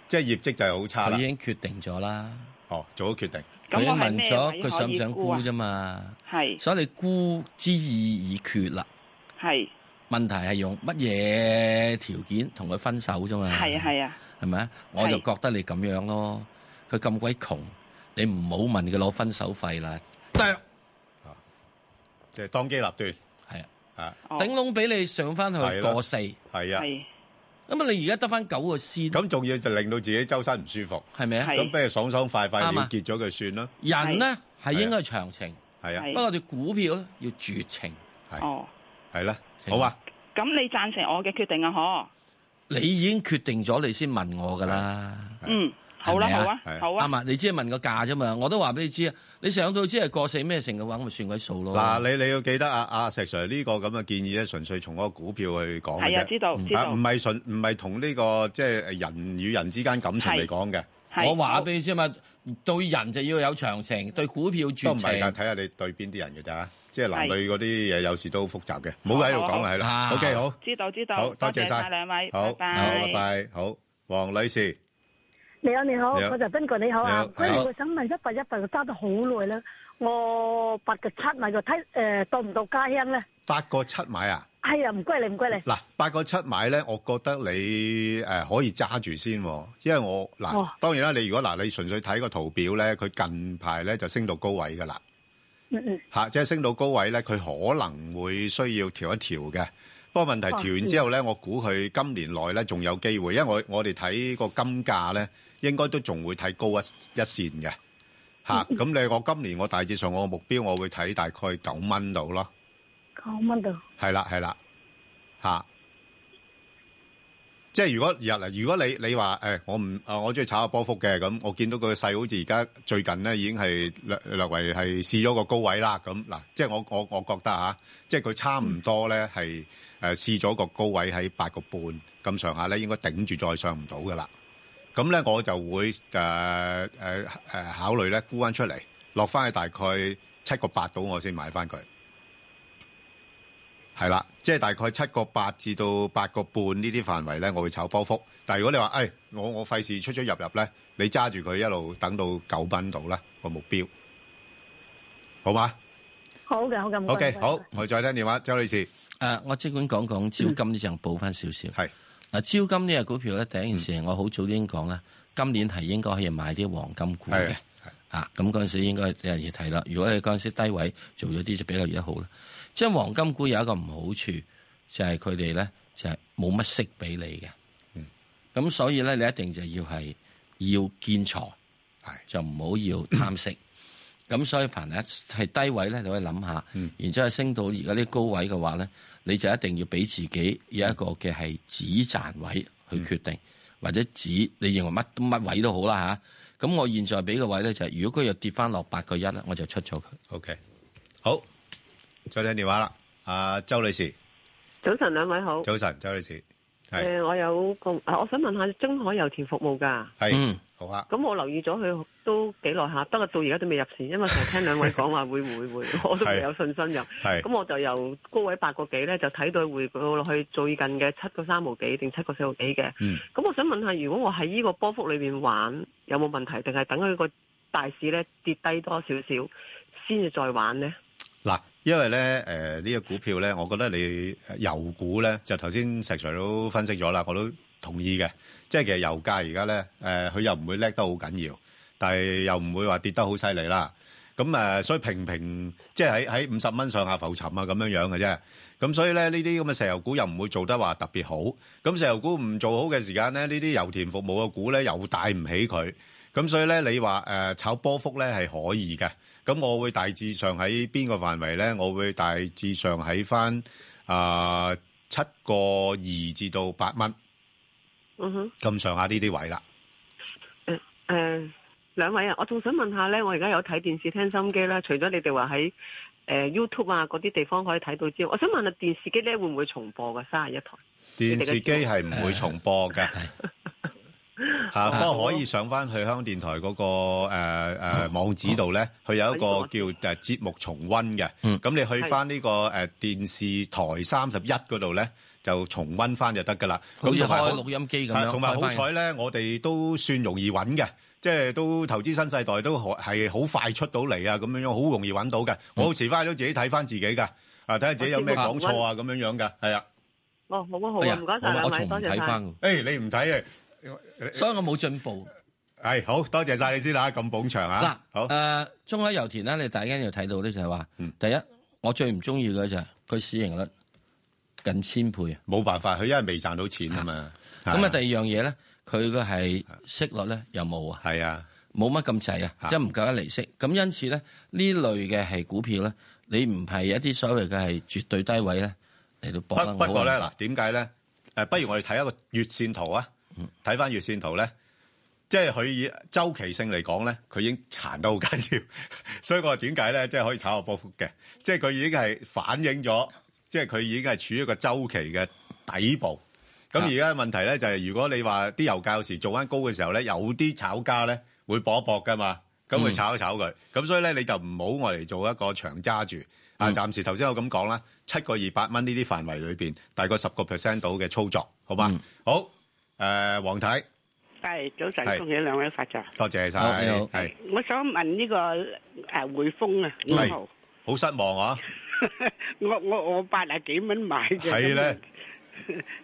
Speaker 1: 即係業績就係好差啦。
Speaker 2: 佢已經決定咗啦。
Speaker 1: 哦，做好決定。
Speaker 2: 佢已經問咗佢想唔想
Speaker 24: 啊
Speaker 2: 沽啫嘛。
Speaker 24: 係。
Speaker 2: 所以你沽之意已決啦。
Speaker 24: 係。
Speaker 2: 問題係用乜嘢條件同佢分手啫嘛。
Speaker 1: 嗯
Speaker 24: 係啊係啊，
Speaker 2: 係咪啊？我就覺得你咁樣咯。佢咁鬼窮，你唔好問佢攞分手費啦。
Speaker 1: 啊即係當機立斷。
Speaker 2: 係
Speaker 1: 啊，
Speaker 2: 啊，頂籠俾你上翻去
Speaker 1: 係啦
Speaker 2: 過四。
Speaker 1: 係啊。
Speaker 2: 咁啊，你而家得翻九個先。
Speaker 1: 咁仲要就令到自己周身唔舒服，
Speaker 2: 係咪啊係
Speaker 1: 咁不如爽爽快快
Speaker 2: 啱啊
Speaker 1: 了結咗佢算啦。
Speaker 2: 人咧係應該係長情，
Speaker 1: 係啊
Speaker 2: 不過我哋股票咧要絕情。
Speaker 24: 哦，
Speaker 1: 係啦，好啊，
Speaker 24: 咁你贊成我嘅決定啊？嗬，
Speaker 2: 你已經決定咗，你先問我噶啦。
Speaker 24: 嗯，好啦，
Speaker 2: 係咪
Speaker 24: 好啊，好啊
Speaker 2: 啱，啊！你只係問個價啫嘛，我都話俾你知啊。你上到只係過四咩成嘅話，咁咪算鬼數咯。
Speaker 1: 嗱，你你要記得啊，阿石 Sir 呢個咁嘅建議咧，純粹從嗰個股票去講嘅啫
Speaker 24: 係啊知道
Speaker 1: 嗯
Speaker 24: 知道
Speaker 1: 啊唔係純唔係同呢個即係人與人之間感情嚟講嘅。
Speaker 2: 係我話俾你知啊嘛，對人就要有長情，對股票
Speaker 1: 都
Speaker 2: 絕
Speaker 1: 唔係
Speaker 2: 情。
Speaker 1: 㗎，睇下你對邊啲人嘅咋，即係男
Speaker 2: 係
Speaker 1: 女嗰啲嘢有時都好複雜嘅，唔好喺度
Speaker 24: 好
Speaker 1: 講啦，係啦
Speaker 2: 好啊
Speaker 1: ，OK 好，
Speaker 24: 知道知道，
Speaker 1: 好多謝
Speaker 24: 謝
Speaker 1: 晒
Speaker 24: 晒兩位，
Speaker 1: 好，好，
Speaker 24: 拜
Speaker 1: 拜。拜，好，黃女士，
Speaker 7: 你好，你好，
Speaker 1: 你好
Speaker 7: 我就邊個你好啊
Speaker 1: 你好？
Speaker 7: 嗰
Speaker 1: 你
Speaker 7: 陣
Speaker 1: 好
Speaker 7: 我想問一百一百揸咗好耐啦，我八個七買咗，睇誒到唔到家鄉咧？
Speaker 1: 八個七買啊！
Speaker 7: 係啊，唔該你，唔該你。
Speaker 1: 嗱，八個七買咧，我覺得你誒、呃可以揸住先喎，因為我嗱、
Speaker 7: 哦
Speaker 1: 當然啦，你如果嗱你純粹睇個圖表咧，佢近排咧就升到高位㗎啦，
Speaker 7: 嗯嗯，
Speaker 1: 嚇、即係升到高位咧，佢可能會需要調一調嘅。不過問題
Speaker 7: 哦
Speaker 1: 調完之後咧，我估佢今年內咧仲有機會，因為我我哋睇個金價咧，應該都仲會睇高一一線嘅嚇。咁、你我今年我大致上我目標我會睇大概九蚊到咯，
Speaker 7: 九蚊度。
Speaker 1: 係啦係啦嚇。即係如果日嗱，如果你你話誒、我唔啊，我中意炒下波幅嘅咁，我見到佢個勢好似而家最近咧已經係略略為係試咗個高位啦。咁嗱，即係我我我覺得啊，即係佢差唔多咧係誒試咗個高位喺八個半咁上下咧，應該頂住再上唔到噶啦。咁咧我就會誒誒誒考慮咧沽翻出嚟，落翻去大概七個八到我先買翻佢。係啦，即係大概七個八至到八個半呢啲範圍咧，我會炒波幅。但係如果你話，誒、哎我我費事出出入入咧，你揸住佢一路等到九蚊度啦，個目標，好嘛
Speaker 7: 好嘅，好嘅，唔該
Speaker 1: ？OK，
Speaker 7: 唔該
Speaker 1: 好，我再聽電話，周女士。嗯
Speaker 2: 誒，我即管講講招金呢就補翻少少。
Speaker 1: 係
Speaker 2: 嗱，招金呢只股票咧，第一件事我好早已經講啦，今年係應該可以買啲黃金股嘅
Speaker 1: 係。
Speaker 2: 啊，咁嗰陣時應該有嘢睇啦。如果你嗰陣時低位做咗啲，就比較而家好啦。即係黃金股有一個唔好處，就係佢哋咧就係冇乜息俾你嘅。咁所以咧，你一定就要係要建財，就唔好要貪食。咁所以凡係係低位咧，你可以諗下，然之後升到而家啲高位嘅話咧，你就一定要俾自己有一個嘅係止賺位去決定，或者止你認為乜乜位都好啦吓，咁我現在俾個位咧就係、如果佢又跌翻落八個一咧，我就出咗佢。
Speaker 1: OK，好，再聽電話啦。阿周女士，
Speaker 9: 早晨，兩位好。
Speaker 1: 早晨，周女士，
Speaker 9: 誒、我有個，啊我想問下中海油田服務㗎。
Speaker 1: 係，嗯，好啊。
Speaker 9: 咁我留意咗佢都幾耐下，不過到而家都未入市，因為成日聽兩位講 話會會會，我都未有信心入。
Speaker 1: 係
Speaker 9: 咁我就由高位八個幾咧，就睇到佢回到落去最近嘅七個三毫幾定七個四毫幾嘅。
Speaker 1: 嗯
Speaker 9: 咁我想問下，如果我喺呢個波幅裏面玩，有冇問題？定係等佢個大市咧跌低多少少先至再玩呢？
Speaker 1: 嗱，因為咧誒呢個股票咧，我覺得你呃油股咧就頭先石 Sir 都分析咗啦，我都同意嘅。即係其實油價而家咧誒，佢又唔會叻得好緊要，但係又唔會話跌得好犀利啦。咁誒、呃所以平平即係喺喺五十蚊上下浮沉啊咁樣樣嘅啫。咁所以咧，呢啲咁嘅石油股又唔會做得話特別好。咁石油股唔做好嘅時間咧，呢啲油田服務嘅股咧又帶唔起佢。咁所以咧，你話誒、呃炒波幅咧係可以嘅。咁我會大致上喺邊個範圍咧？我會大致上喺翻啊七個二至到八蚊
Speaker 9: 嗯哼。
Speaker 1: 咁上下呢啲位啦。
Speaker 9: 誒、兩位啊，我仲想問下呢，我而家有睇電視聽心機啦，除咗你哋話喺誒 YouTube 啊嗰啲地方可以睇到之外，我想問下電視機呢會唔會重播㗎？三十一台
Speaker 1: 電視機係唔會重播嘅， 嚇，啊不過可以上翻去香港電台嗰個誒誒網址度咧，佢有一個叫誒節目重温嘅。咁你去翻呢個誒電視台三十一嗰度咧，就重温翻就得㗎啦。
Speaker 2: 好
Speaker 1: 咁
Speaker 2: 似
Speaker 1: 同埋好
Speaker 2: 開錄音機咁樣
Speaker 1: 啊同埋
Speaker 2: 開
Speaker 1: 好
Speaker 2: 返嘅
Speaker 1: 彩咧，我哋都算容易揾嘅，即係都投資新世代都可係好快出到嚟啊，咁樣樣好容易揾到嘅。我遲翻都自己睇翻自己㗎，啊睇下自己有咩講錯啊，咁樣樣㗎，係啊。
Speaker 9: 哦，好啊，好啊，
Speaker 1: 哎呀
Speaker 9: 唔該晒兩位，多謝晒。
Speaker 1: 誒，你唔睇誒，
Speaker 2: 所以我冇進步。
Speaker 1: 係好多謝晒你先啦，咁捧場
Speaker 2: 嗱
Speaker 1: 啊！，好嗯
Speaker 2: 誒中海油田咧，你大家要睇到咧就係話，第一我最唔中意嘅就係佢市盈率近千倍啊，
Speaker 1: 冇辦法，佢因為未賺到錢啊嘛。
Speaker 2: 咁啊，第二樣嘢咧，佢嘅係息率咧又冇啊，
Speaker 1: 係啊，
Speaker 2: 冇乜咁滯啊，即係唔夠一厘息。咁因此咧，呢類嘅係股票咧，你唔係一啲所謂嘅係絕對低位咧嚟到搏
Speaker 1: 不
Speaker 2: 啊啦
Speaker 1: 不過咧，
Speaker 2: 我
Speaker 1: 嗱，點解咧？誒，不如我哋睇一個月線圖啊，睇翻月線圖咧，即係佢以周期性嚟講咧，佢已經殘得好緊要， 所以我話點解咧，即係可以炒個波幅嘅，即係佢已經係反映咗，即係佢已經係處於一個周期嘅底部。咁而家嘅問題咧就係、如果你話啲油價有時做翻高嘅時候咧，有啲炒家咧會搏一搏噶嘛，咁佢
Speaker 8: 嗯
Speaker 1: 炒一炒佢，咁、所以咧你就唔好我嚟做一個長揸住。啊，暫時頭先我咁講啦，七個二百蚊呢啲範圍裏邊，大概十個 percent 到嘅操作，好嘛？好，誒、黃太，
Speaker 10: 系早
Speaker 1: 係
Speaker 10: 晨，恭喜兩位發財。
Speaker 1: 多謝晒，
Speaker 10: 好你好
Speaker 1: 係
Speaker 10: 我想問呢個诶匯豐啊，五
Speaker 1: 係
Speaker 10: 號，
Speaker 1: 好失 望啊！
Speaker 10: 我我我八啊幾蚊買嘅，
Speaker 1: 係咧
Speaker 10: 咁啊，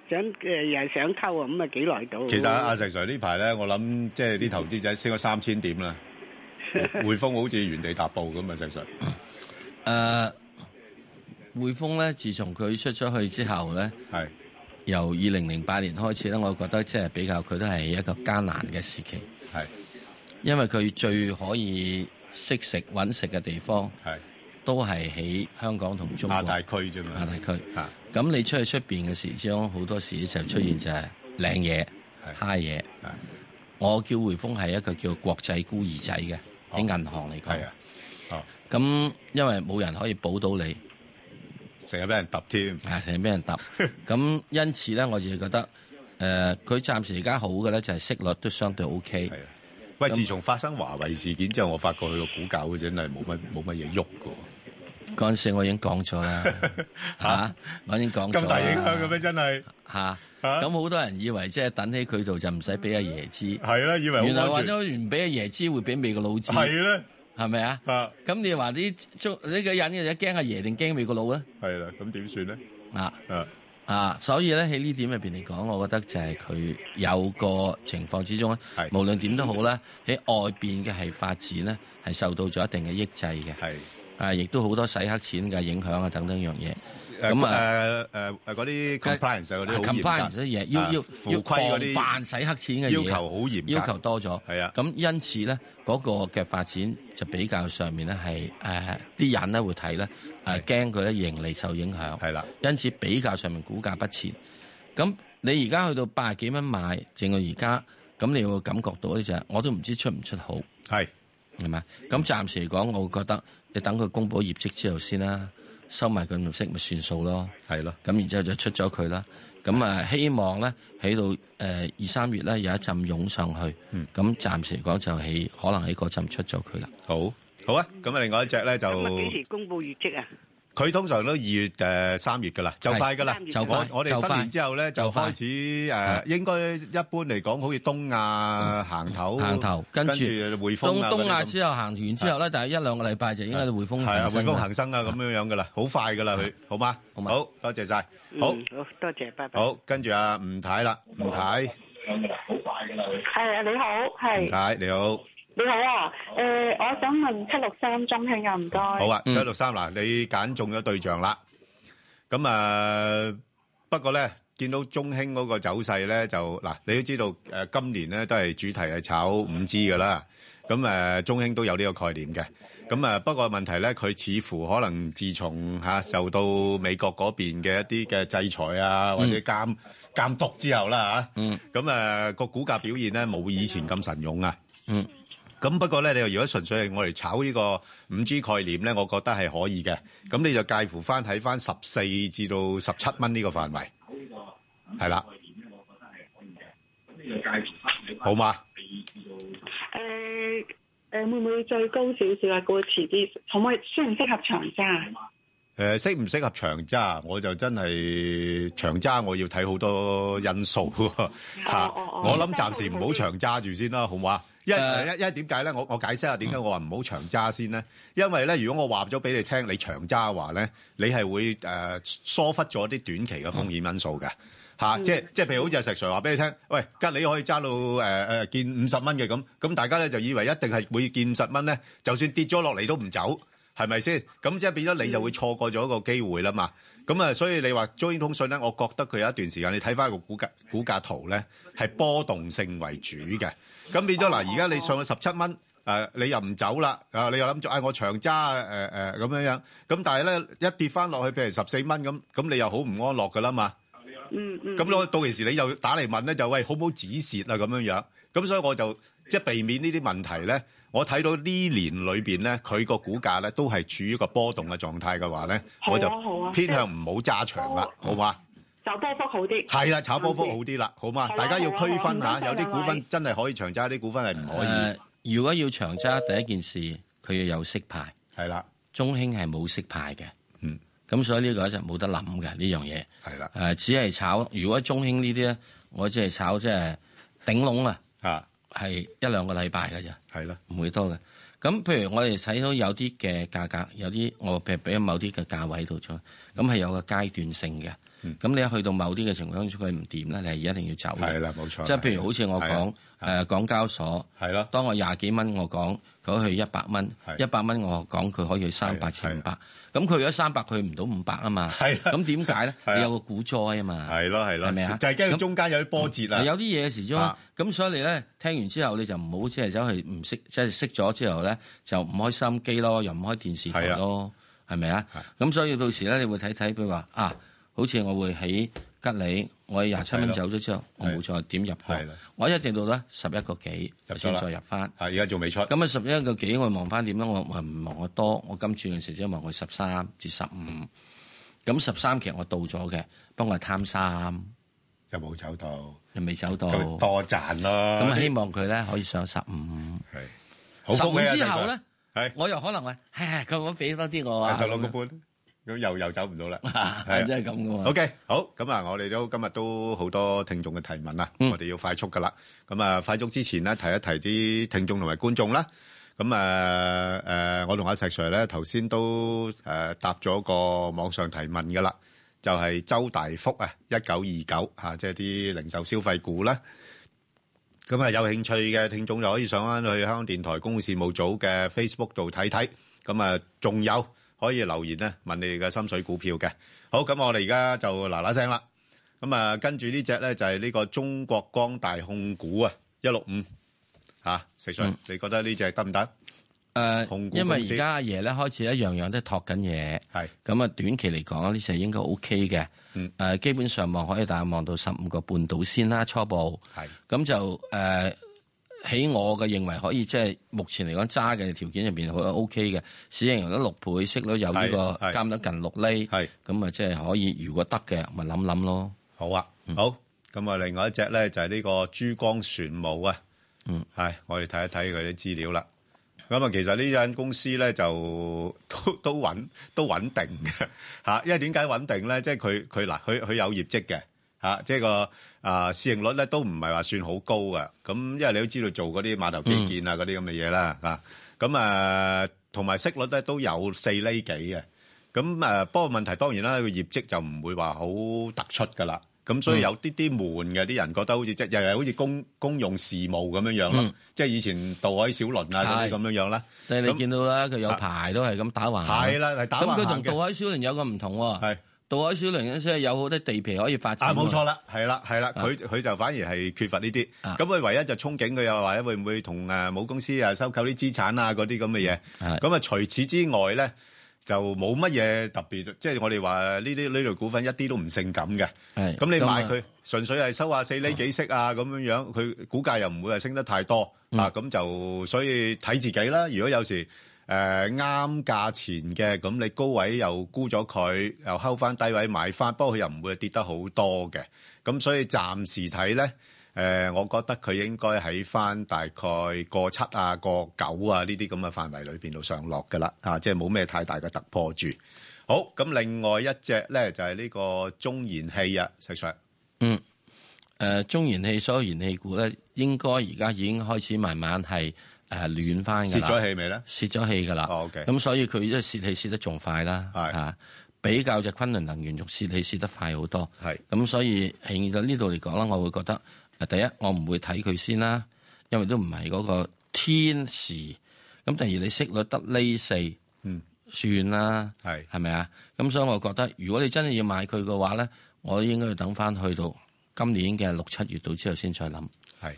Speaker 10: 想诶又係想溝啊，咁啊幾耐到？
Speaker 1: 其實阿阿石 Sir 呢排咧，我諗即係啲投資者升咗三千 點啦，匯豐好似原地踏步咁啊，石 Sir。
Speaker 2: 誒呃匯豐咧，自從佢出咗去之後咧，
Speaker 1: 係
Speaker 2: 由二零零八年開始咧，我覺得即係比較佢都係一個艱難嘅時期。
Speaker 1: 係
Speaker 2: 因為佢最可以識食揾食嘅地方，
Speaker 1: 係
Speaker 2: 都係喺香港同中國
Speaker 1: 亞太區啫嘛，
Speaker 2: 亞太區。
Speaker 1: 嚇
Speaker 2: 咁你出去出邊嘅時鐘，好多時就出現就係靚嘢、嗨嘢。我叫匯豐係一個叫國際孤兒仔嘅，
Speaker 1: 哦
Speaker 2: 喺銀行嚟
Speaker 1: 啊
Speaker 2: 講。咁因為冇人可以保到你，
Speaker 1: 成日俾人揼添，
Speaker 2: 啊，成日俾人 揼。咁因此咧，我就覺得，誒、呃佢暫時而家好嘅咧，就係息率都相對 O K。
Speaker 1: 啊喂，自從發生華為事件之後，我發覺佢個股價真係冇乜冇乜嘢喐嘅
Speaker 2: 嗰陣時我已經講咗 啦，嚇，我已經講咗啦。
Speaker 1: 咁大影響嘅咩？真係啊
Speaker 2: 嚇！咁好多人以為即係等喺佢度就唔使俾阿爺知，
Speaker 1: 係啦，以為好
Speaker 2: 原來
Speaker 1: 安
Speaker 2: 揾
Speaker 1: 全
Speaker 2: 咗唔俾阿爺知會俾美國佬知，
Speaker 1: 係啦，
Speaker 2: 係咪啊？咁你話啲中呢個人嘅驚阿爺定驚美國佬咧？
Speaker 1: 係啦，咁點算咧？
Speaker 2: 啊
Speaker 1: 啊
Speaker 2: 啊！所以咧喺呢點入邊嚟講，我覺得就係佢有個情況之中咧，無論點都好啦，喺外邊嘅係發展咧係受到咗一定嘅抑制嘅，
Speaker 1: 係
Speaker 2: 啊，亦都好多洗黑錢嘅影響啊等等樣嘢。
Speaker 1: 誒
Speaker 2: 咁啊。
Speaker 1: 誒誒誒嗰啲 compliance 啊嗰啲好嚴格
Speaker 2: compliance 啲嘢，要
Speaker 1: 啊
Speaker 2: 要
Speaker 1: 符
Speaker 2: 要
Speaker 1: 規嗰啲
Speaker 2: 防範洗黑錢嘅嘢
Speaker 1: 要求好嚴格
Speaker 2: 要求多咗。係啊，咁因此咧，嗰個嘅發展就比較上面咧係誒啲人咧會睇咧誒驚佢咧盈利受影響。
Speaker 1: 係啦，
Speaker 2: 因此比較上面股價不前。咁你而家去到八十幾蚊買，正到而家，咁你會感覺到咧就係我都唔知出唔出好。
Speaker 1: 係
Speaker 2: 係咪？咁暫時嚟講，我會覺得你等佢公佈業績之後先啦，收埋佢唔息咪算數咯。
Speaker 1: 係咯。
Speaker 2: 咁然之後就出咗佢啦。咁啊，希望咧喺到誒二三月咧有一陣湧上去。
Speaker 1: 嗯
Speaker 2: 咁暫時嚟講就喺可能喺嗰陣出咗佢啦。
Speaker 1: 好，好啊！咁啊，另外一隻咧就
Speaker 10: 咁啊幾時公佈業績啊？
Speaker 1: 佢通常都二月誒三月㗎啦，就快㗎啦。
Speaker 10: 就快
Speaker 1: 我我哋
Speaker 10: 就快
Speaker 1: 新年之後咧就
Speaker 10: 就快
Speaker 1: 開始誒，應該一般嚟講，好似東亞行頭，
Speaker 2: 行頭，跟住東
Speaker 1: 匯豐啊嗰啲咁
Speaker 2: 東亞之後行完之後咧，但係一兩個禮拜就應該匯豐
Speaker 1: 係啊，匯豐
Speaker 2: 啦
Speaker 1: 恒生啊咁樣樣㗎啦，好快㗎啦佢，好嘛？好多謝晒，好
Speaker 10: 嗯好多謝，拜拜。
Speaker 1: 好，跟住阿吳太啦，吳太，
Speaker 11: 係你好，
Speaker 1: 吳
Speaker 11: 係
Speaker 1: 太你好，
Speaker 11: 你好啊。誒、我想問七六三中興啊，唔該。
Speaker 1: 好
Speaker 24: 嗯
Speaker 1: 啊，七六三嗱，你揀中咗對象啦。咁啊，不過咧，見到中興嗰個走勢咧，就嗱，你都知道誒、呃今年咧都係主題係炒五 G 噶啦。咁誒、呃中興都有呢個概念嘅。咁啊，不過問題咧，佢似乎可能自從嚇、受到美國嗰邊嘅一啲嘅制裁啊，或者監、監督之後啦嚇，咁誒呃個股價表現咧冇以前咁神勇啊。
Speaker 2: 嗯。
Speaker 1: 咁不過咧，你如果純粹係我哋炒呢個五 G 概念咧，我覺得係可以嘅。咁你就介乎翻喺翻十四至到十七蚊呢個範圍，係啦。好嘛？
Speaker 11: 誒誒，會唔會最高少少啊？過遲啲，可唔可以適唔適合長啊揸？
Speaker 1: 誒適唔適合長揸，我就真係長揸，我要睇好多因素 喎嚇
Speaker 11: 哦
Speaker 1: 我諗暫時唔好長揸住先啦，好唔好啊？因為
Speaker 2: 誒
Speaker 1: 因因為點解咧？我我解釋下點解我話唔好長揸先咧？因為咧，如果我話咗俾你聽，你長揸嘅話咧，你係會誒疏忽咗啲短期嘅風險因素嘅。嚇，即係即係譬如好似阿石 Sir 話俾你聽，喂，吉你可以揸到誒誒見五十蚊嘅咁，咁大家咧就以為一定係會見五十蚊咧，就算跌咗落嚟都唔走，係咪先？咁即係變咗你就會錯過咗一個機會啦嘛。咁啊，所以你話中英通訊咧，我覺得佢有一段時間你睇翻個股價股價圖咧，係波動性為主嘅。咁變咗嗱，而家你上到十七蚊。誒、你又唔走啦，啊，你又諗住，唉、我長揸誒誒咁樣樣，咁但係咧一跌翻落去，譬如十四蚊咁，咁你又好唔安樂噶啦嘛，
Speaker 11: 嗯嗯。
Speaker 1: 咁咯，到其時你又打嚟問咧，就喂好唔好止蝕啊咁樣樣。咁所以我就即係避免呢啲問題咧。我睇到呢年裏邊咧，佢個股價咧都係處於一個波動嘅狀態嘅話咧，
Speaker 11: 好啊
Speaker 1: 我就
Speaker 11: 好啊
Speaker 1: 偏向唔好揸長啦，好嘛？
Speaker 11: 就波幅好啲。
Speaker 1: 係啦，炒波幅好啲啦，好嘛
Speaker 11: 好？啊
Speaker 1: 大家要區分
Speaker 11: 好啊好
Speaker 1: 下，
Speaker 11: 啊
Speaker 1: 有啲股
Speaker 11: 兩位
Speaker 1: 份真係可以長揸，有啲股份係唔可以。
Speaker 2: 誒，呃如果要長揸，第一件事佢要有息牌，
Speaker 1: 係啦，
Speaker 2: 中興係冇息牌嘅，
Speaker 1: 嗯，
Speaker 2: 咁所以呢個就冇得諗嘅呢樣嘢，
Speaker 1: 係啦，
Speaker 2: 誒，只係炒，如果中興呢啲咧，我只係炒即係頂籠啊，
Speaker 1: 啊，
Speaker 2: 係一兩個禮拜嘅啫，
Speaker 1: 係啦，
Speaker 2: 唔會多嘅。咁譬如我哋睇到有啲嘅價格，有啲我譬如俾咗某啲嘅價位度咗，咁係有個階段性嘅。
Speaker 1: 嗯
Speaker 2: 咁你一去到某啲嘅情況，佢唔掂咧，你係一定要走嘅。
Speaker 1: 係啦冇錯
Speaker 2: 即係譬如好似我
Speaker 1: 係啊
Speaker 2: 講誒港交所，
Speaker 1: 係咯。
Speaker 2: 當我廿幾蚊，我講佢可以去一百蚊，
Speaker 1: 係啊
Speaker 2: 一百蚊我講佢可以去三百至五百。咁佢如果三百去唔到五百啊嘛，咁點解咧？你有個股災啊嘛，
Speaker 1: 係咯係咯，
Speaker 2: 係咪啊？哦
Speaker 1: 就係驚佢中間有啲波折啦。
Speaker 2: 有啲嘢時鐘
Speaker 1: 啊，
Speaker 2: 咁所以你咧聽完之後，你就唔好即係走去唔識，即係識咗之後咧就唔開心機咯，又唔開電視
Speaker 1: 啊
Speaker 2: 台咯，係咪啊？咁所以到時咧，你會睇睇譬如話啊，好似我會喺吉利，我廿七蚊
Speaker 1: 係咯
Speaker 2: 走咗之後，我哦冇再點入去，我一定到咧十一個幾
Speaker 1: 咗
Speaker 2: 先
Speaker 1: 啦
Speaker 2: 再入翻。
Speaker 1: 係而家仲未出。
Speaker 2: 咁啊，十一個幾我望翻點咧？我我唔望得多，我今次嘅時只望佢十三至十五。咁十三其實我到咗嘅，不過我係貪三，
Speaker 1: 又冇走到，
Speaker 2: 又未走到，
Speaker 1: 咁多賺啦
Speaker 2: 咁啊，希望佢咧可以上十五。
Speaker 1: 好
Speaker 2: 十
Speaker 1: 恭
Speaker 2: 五
Speaker 1: 喜啊
Speaker 2: 之後咧
Speaker 1: 石，係
Speaker 2: 我又可能話， 唉，佢可俾多啲我啊。
Speaker 1: 係16個半，咁又又走唔 到啦。
Speaker 2: 係真係咁噶嘛。
Speaker 1: OK，好，咁啊，我哋都今日都好多聽眾嘅提問啦，我哋要快速噶啦。咁啊，快速之前咧，提一提啲聽眾同埋觀眾啦。咁啊，誒，我同阿石 Sir 咧，頭先都誒答咗個網上提問噶啦，就係周大福啊，一九二九啊，即係啲零售消費股啦。咁啊，有興趣嘅聽眾就可以上翻去香港電台公共事務組嘅 Facebook 度睇睇。咁啊，仲有可以留言咧，問你哋嘅心水股票嘅。好，咁我哋而家就嗱嗱聲啦。咁啊，跟住呢只咧就係呢個中國光大控股啊，一六五嚇，石 Sir，
Speaker 2: 嗯
Speaker 1: 你覺得呢只得唔得？
Speaker 2: 誒
Speaker 1: 控股
Speaker 2: 因為
Speaker 1: 公司
Speaker 2: 而家阿爺咧開始一樣樣都係托緊嘢，
Speaker 1: 係
Speaker 2: 咁啊短期嚟講呢隻應該 O K 嘅，誒、
Speaker 1: 嗯
Speaker 2: 基本上望可以大概望到十五個半到先啦，初步，
Speaker 1: 係
Speaker 2: 咁就誒喺、我嘅認為可以即係目前嚟講揸嘅條件入邊好 O K 嘅，市盈率得六倍，息率有呢、個
Speaker 1: 係係
Speaker 2: 監得近六厘，咁啊即係可以，如果得嘅咪諗諗咯。
Speaker 1: 好啊，好。咁啊，另外一隻咧就係呢個珠江船務啊。
Speaker 2: 嗯，
Speaker 1: 係，我哋睇一睇佢啲資料啦。咁啊，其實呢間公司咧就都都穩都穩定嘅嚇，因為點解穩定咧？即係佢佢嗱，佢佢有業績嘅嚇，即係個啊市盈率咧都唔係話算好高嘅。咁因為你都知道做嗰啲碼頭基建啊嗰啲咁嘅嘢啦嚇，咁啊同埋息率咧都有四厘幾嘅。咁誒，不過問題當然啦，個業績就唔會話好突出噶啦。咁所以有啲啲悶嘅，啲人覺得好似即係又係好似公公用事務咁樣樣咯，
Speaker 2: 嗯
Speaker 1: 即係以前渡海小輪啊嗰
Speaker 2: 係
Speaker 1: 啲咁樣樣啦。
Speaker 2: 即係你
Speaker 1: 咁
Speaker 2: 見到啦，佢有排都係咁打橫行。啊
Speaker 1: 係啦係打橫
Speaker 2: 咁佢
Speaker 1: 行
Speaker 2: 同
Speaker 1: 嘅
Speaker 2: 渡海小輪有個唔同喎。係渡海小輪嗰陣時係有好多地皮可以發展。啊
Speaker 1: 啊，冇錯。啦，係啦，係啦，佢佢就反而係缺乏呢啲，咁佢唯一就憧憬佢又話咧會唔會同誒母公司啊收購啲資產啊嗰啲咁嘅嘢，咁啊除此之外咧就冇乜嘢特別，即係我哋話呢啲呢類股份一啲都唔性感嘅，
Speaker 2: 係
Speaker 1: 咁你
Speaker 2: 咁
Speaker 1: 買
Speaker 2: 啊
Speaker 1: 佢純粹係收下四厘幾息啊咁樣樣，佢股價又唔會係升得太多啊，咁就所以睇自己啦。如果有時誒啱價錢嘅，咁你高位又沽咗佢，又睺翻低位買翻，不過佢又唔會跌得好多嘅。咁所以暫時睇咧，誒、誒，我覺得佢應該喺翻大概個七啊、個九啊呢啲咁嘅範圍裏邊度上落㗎啦，啊，即係冇咩太大嘅突破住。好，咁另外一隻咧就係呢個中燃氣啊，石 Sir。
Speaker 2: 嗯，誒、中燃氣所有燃氣股咧，應該而家已經開始慢慢係誒暖翻㗎
Speaker 1: 泄
Speaker 2: 啦。
Speaker 1: 咗氣未咧？
Speaker 2: 泄咗氣㗎啦。
Speaker 1: 哦，OK
Speaker 2: 咁所以佢即係泄氣泄得仲快啦。係啊，比較就昆侖能源仲泄氣泄得快好多。
Speaker 1: 係。
Speaker 2: 咁所以喺到呢度嚟講啦，我會覺得誒第一我唔會睇佢先啦，因為都唔係嗰個天時。咁第二你息率得呢四，
Speaker 1: 嗯，
Speaker 2: 算啦。
Speaker 1: 係
Speaker 2: 係咪啊？咁所以我覺得如果你真係要買佢嘅話咧，我應該要等翻去到今年嘅六七月度之後先再諗。
Speaker 1: 係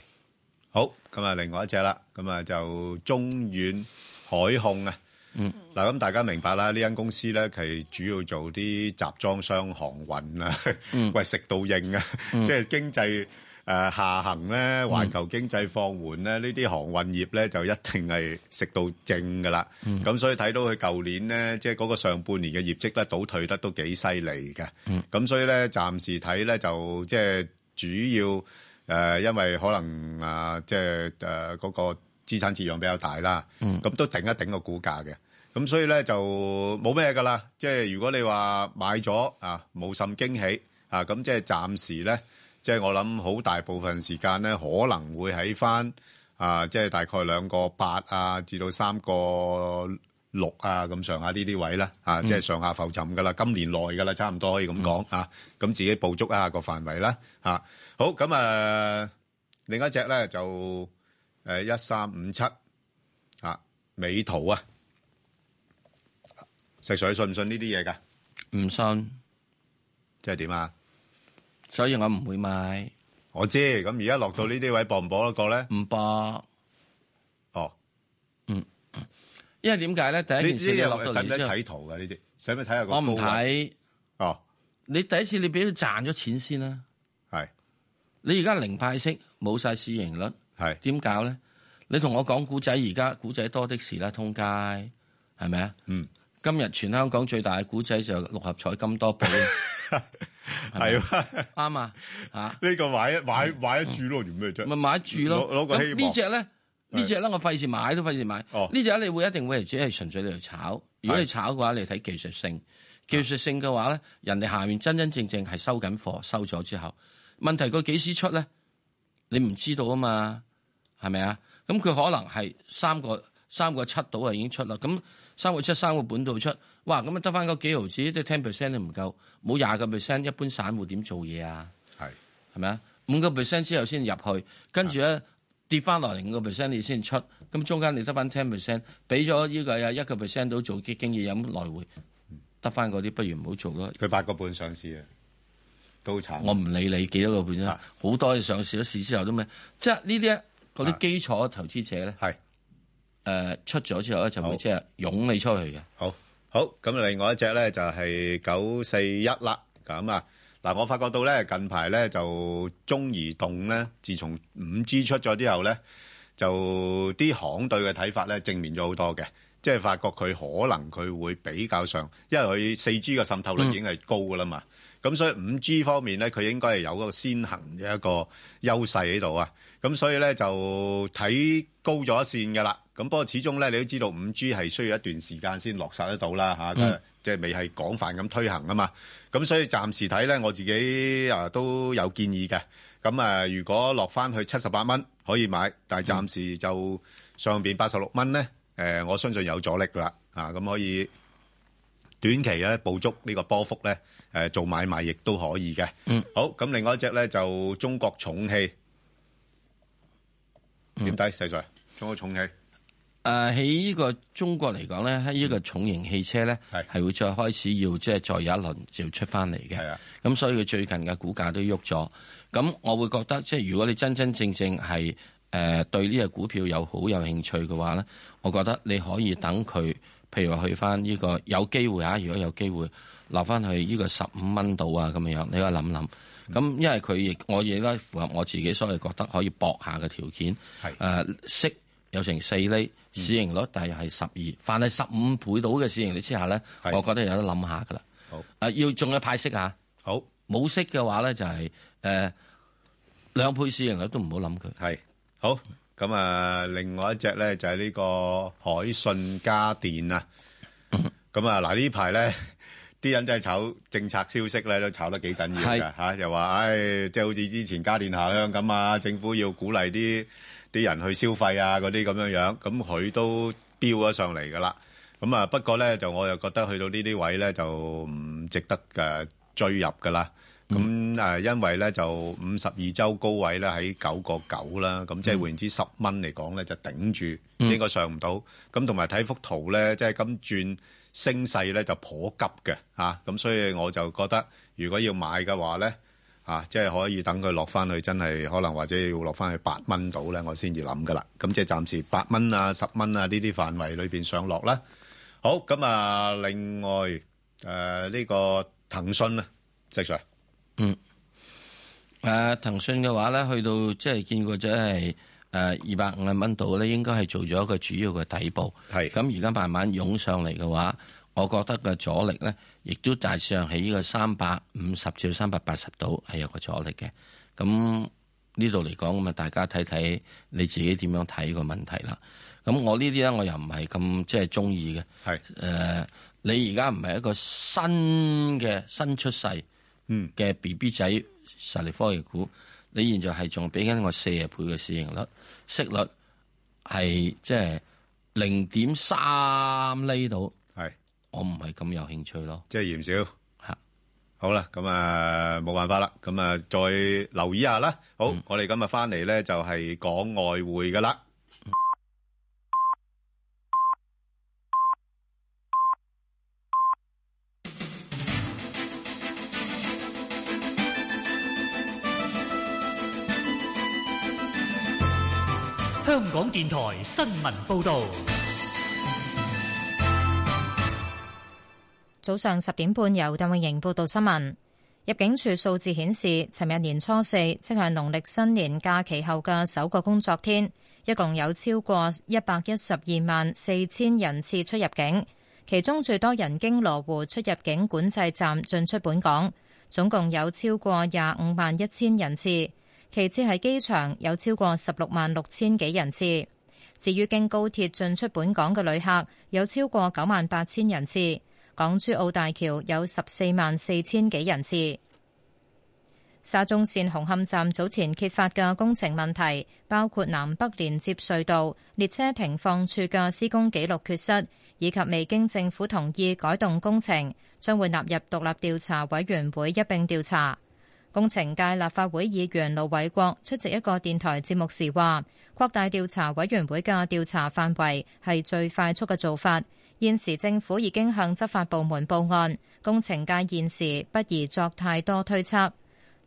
Speaker 1: 好，咁啊，另外一隻啦，咁啊就中遠海控啊。
Speaker 2: 嗯，
Speaker 1: 嗱，咁大家明白啦，呢間公司咧，其主要做啲集裝箱航運啊， 喂食到應啊，
Speaker 8: 嗯
Speaker 1: 即係經濟誒下行咧，環球經濟放緩咧，呢啲航運業咧就一定係食到正噶啦。
Speaker 8: 嗯
Speaker 1: 咁所以睇到佢舊年咧，即係嗰個上半年嘅業績咧，倒退得都幾犀利嘅。
Speaker 8: 嗯
Speaker 1: 咁所以咧，暫時睇咧就即係主要誒、呃因為可能啊、即係誒嗰個資產折讓比較大啦，咁、
Speaker 8: 嗯
Speaker 1: 都頂一頂個股價嘅。咁所以咧就冇咩噶啦，即係如果你話買咗啊，冇甚驚喜啊，咁即係暫時咧，即係我諗好大部分時間咧，可能會喺翻啊，即係大概兩個八啊，至到三個六啊咁上下呢啲位啦，啊，
Speaker 8: 嗯
Speaker 1: 即係上下浮沉噶啦，今年內噶啦，差唔多可以咁講啊，咁自己捕捉一下個範圍啦，啊，好咁啊，另一隻咧就誒一三五七啊，美圖啊。石 Sir 你信唔信呢啲嘢噶？
Speaker 2: 唔信，
Speaker 1: 即係點啊？
Speaker 2: 所以我唔會買。
Speaker 1: 我知，咁而家落到呢啲位搏唔搏得過咧？
Speaker 2: 唔搏。
Speaker 1: 哦，
Speaker 2: 嗯，因為點解咧？第一
Speaker 1: 呢
Speaker 2: 件事你
Speaker 1: 啲
Speaker 2: 落
Speaker 1: 嘢
Speaker 2: 到
Speaker 1: 使
Speaker 2: 嚟
Speaker 1: 唔使
Speaker 2: 之後
Speaker 1: 睇圖噶？呢啲使唔使睇下個
Speaker 2: 我唔
Speaker 1: 高位？
Speaker 2: 睇。
Speaker 1: 哦，
Speaker 2: 你第一次你俾佢賺咗錢先啦。
Speaker 1: 係。
Speaker 2: 你而家零派息，冇晒市盈率，
Speaker 1: 係
Speaker 2: 點搞咧？你同我講古仔，而家古仔多的是啦，通街係咪啊？
Speaker 1: 嗯。
Speaker 2: 今日全香港最大嘅古仔就係六合彩金多寶，
Speaker 1: 係
Speaker 2: 係咪啱啊！嚇，
Speaker 1: 呢個買一買買一注咯，做咩啫？
Speaker 2: 咪買一注咯。
Speaker 1: 攞攞個
Speaker 2: 咁
Speaker 1: 希望哦
Speaker 2: 呢只咧，呢只咧，我費事買都費事買。呢只你會一定會係只係純粹你嚟炒。如果你炒嘅話，你睇技術
Speaker 1: 啊
Speaker 2: 性。技術性嘅話咧，人哋下面真真正正係收緊貨，收咗之後，問題佢幾時出咧？你唔知道啊嘛，係咪啊？咁佢可能係三個三個七到啊已經出啦。咁三個七三個本度出，哇！咁啊得翻嗰幾毫子，即係 ten percent 都唔夠，冇廿個 percent，一般散戶點做嘢啊？
Speaker 1: 係
Speaker 2: 係咪啊？五個 percent 之後先入去，跟住咧跌翻落嚟五個 percent 你先出，咁中間你得翻 ten percent，俾咗呢個有一個 percent 到做基經驗咁來回，得翻嗰啲不如唔好做咯。
Speaker 1: 佢八個半上市啊，都慘。啊
Speaker 2: 我唔理你幾多個半啦，好多嘢上市咗市之後都咩，即係呢啲呢嗰啲基礎投資者咧，
Speaker 1: 啊係
Speaker 2: 誒出咗之後咧就會即係湧你出去嘅。
Speaker 1: 好，好，咁另外一隻咧就係九四一啦。咁啊，嗱，我發覺到咧近排咧就中移動咧，自從五 G 出咗之後咧，就啲行對嘅睇法咧正面咗好多嘅，即係發覺佢可能佢會比較上，因為佢四 G 嘅滲透
Speaker 2: 嗯
Speaker 1: 率已經係高噶啦嘛。咁所以五 G 方面咧，佢應該係有嗰個先行嘅一個優勢喺度啊。咁所以咧就睇高咗一線嘅啦。咁不過始終咧，你都知道五 G 係需要一段時間先落實得到啦嚇，啊
Speaker 8: 嗯
Speaker 1: 即係未係廣泛咁推行啊嘛。咁所以暫時睇咧，我自己啊都有建議嘅。咁啊，如果落翻去七十八蚊可以買，但係暫時就上邊八十六蚊咧，誒、我相信有阻力啦。啊，咁可以短期咧捕捉呢個波幅咧，誒、做買賣亦都可以嘅。
Speaker 2: 嗯，
Speaker 1: 好，咁另外一隻咧就中國重汽點睇，細 Sir？中國重汽
Speaker 2: 誒呃喺呢個中國嚟講咧，喺呢個重型汽車咧係會再開始要即係再有一輪就出翻嚟嘅。咁所以佢最近嘅股價都喐咗。咁我會覺得即係如果你真真正正係誒、呃、對呢個股票有好有興趣嘅話咧，我覺得你可以等佢，譬如話去翻呢、個有機會啊，如果有機會留翻去呢個十五蚊度啊咁樣樣，你可以諗諗。咁因為佢亦我亦都符合我自己所謂覺得可以搏下嘅條件。
Speaker 1: 係
Speaker 2: 誒息有成四厘，市盈率大約係十二，凡係十五倍到嘅市盈率之下咧，我覺得有得諗下噶啦。
Speaker 1: 好
Speaker 2: 誒要仲有派息啊！
Speaker 1: 好
Speaker 2: 冇息嘅話咧就係、誒、兩倍市盈率都唔好諗佢。
Speaker 1: 係好咁啊！另外一隻咧就係呢個海信家電啊。咁啊嗱，呢 排咧啲人真係炒政策消息咧，都炒得幾緊要㗎
Speaker 2: 係
Speaker 1: 嚇，又話唉，即係好似之前家電下鄉咁啊，政府要鼓勵啲啲人去消費啊嗰啲咁樣樣，咁佢都飆咗上嚟㗎啦。咁啊，不過咧就我又覺得去到呢啲位咧就唔值得誒追入㗎啦。
Speaker 2: 嗯
Speaker 1: 咁誒，因為咧就五十二周高位咧喺九個九啦，咁即係換言之十蚊嚟講咧就頂住，
Speaker 2: 嗯
Speaker 1: 應該上唔到。咁同埋睇幅圖咧，即係今轉升勢咧就頗急嘅嚇，咁、所以我就覺得如果要買嘅話咧。啊，即係可以等佢落翻去，真係可能或者要落翻去八蚊度咧，我先至諗噶啦。咁即係暫時八蚊啊、十蚊啊呢啲範圍裏邊上落啦。好，咁啊，另外誒呢、個騰訊啊，石 Sir，
Speaker 2: 嗯，誒騰訊呃嘅話咧，去到即係見過即係誒呃二百五十蚊度咧，應該係做咗一個主要嘅底部。
Speaker 1: 係
Speaker 2: 咁而家慢慢湧上嚟嘅話，我覺得嘅阻力咧，亦都大致上喺呢個三百五十至三百八十度係有個阻力嘅。咁呢度嚟講咁啊，大家睇睇你自己點樣睇個問題啦。咁我呢啲咧，我又唔係咁即係中意嘅。
Speaker 1: 係
Speaker 2: 誒、你而家唔係一個新嘅新出世
Speaker 1: 嗯
Speaker 2: 嘅 B B 仔實力科技股，你現在係仲俾緊我四十倍嘅市盈率，息率係即係零點三厘度，
Speaker 1: 係
Speaker 2: 我唔係咁有興趣咯。
Speaker 1: 即係嫌少嚇。好啦，咁啊冇辦法啦，咁啊再留意下啦。好，我哋今日翻嚟咧就係講外匯噶啦。
Speaker 3: 香港電台新聞報導，
Speaker 4: 早上十點半，由鄧永盈報道新聞。入境處數字顯示，尋日年初四，即係農曆新年假期後嘅首個工作天，一共有超過一百一十二萬四千人次出入境，其中最多人經羅湖出入境管制站進出本港，總共有超過廿五萬一千人次。其次係機場，有超過十六萬六千幾人次。至於經高鐵進出本港嘅旅客，有超過九萬八千人次。港珠澳大橋有十四萬四千幾人次。沙中線紅磡站早前揭發嘅工程問題，包括南北連接隧道列車停放處嘅施工記錄缺失，以及未經政府同意改動工程，將會納入獨立調查委員會一並調查。工程界立法會議員盧偉國出席一個電台節目時話，擴大調查委員會嘅調查範圍係最快速嘅做法。現時政府已經向執法部門報案，工程界現時不宜作太多推測。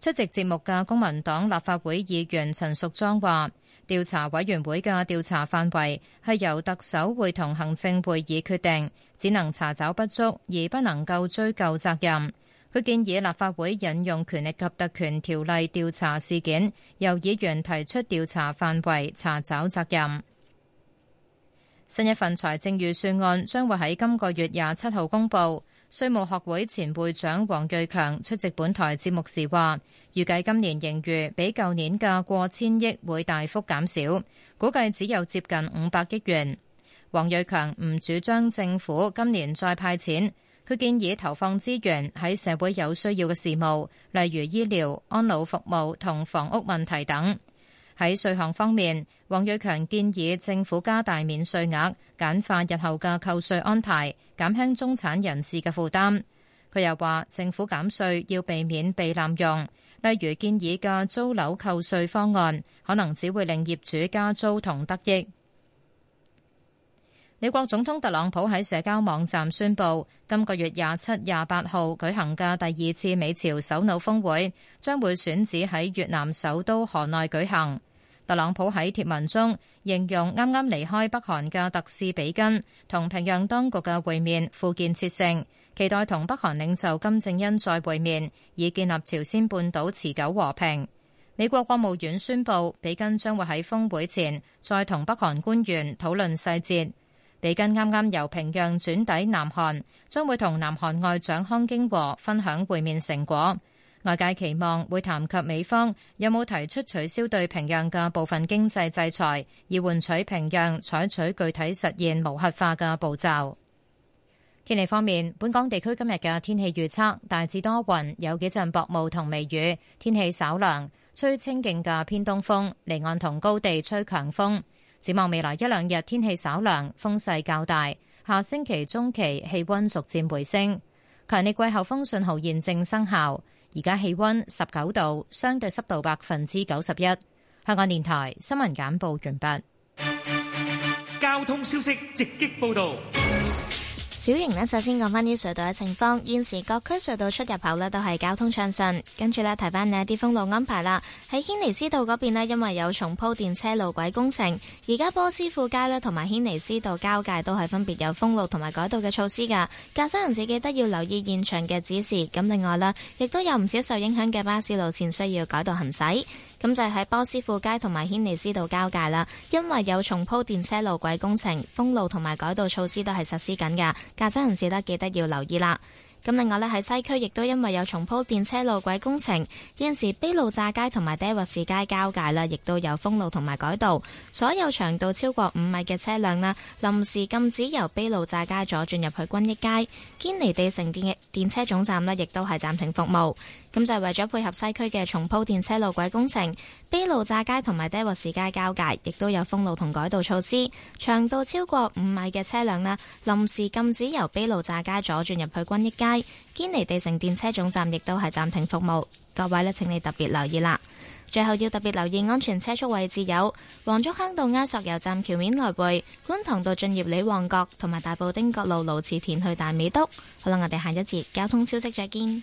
Speaker 4: 出席節目嘅公民黨立法會議員陳淑莊話：調查委員會嘅調查範圍係由特首會同行政會議決定，只能查找不足，而不能夠追究責任。佢建議立法會引用《權力及特權條例》調查事件，由議員提出調查範圍，查找責任。新一份財政預算案將會喺今個月廿七號公布。稅務學會前會長黃瑞強出席本台節目時話，預計今年盈餘比舊年嘅過千億會大幅減少，估計只有接近五百億元。黃瑞強唔主張政府今年再派錢，佢建議投放資源喺社會有需要嘅事務，例如醫療、安老服務同房屋問題等。喺稅項方面，黃瑞強建議政府加大免稅額，簡化日後嘅扣稅安排，減輕中產人士嘅負擔。佢又話，政府減稅要避免被濫用，例如建議嘅租樓扣稅方案，可能只會令業主加租同得益。美國總統特朗普喺社交網站宣布，今個月廿七、廿八號舉行嘅第二次美朝首腦峰會將會選址喺越南首都河內舉行。特朗普喺貼文中形容啱啱離開北韓嘅特使比根同平壤當局嘅會面富建設性，期待同北韓領袖金正恩再會面，以建立朝鮮半島持久和平。美國國務院宣布，比根將會喺峰會前再同北韓官員討論細節。比根啱啱由平壤轉抵南韓，將會同南韓外長康京和分享會面成果。外界期望會談及美方有冇提出取消對平壤嘅部分經濟制裁，以換取平壤採取具體實現無核化嘅步驟。天氣方面，本港地區今日嘅天氣預測大致多雲，有幾陣薄霧同微雨，天氣稍涼，吹清勁嘅偏東風，離岸同高地吹強風。展望未來一兩日天氣稍涼，風勢較大。下星期中期氣温逐漸回升，強烈季候風信號現正生效。而家氣温十九度，相對濕度百分之九十一。香港電台新聞簡報完畢。
Speaker 3: 交通消息直擊報道。
Speaker 5: 小瑩呢，首先講翻啲隧道嘅情況。現時各區隧道出入口呢都係交通暢順。跟住呢，提翻你一啲封路安排啦。喺軒尼詩道嗰邊呢，因為有重鋪電車路軌工程，而家波斯富街呢同埋軒尼詩道交界都係分別有封路同埋改道嘅措施㗎。駕駛人士記得要留意現場嘅指示。咁另外啦，亦都有唔少受影響嘅巴士路線需要改道行駛。咁就係喺波斯富街同埋軒尼詩道交界啦，因為有重鋪電車路軌工程，封路同埋改道措施都係實施緊㗎，駕駛人士呢，記得要留意啦。咁另外呢，喺西區亦都因為有重鋪電車路軌工程，現時卑路乍街同埋爹核士街交界啦，亦都有封路同埋改道，所有長度超過五米嘅車輛啦，臨時禁止由卑路乍街左轉入去均益街、堅尼地城電電車總站呢，亦都係暫停服務。咁就係為咗配合西區嘅重鋪電車路軌工程，卑路乍街同埋爹核士街交界亦都有封路同改道措施，長度超過五米嘅車輛呢，臨時禁止由卑路乍街左轉入去均益街、堅尼地城電車總站，亦都係暫停服務。各位呢，請你特別留意啦。最後要特別留意安全車速位置有黃竹坑道埃索油站橋面來回、觀塘道駿業里旺角同埋大埔汀角路蘆慈田去大美督。好啦，我哋下一節交通消息再見。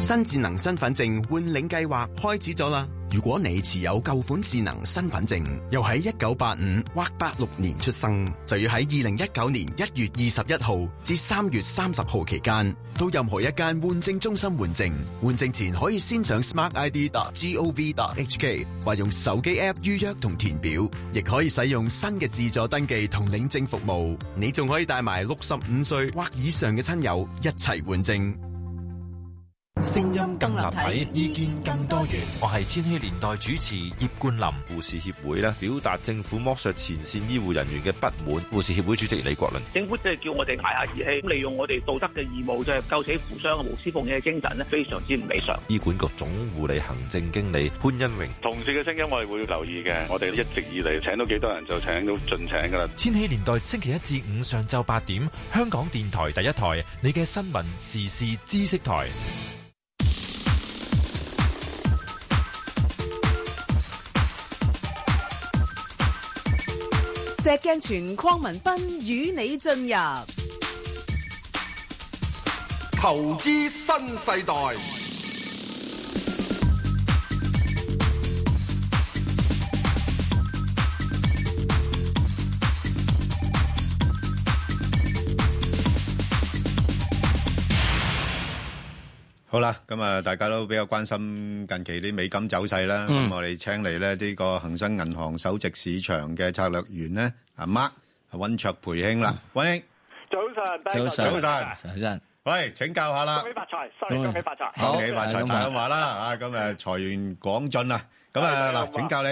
Speaker 8: 新智能身份證換領計劃開始咗啦！如果你持有舊款智能身份證，又喺一九八五或八六年出生，就要喺二零一九年一月二十一號至三月三十號期間，到任何一間換證中心換證。換證前可以先上 smartid.gov.hk 或用手機 app 預約同填表，亦可以使用新嘅自助登記同領證服務。你仲可以帶埋六十五歲或以上嘅親友一齊換證。
Speaker 14: 聲音更立體，意見更多元。我係千禧年代主持葉冠霖。護士協會咧表達政府剝削前線醫護人員嘅不滿。護士協會主席李國麟：
Speaker 15: 政府即係叫我哋挨下義氣，利用我哋道德嘅義務，就係救死扶傷嘅無私奉獻嘅精神咧，非常之唔理想。
Speaker 14: 醫管局總護理行政經理潘恩榮：
Speaker 16: 同事嘅聲音我哋會留意嘅。我哋一直以嚟請到幾多人就請到盡請噶啦。
Speaker 14: 千禧年代星期一至五上晝八點，香港電台第一台，你嘅新聞時事知識台。
Speaker 12: 石鏡泉鄺民彬與你進入
Speaker 13: 投資新世代。
Speaker 1: 好啦，咁啊，大家都比較關心近期啲美金走勢啦。
Speaker 2: 嗯
Speaker 1: 咁我哋請嚟咧呢個恒生銀行首席市場嘅策略員咧，阿 Mark 阿温卓培兄啦，温兄，
Speaker 25: 早晨，
Speaker 1: 早晨早
Speaker 2: 晨，真
Speaker 1: 喂，請教下啦
Speaker 25: 恭，喜發財，sorry，恭喜發財。
Speaker 1: 恭喜發財，大家話啦啊，咁啊財源廣進啊，咁啊嗱，請教你，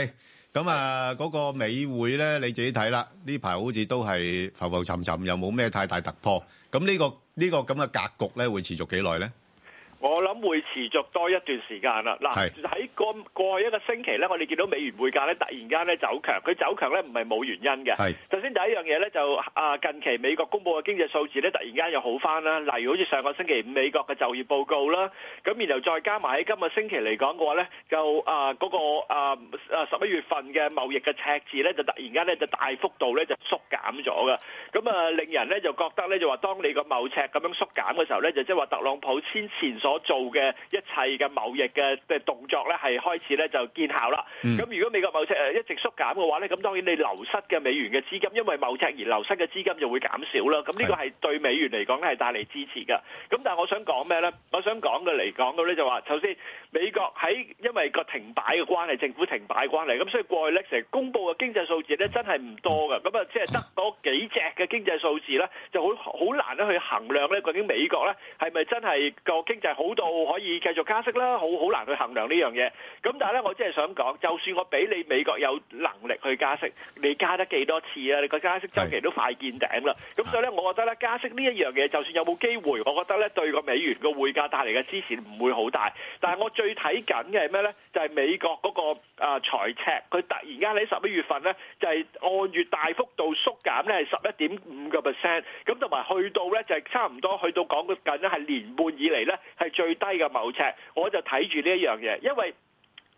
Speaker 1: 咁啊嗰個美匯咧你自己睇啦，呢排好似都係浮浮沉沉，又冇咩太大突破，咁呢個呢個咁嘅格局咧會持續幾耐咧？
Speaker 25: 我諗會持續多一段時間啦。嗱
Speaker 1: 係，
Speaker 25: 喺過過去一個星期咧，我哋見到美元匯價咧突然間咧走強，佢走強咧唔係冇原因嘅。
Speaker 1: 係
Speaker 25: 首先第一樣嘢咧就啊，近期美國公佈嘅經濟數字咧突然間又好翻啦，例如好似上個星期五美國嘅就業報告啦，咁然後再加埋喺今個星期嚟講嘅話咧，就啊嗰個啊啊十一月份嘅貿易嘅赤字咧就突然間咧就大幅度咧就縮減咗嘅，咁啊令人咧就覺得咧就話當你個貿赤咁樣縮減嘅時候咧，就即係話特朗普先前所所做嘅一切嘅貿易嘅嘅動作咧，係開始咧就見效啦。咁、
Speaker 17: 嗯
Speaker 25: 如果美國貿赤誒一直縮減嘅話咧，咁當然你流失嘅美元嘅資金，因為貿赤而流失嘅資金就會減少啦。咁呢個係對美元嚟講咧係帶嚟支持嘅。咁但係我想講咩咧？我想講嘅嚟講到咧就話，首先美國喺因為個停擺嘅關係，政府停擺嘅關係，咁所以過去咧成日公佈嘅經濟數字咧真係唔多嘅，咁啊即係得嗰幾隻嘅經濟數字咧就好好難咧去衡量咧究竟美國咧係咪真係個經濟好到可以繼續加息啦？好好難去衡量呢樣嘢。咁但係咧，我真係想講，就算我俾你美國有能力去加息，你加得幾多次啊？你個加息周期都快見頂啦。咁所以咧，我覺得咧，加息呢一樣嘢，就算有冇機會，我覺得咧對個美元個匯價帶嚟嘅支持唔會好大。但係我最睇緊嘅係咩咧？就係、美國嗰、個啊、財赤，佢突然間喺十一月份咧，就係、按月大幅度縮減咧，係十一點五個 percent。咁同埋去到咧就係、差唔多去到講緊咧係年半以嚟咧係最低嘅貿赤。我就睇住呢一樣嘢，因為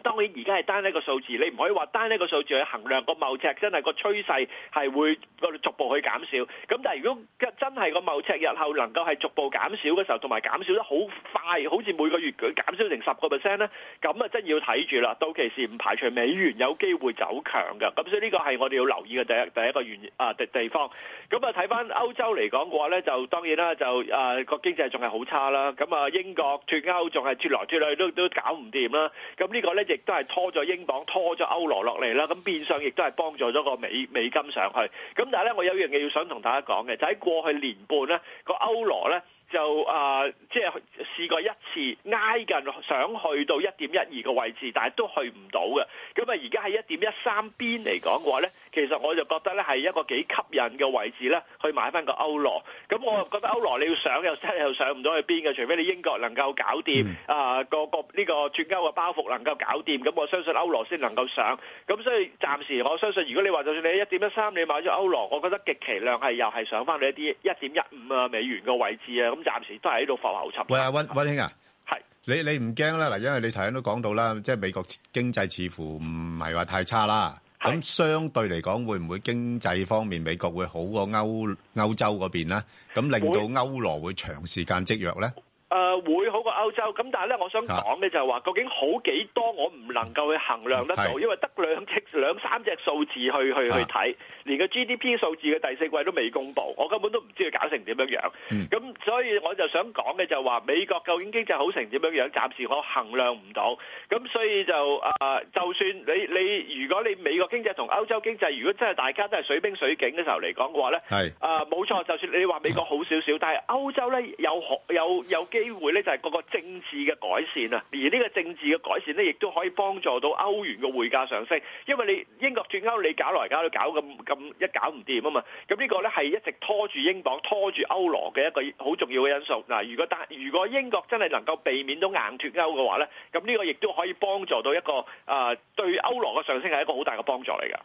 Speaker 25: 當然而家係單一個數字，你唔可以話單一個數字去衡量個貿赤，真係個趨勢係會逐步去減少。咁但係如果真係個貿赤日後能夠係逐步減少嘅時候，同埋減少得好快，好似每個月佢減少成十個 percent 咧，咁啊真要睇住啦。到期時唔排除美元有機會走強嘅。咁所以呢個係我哋要留意嘅第一第一個原啊地地方。咁啊睇翻歐洲嚟講嘅話咧，就當然啦，就啊個經濟仲係好差啦。咁啊英國脱歐仲係脱來脱去都都搞唔掂啦。咁呢個咧亦都係拖咗英鎊、拖咗歐羅落嚟啦。咁變相亦都係幫助咗個美美金上去。咁但係咧，我有一樣嘢要想同大家講嘅，就喺過去年半咧，個歐羅咧。就啊、即係試過一次挨近想去到一點一二個位置，但係都去唔到嘅。咁啊，而家喺一點一三邊嚟講嘅話咧，其實我就覺得咧係一個幾吸引嘅位置咧，去買翻個歐羅。咁我又覺得歐羅你要上又真係又上唔到去邊嘅，除非你英國能夠搞掂啊個個呢個脱歐嘅包袱能夠搞掂，咁我相信歐羅先能夠上。咁所以暫時我相信，如果你話就算你一點一三你買咗歐羅，我覺得極其量係又係上翻到一啲一點一五啊美元嘅位置啊，咁暫時都係喺度浮後沉。
Speaker 1: 喂啊，温温兄啊，系你你唔驚啦嗱，因為你頭先都講到啦，即係美國經濟似乎唔係話太差啦。咁相對嚟講，會唔會經濟方面美國會好過歐歐洲嗰邊咧？咁令到歐羅會長時間積弱咧？
Speaker 25: 誒、會呃好過歐洲，咁但係咧，我想講嘅就係話，究竟好幾多我唔能夠去衡量得到，
Speaker 17: 係
Speaker 25: 因為得兩隻 兩三隻數字去去去睇，連個 GDP 數字嘅第四季都未公布，我根本都唔知佢搞成點樣樣。咁、所以我就想講嘅就係話，美國究竟經濟好成點樣樣，暫時我衡量唔到。咁所以就誒、就算你你如果你美國經濟同歐洲經濟，如果真係大家都係水兵水景嘅時候嚟講嘅話咧，
Speaker 1: 係
Speaker 25: 啊，冇錯，就算你話美國好少少，但係歐洲咧有可有有機會咧，就係嗰個政治嘅改善啊，而呢個政治嘅改善咧，亦都可以幫助到歐元嘅匯價上升，因為你英國脱歐你搞來搞去搞咁咁一搞唔掂啊嘛，咁呢個咧係一直拖住英鎊、拖住歐羅嘅一個好重要嘅因素。嗱，如果但如果英國真係能夠避免到硬脱歐嘅話咧，咁呢個亦都可以幫助到一個啊、對歐羅嘅上升係一個好大嘅幫助嚟㗎。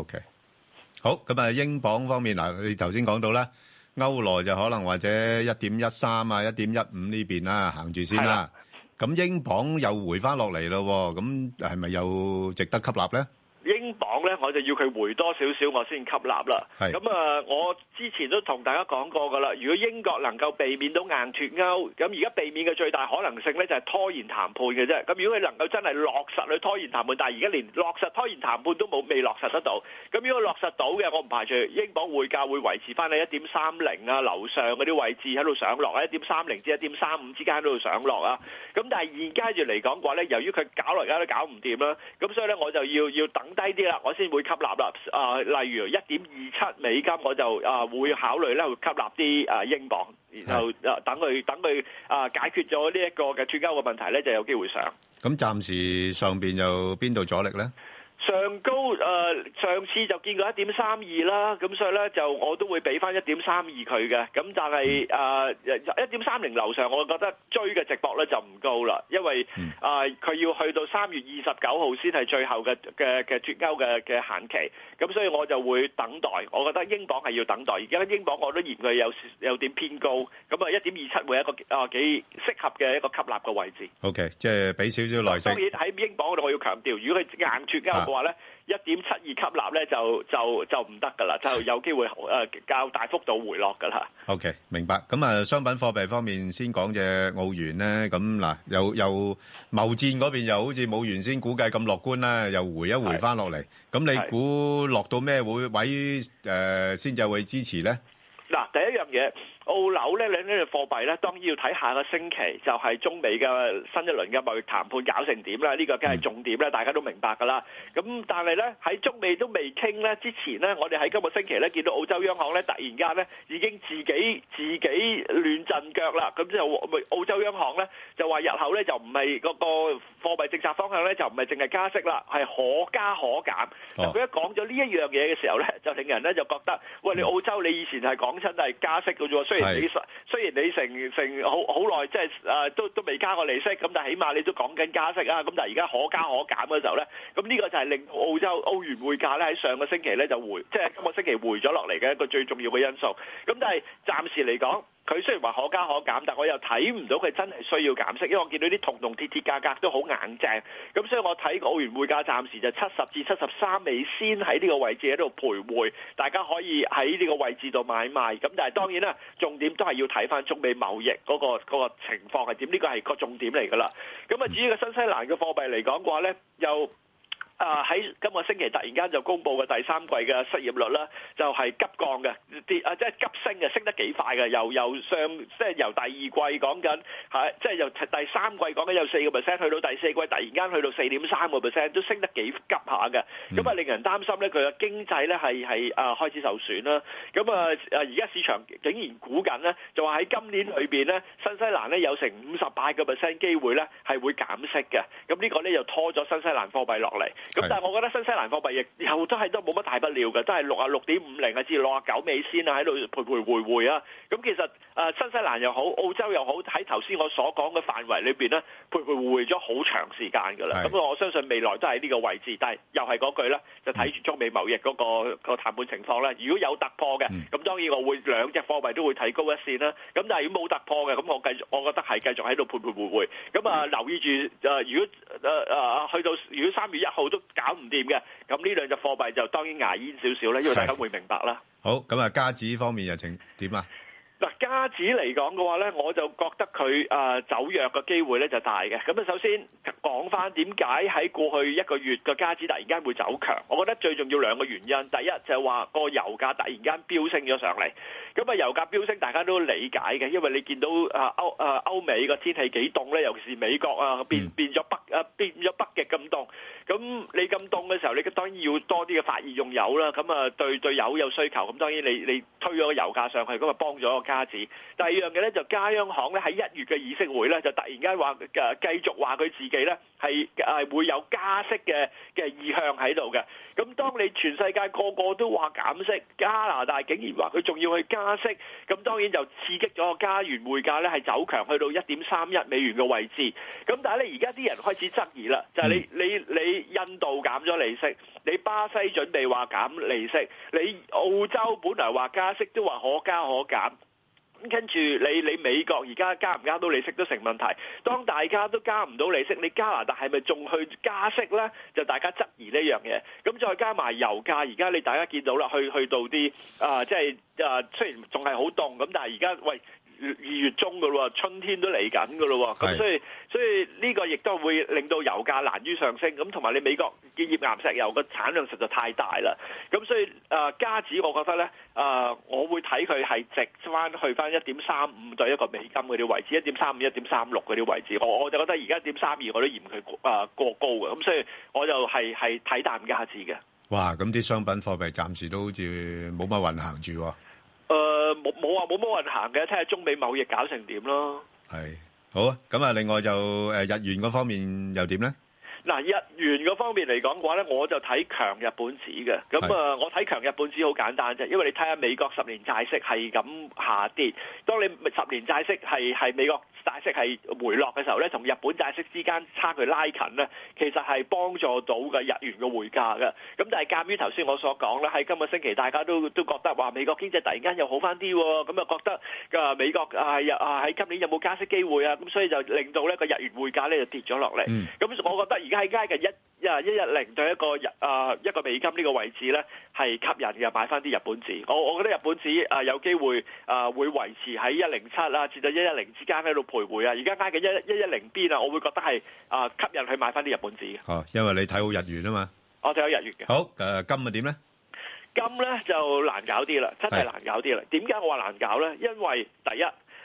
Speaker 1: OK，好咁啊，英鎊方面嗱，你頭先講到啦，歐羅就可能或者一點一三啊、一點一五呢邊啦，行住先啦。咁英鎊又回翻落嚟咯，咁係咪又值得吸納咧？
Speaker 25: 英鎊咧，我就要佢回多少少，我先吸納啦。
Speaker 1: 係
Speaker 25: 咁啊，我之前都同大家講過噶啦。如果英國能夠避免到硬脱歐，咁而家避免嘅最大可能性咧就係拖延談判嘅啫。咁如果佢能夠真係落實去拖延談判，但係而家連落實拖延談判都冇未落實得到。咁如果落實到嘅，我唔排除英鎊匯價會維持翻喺一點三零啊樓上嗰啲位置喺度上落，一點三零至一點三五之間喺度上落啊。咁但係現階段嚟講嘅話咧，由於佢搞來搞去都搞唔掂啦，咁所以咧我就要要等低啲啦，我先會吸納啦。啊、例如一點二七美金，我就啊、會考慮咧會吸納啲啊英鎊，然後啊等佢等佢啊解決咗呢一個嘅脱歐嘅問題咧，就有機會上。
Speaker 1: 咁暫時上邊又邊度阻力咧？
Speaker 25: 上高誒、呃上次就見過一點三二啦，咁所以咧就我都會俾翻一點三二佢嘅，咁但係呃誒一點三零樓上，我覺得追嘅直博咧就唔高啦，因為誒佢、要去到三月二十九號先係最後嘅嘅嘅脱歐嘅嘅限期，咁所以我就會等待，我覺得英鎊係要等待，而家英鎊我都嫌佢有有點偏高，咁啊一點二七會一個啊幾適合嘅一個吸納嘅位置。
Speaker 1: OK，即係俾少少耐性啊
Speaker 25: 當。然喺英鎊嗰度，我要強調，如果佢硬脱歐嘅話咧，一點七二吸納咧就就就唔得㗎啦，就有機會誒、呃較大幅度回落㗎啦。
Speaker 1: OK，明白。咁啊，商品貨幣方面先講隻澳元咧，咁嗱，又又貿戰嗰邊又好似冇原先估計咁樂觀啦，又回一回翻落嚟。咁你估落到咩會位誒先至會支持咧？
Speaker 25: 嗱，第一樣嘢，澳紐咧兩呢隻貨幣咧，當然要睇下個星期就係中美嘅新一輪嘅貿易談判搞成點啦，呢、個梗係重點啦，大家都明白㗎啦。咁但係咧喺中美都未傾咧之前咧，我哋喺今個星期咧見到澳洲央行咧突然間咧已經自己自己亂陣腳啦，咁就澳洲央行咧就話日後咧就唔係嗰個貨幣政策方向咧就唔係淨係加息啦，係可加可減。
Speaker 1: 嗱
Speaker 25: 佢一講咗呢一樣嘢嘅時候咧，就令人咧就覺得，喂，你澳洲你以前係講親係加息嘅啫喎，雖然你
Speaker 1: 係
Speaker 25: 雖然你成成好好耐即係誒都都未加過利息，咁但係起碼你都講緊加息啊，咁但係而家可加可減嘅時候咧，咁呢個就係令到澳洲澳元匯價咧喺上個星期咧就回，即係今個星期回咗落嚟嘅一個最重要嘅因素。咁但係暫時嚟講。佢雖然話可加可減，但我又睇唔到佢真係需要減息，因為我見到啲銅銅鐵鐵價格都好硬淨，咁所以我睇個澳元匯價暫時就七十至七十三美先喺呢個位置喺度徘徊，大家可以喺呢個位置度買賣。咁但係當然啦，重點都係要睇翻中美貿易嗰、個嗰個情況係點，呢個係個重點嚟㗎啦。咁啊，至於個新西蘭嘅貨幣嚟講嘅話咧，又啊喺今個星期突然間就公布嘅第三季嘅失業率啦，就係、急降嘅跌啊，即係急升嘅，升得幾快嘅，由由上即係由第二季講緊係，即係由第三季講緊有四個 percent，去到第四季突然間去到四點三個 percent，都升得幾急下嘅，咁啊令人擔心咧佢嘅經濟咧係係啊開始受損啦，咁啊啊而家市場竟然估緊咧，就話喺今年裏邊咧，新西蘭咧有成五十八個 percent 機會咧係會減息嘅，咁呢個咧就拖咗新西蘭貨幣落嚟。咁
Speaker 1: 係
Speaker 25: 但係我覺得新西蘭貨幣亦又都係都冇乜大不了嘅，都係六啊六點五零啊至六啊九美仙啊喺度徘徊徘徊啊。咁其實誒、呃新西蘭又好，澳洲又好，喺頭先我所講嘅範圍裏邊咧，徘徊徘徊咗好長時間㗎啦。
Speaker 1: 係
Speaker 25: 咁我相信未來都係呢個位置，但係又係嗰句啦，就睇住中美貿易嗰、個、個談判情況啦。如果有突破嘅，咁、當然我會兩隻貨幣都會睇高一線啦。咁但係如果冇突破嘅，咁我繼續，我覺得係繼續喺度徘徊徘徊。咁啊，留意住誒、呃如果誒誒、呃去到如果三月一號都搞唔掂嘅，咁呢兩隻貨幣就當然牙煙少少啦，因為大家會明白啦。
Speaker 1: 好，咁啊，加指方面又情點啊？
Speaker 25: 嗱，加指嚟講嘅話咧，我就覺得佢誒、呃走弱嘅機會咧就大嘅。咁啊，首先講翻點解喺過去一個月個加指突然間會走強？我覺得最重要兩個原因，第一就係話個油價突然間飆升咗上嚟。咁啊，油價飆升大家都理解嘅，因為你見到啊歐啊歐美個天氣幾凍咧，尤其是美國啊變變咗北啊變咗北極咁凍。咁你咁凍嘅時候，你當然要多啲嘅發熱用油啦。咁啊，對對油有需求，咁當然你你推咗個油價上去，咁啊幫咗個加指。第二樣嘅咧就加央行咧喺一月嘅議息會咧，就突然間話誒呃繼續話佢自己咧係誒會有加息嘅嘅意向喺度嘅。咁當你全世界個個都話減息，加拿大竟然話佢仲要去加息，咁當然就刺激咗個加元匯價咧係走強，去到一點三一美元嘅位置。咁但係咧，而家啲人開始質疑啦，就係、你你你印度減咗利息，你巴西準備話減利息，你澳洲本來話加息都話可加可減。咁跟住你你美國而家加唔加到利息都成問題。當大家都加唔到利息，你加拿大係咪仲去加息呢？就大家質疑呢樣嘢。咁再加埋油價，而家你大家見到啦，去去到啲啊、即係啊、雖然仲係好凍，咁但係而家喂。二月中噶咯喎，春天都嚟緊噶咯喎，
Speaker 1: 係
Speaker 25: 咁所以所以呢個亦都會令到油價難於上升，咁同埋你美國嘅頁岩石油嘅產量實在太大啦，咁所以誒、呃加指我覺得咧誒、呃我會睇佢係值翻去翻一點三五對一個美金嗰啲位置，一點三五、一點三六嗰啲位置，我我就覺得而家一點三二我都嫌佢誒、呃、過高嘅，咁所以我就係係睇淡加指嘅。
Speaker 1: 哇，咁啲商品貨幣暫時都好似冇乜運行住喎。
Speaker 25: 誒呃冇冇話冇乜運行嘅，睇下中美貿易搞成點咯。
Speaker 1: 係好啊，咁啊，另外就誒日元嗰方面又點咧？
Speaker 25: 嗱，日元嗰方面嚟講嘅話咧，我就睇強日本紙嘅。咁啊，我睇強日本紙好簡單啫，因為你睇下美國十年債息係咁下跌，當你十年債息係係美國債息係回落嘅時候咧，同日本債息之間差距拉近咧，其實係幫助到嘅日元嘅匯價嘅。咁但係鑑於頭先我所講咧，喺今個星期大家都都覺得話美國經濟突然間又好翻啲喎，咁啊覺得啊美國啊又啊喺今年有冇加息機會啊？咁所以就令到呢個日元匯價咧就跌咗落嚟。咁、我覺得而家喺街嘅一啊一一零對一個日啊一個美金呢個位置咧係吸引嘅，買翻啲日本紙。我我覺得日本紙啊有機會啊會維持喺一零七啊至到一一零之間喺度徘徊啊。而家挨緊一一一零邊啊，我會覺得係啊吸引去買翻啲日本紙嘅。
Speaker 1: 哦，因為你睇好日元啊嘛。
Speaker 25: 我睇有日元嘅。
Speaker 1: 好，誒金啊點咧？
Speaker 25: 金咧就難搞啲啦，真係難搞啲啦。點解我話難搞咧？因為第一。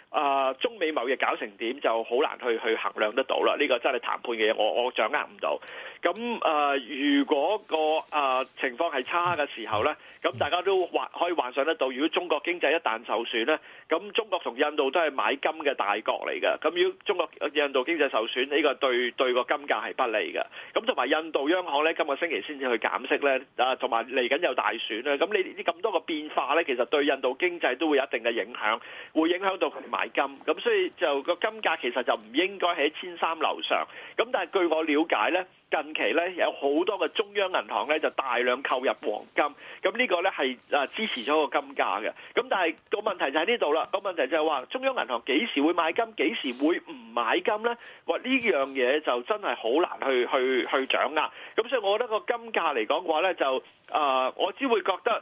Speaker 25: 啊、中美貿易搞成點就好難去去衡量得到啦。呢、個真係談判嘅嘢，我我掌握唔到。咁啊、如果個啊、情況係差嘅時候呢，咁大家都幻可以幻想得到，如果中國經濟一旦受損呢，咁中國同印度都係買金嘅大國嚟嘅。咁如果中國呃印度經濟受損，呢、個對對個金價係不利嘅。咁同埋印度央行呢，今個星期先至去減息呢，啊，同埋嚟緊有大選咧。咁你呢啲咁多個變化呢，其實對印度經濟都會有一定嘅影響，會影響到佢哋買金。咁所以就個金價其實就唔應該喺千三樓上。咁但係據我了解呢。近期咧有好多嘅中央銀行咧就大量購入黃金，咁呢個咧係啊支持咗個金價嘅。咁但係個問題就喺呢度啦，個問題就係話中央銀行幾時會買金，幾時會唔買金咧？哇！呢樣嘢就真係好難去去去掌握。咁所以我覺得個金價嚟講嘅話咧，就啊、我只會覺得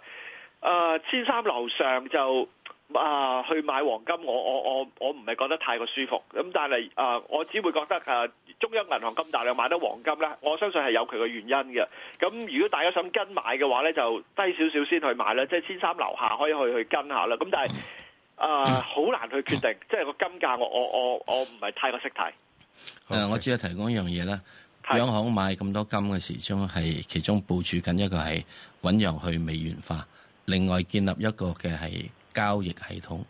Speaker 25: 啊千三樓上就。啊，去買黃金，我我我我唔係覺得太過舒服，咁但係啊，我只會覺得啊，中央銀行咁大量買得黃金咧，我相信係有佢嘅原因嘅。咁如果大家想跟買嘅話咧，就低少少先去買啦，即係千三樓下可以去去跟下啦。咁但係啊，好難去決定，即係個金價我，我我我唔係太過識睇。
Speaker 2: 誒，我只係提供一樣嘢啦。央行買咁多金嘅時鐘係其中部署緊一個係醖釀去美元化，另外建立一個嘅係交易系統，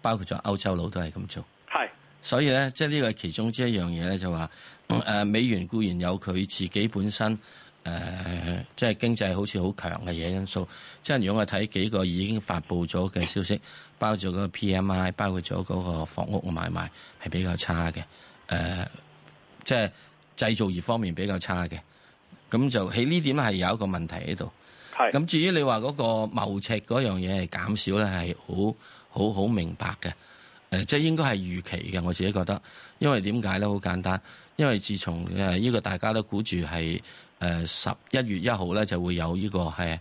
Speaker 2: 包括咗歐洲佬都係咁做。
Speaker 25: 係，
Speaker 2: 所以咧，即係呢個係其中之一樣嘢咧，就話誒、呃美元固然有佢自己本身誒、呃即係經濟好似好強嘅嘢因素。即係如果我睇幾個已經發布咗嘅消息，包括咗嗰個 PMI，包括咗嗰個房屋買賣係比較差嘅。誒、呃即係製造業方面比較差嘅。咁就喺呢點係有一個問題喺度。咁至於你話嗰個貿赤嗰樣嘢係減少咧，係好好好明白嘅。誒、呃即係應該係預期嘅，我自己覺得。因為點解咧？好簡單，因為自從誒呢個大家都估住係誒十一月一號咧就會有呢、個係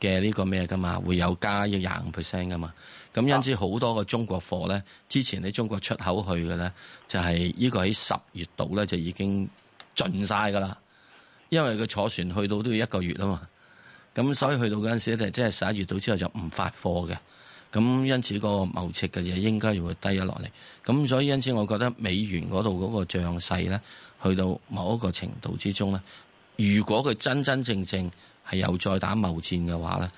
Speaker 2: 嘅呢個咩噶嘛，會有加一廿五 percent 噶嘛。咁因此好多個中國貨咧，之前喺中國出口去嘅咧，就係、呢個喺十月度咧就已經盡晒噶啦。因為佢坐船去到都要一個月啊嘛。咁所以去到嗰陣時咧，即係十一月到之後就唔發貨嘅。咁因此個貿赤嘅嘢應該會低咗落嚟。咁所以因此，我覺得美元嗰度嗰個漲勢咧，去到某一個程度之中咧，如果佢真真正正係又再打貿戰嘅話咧，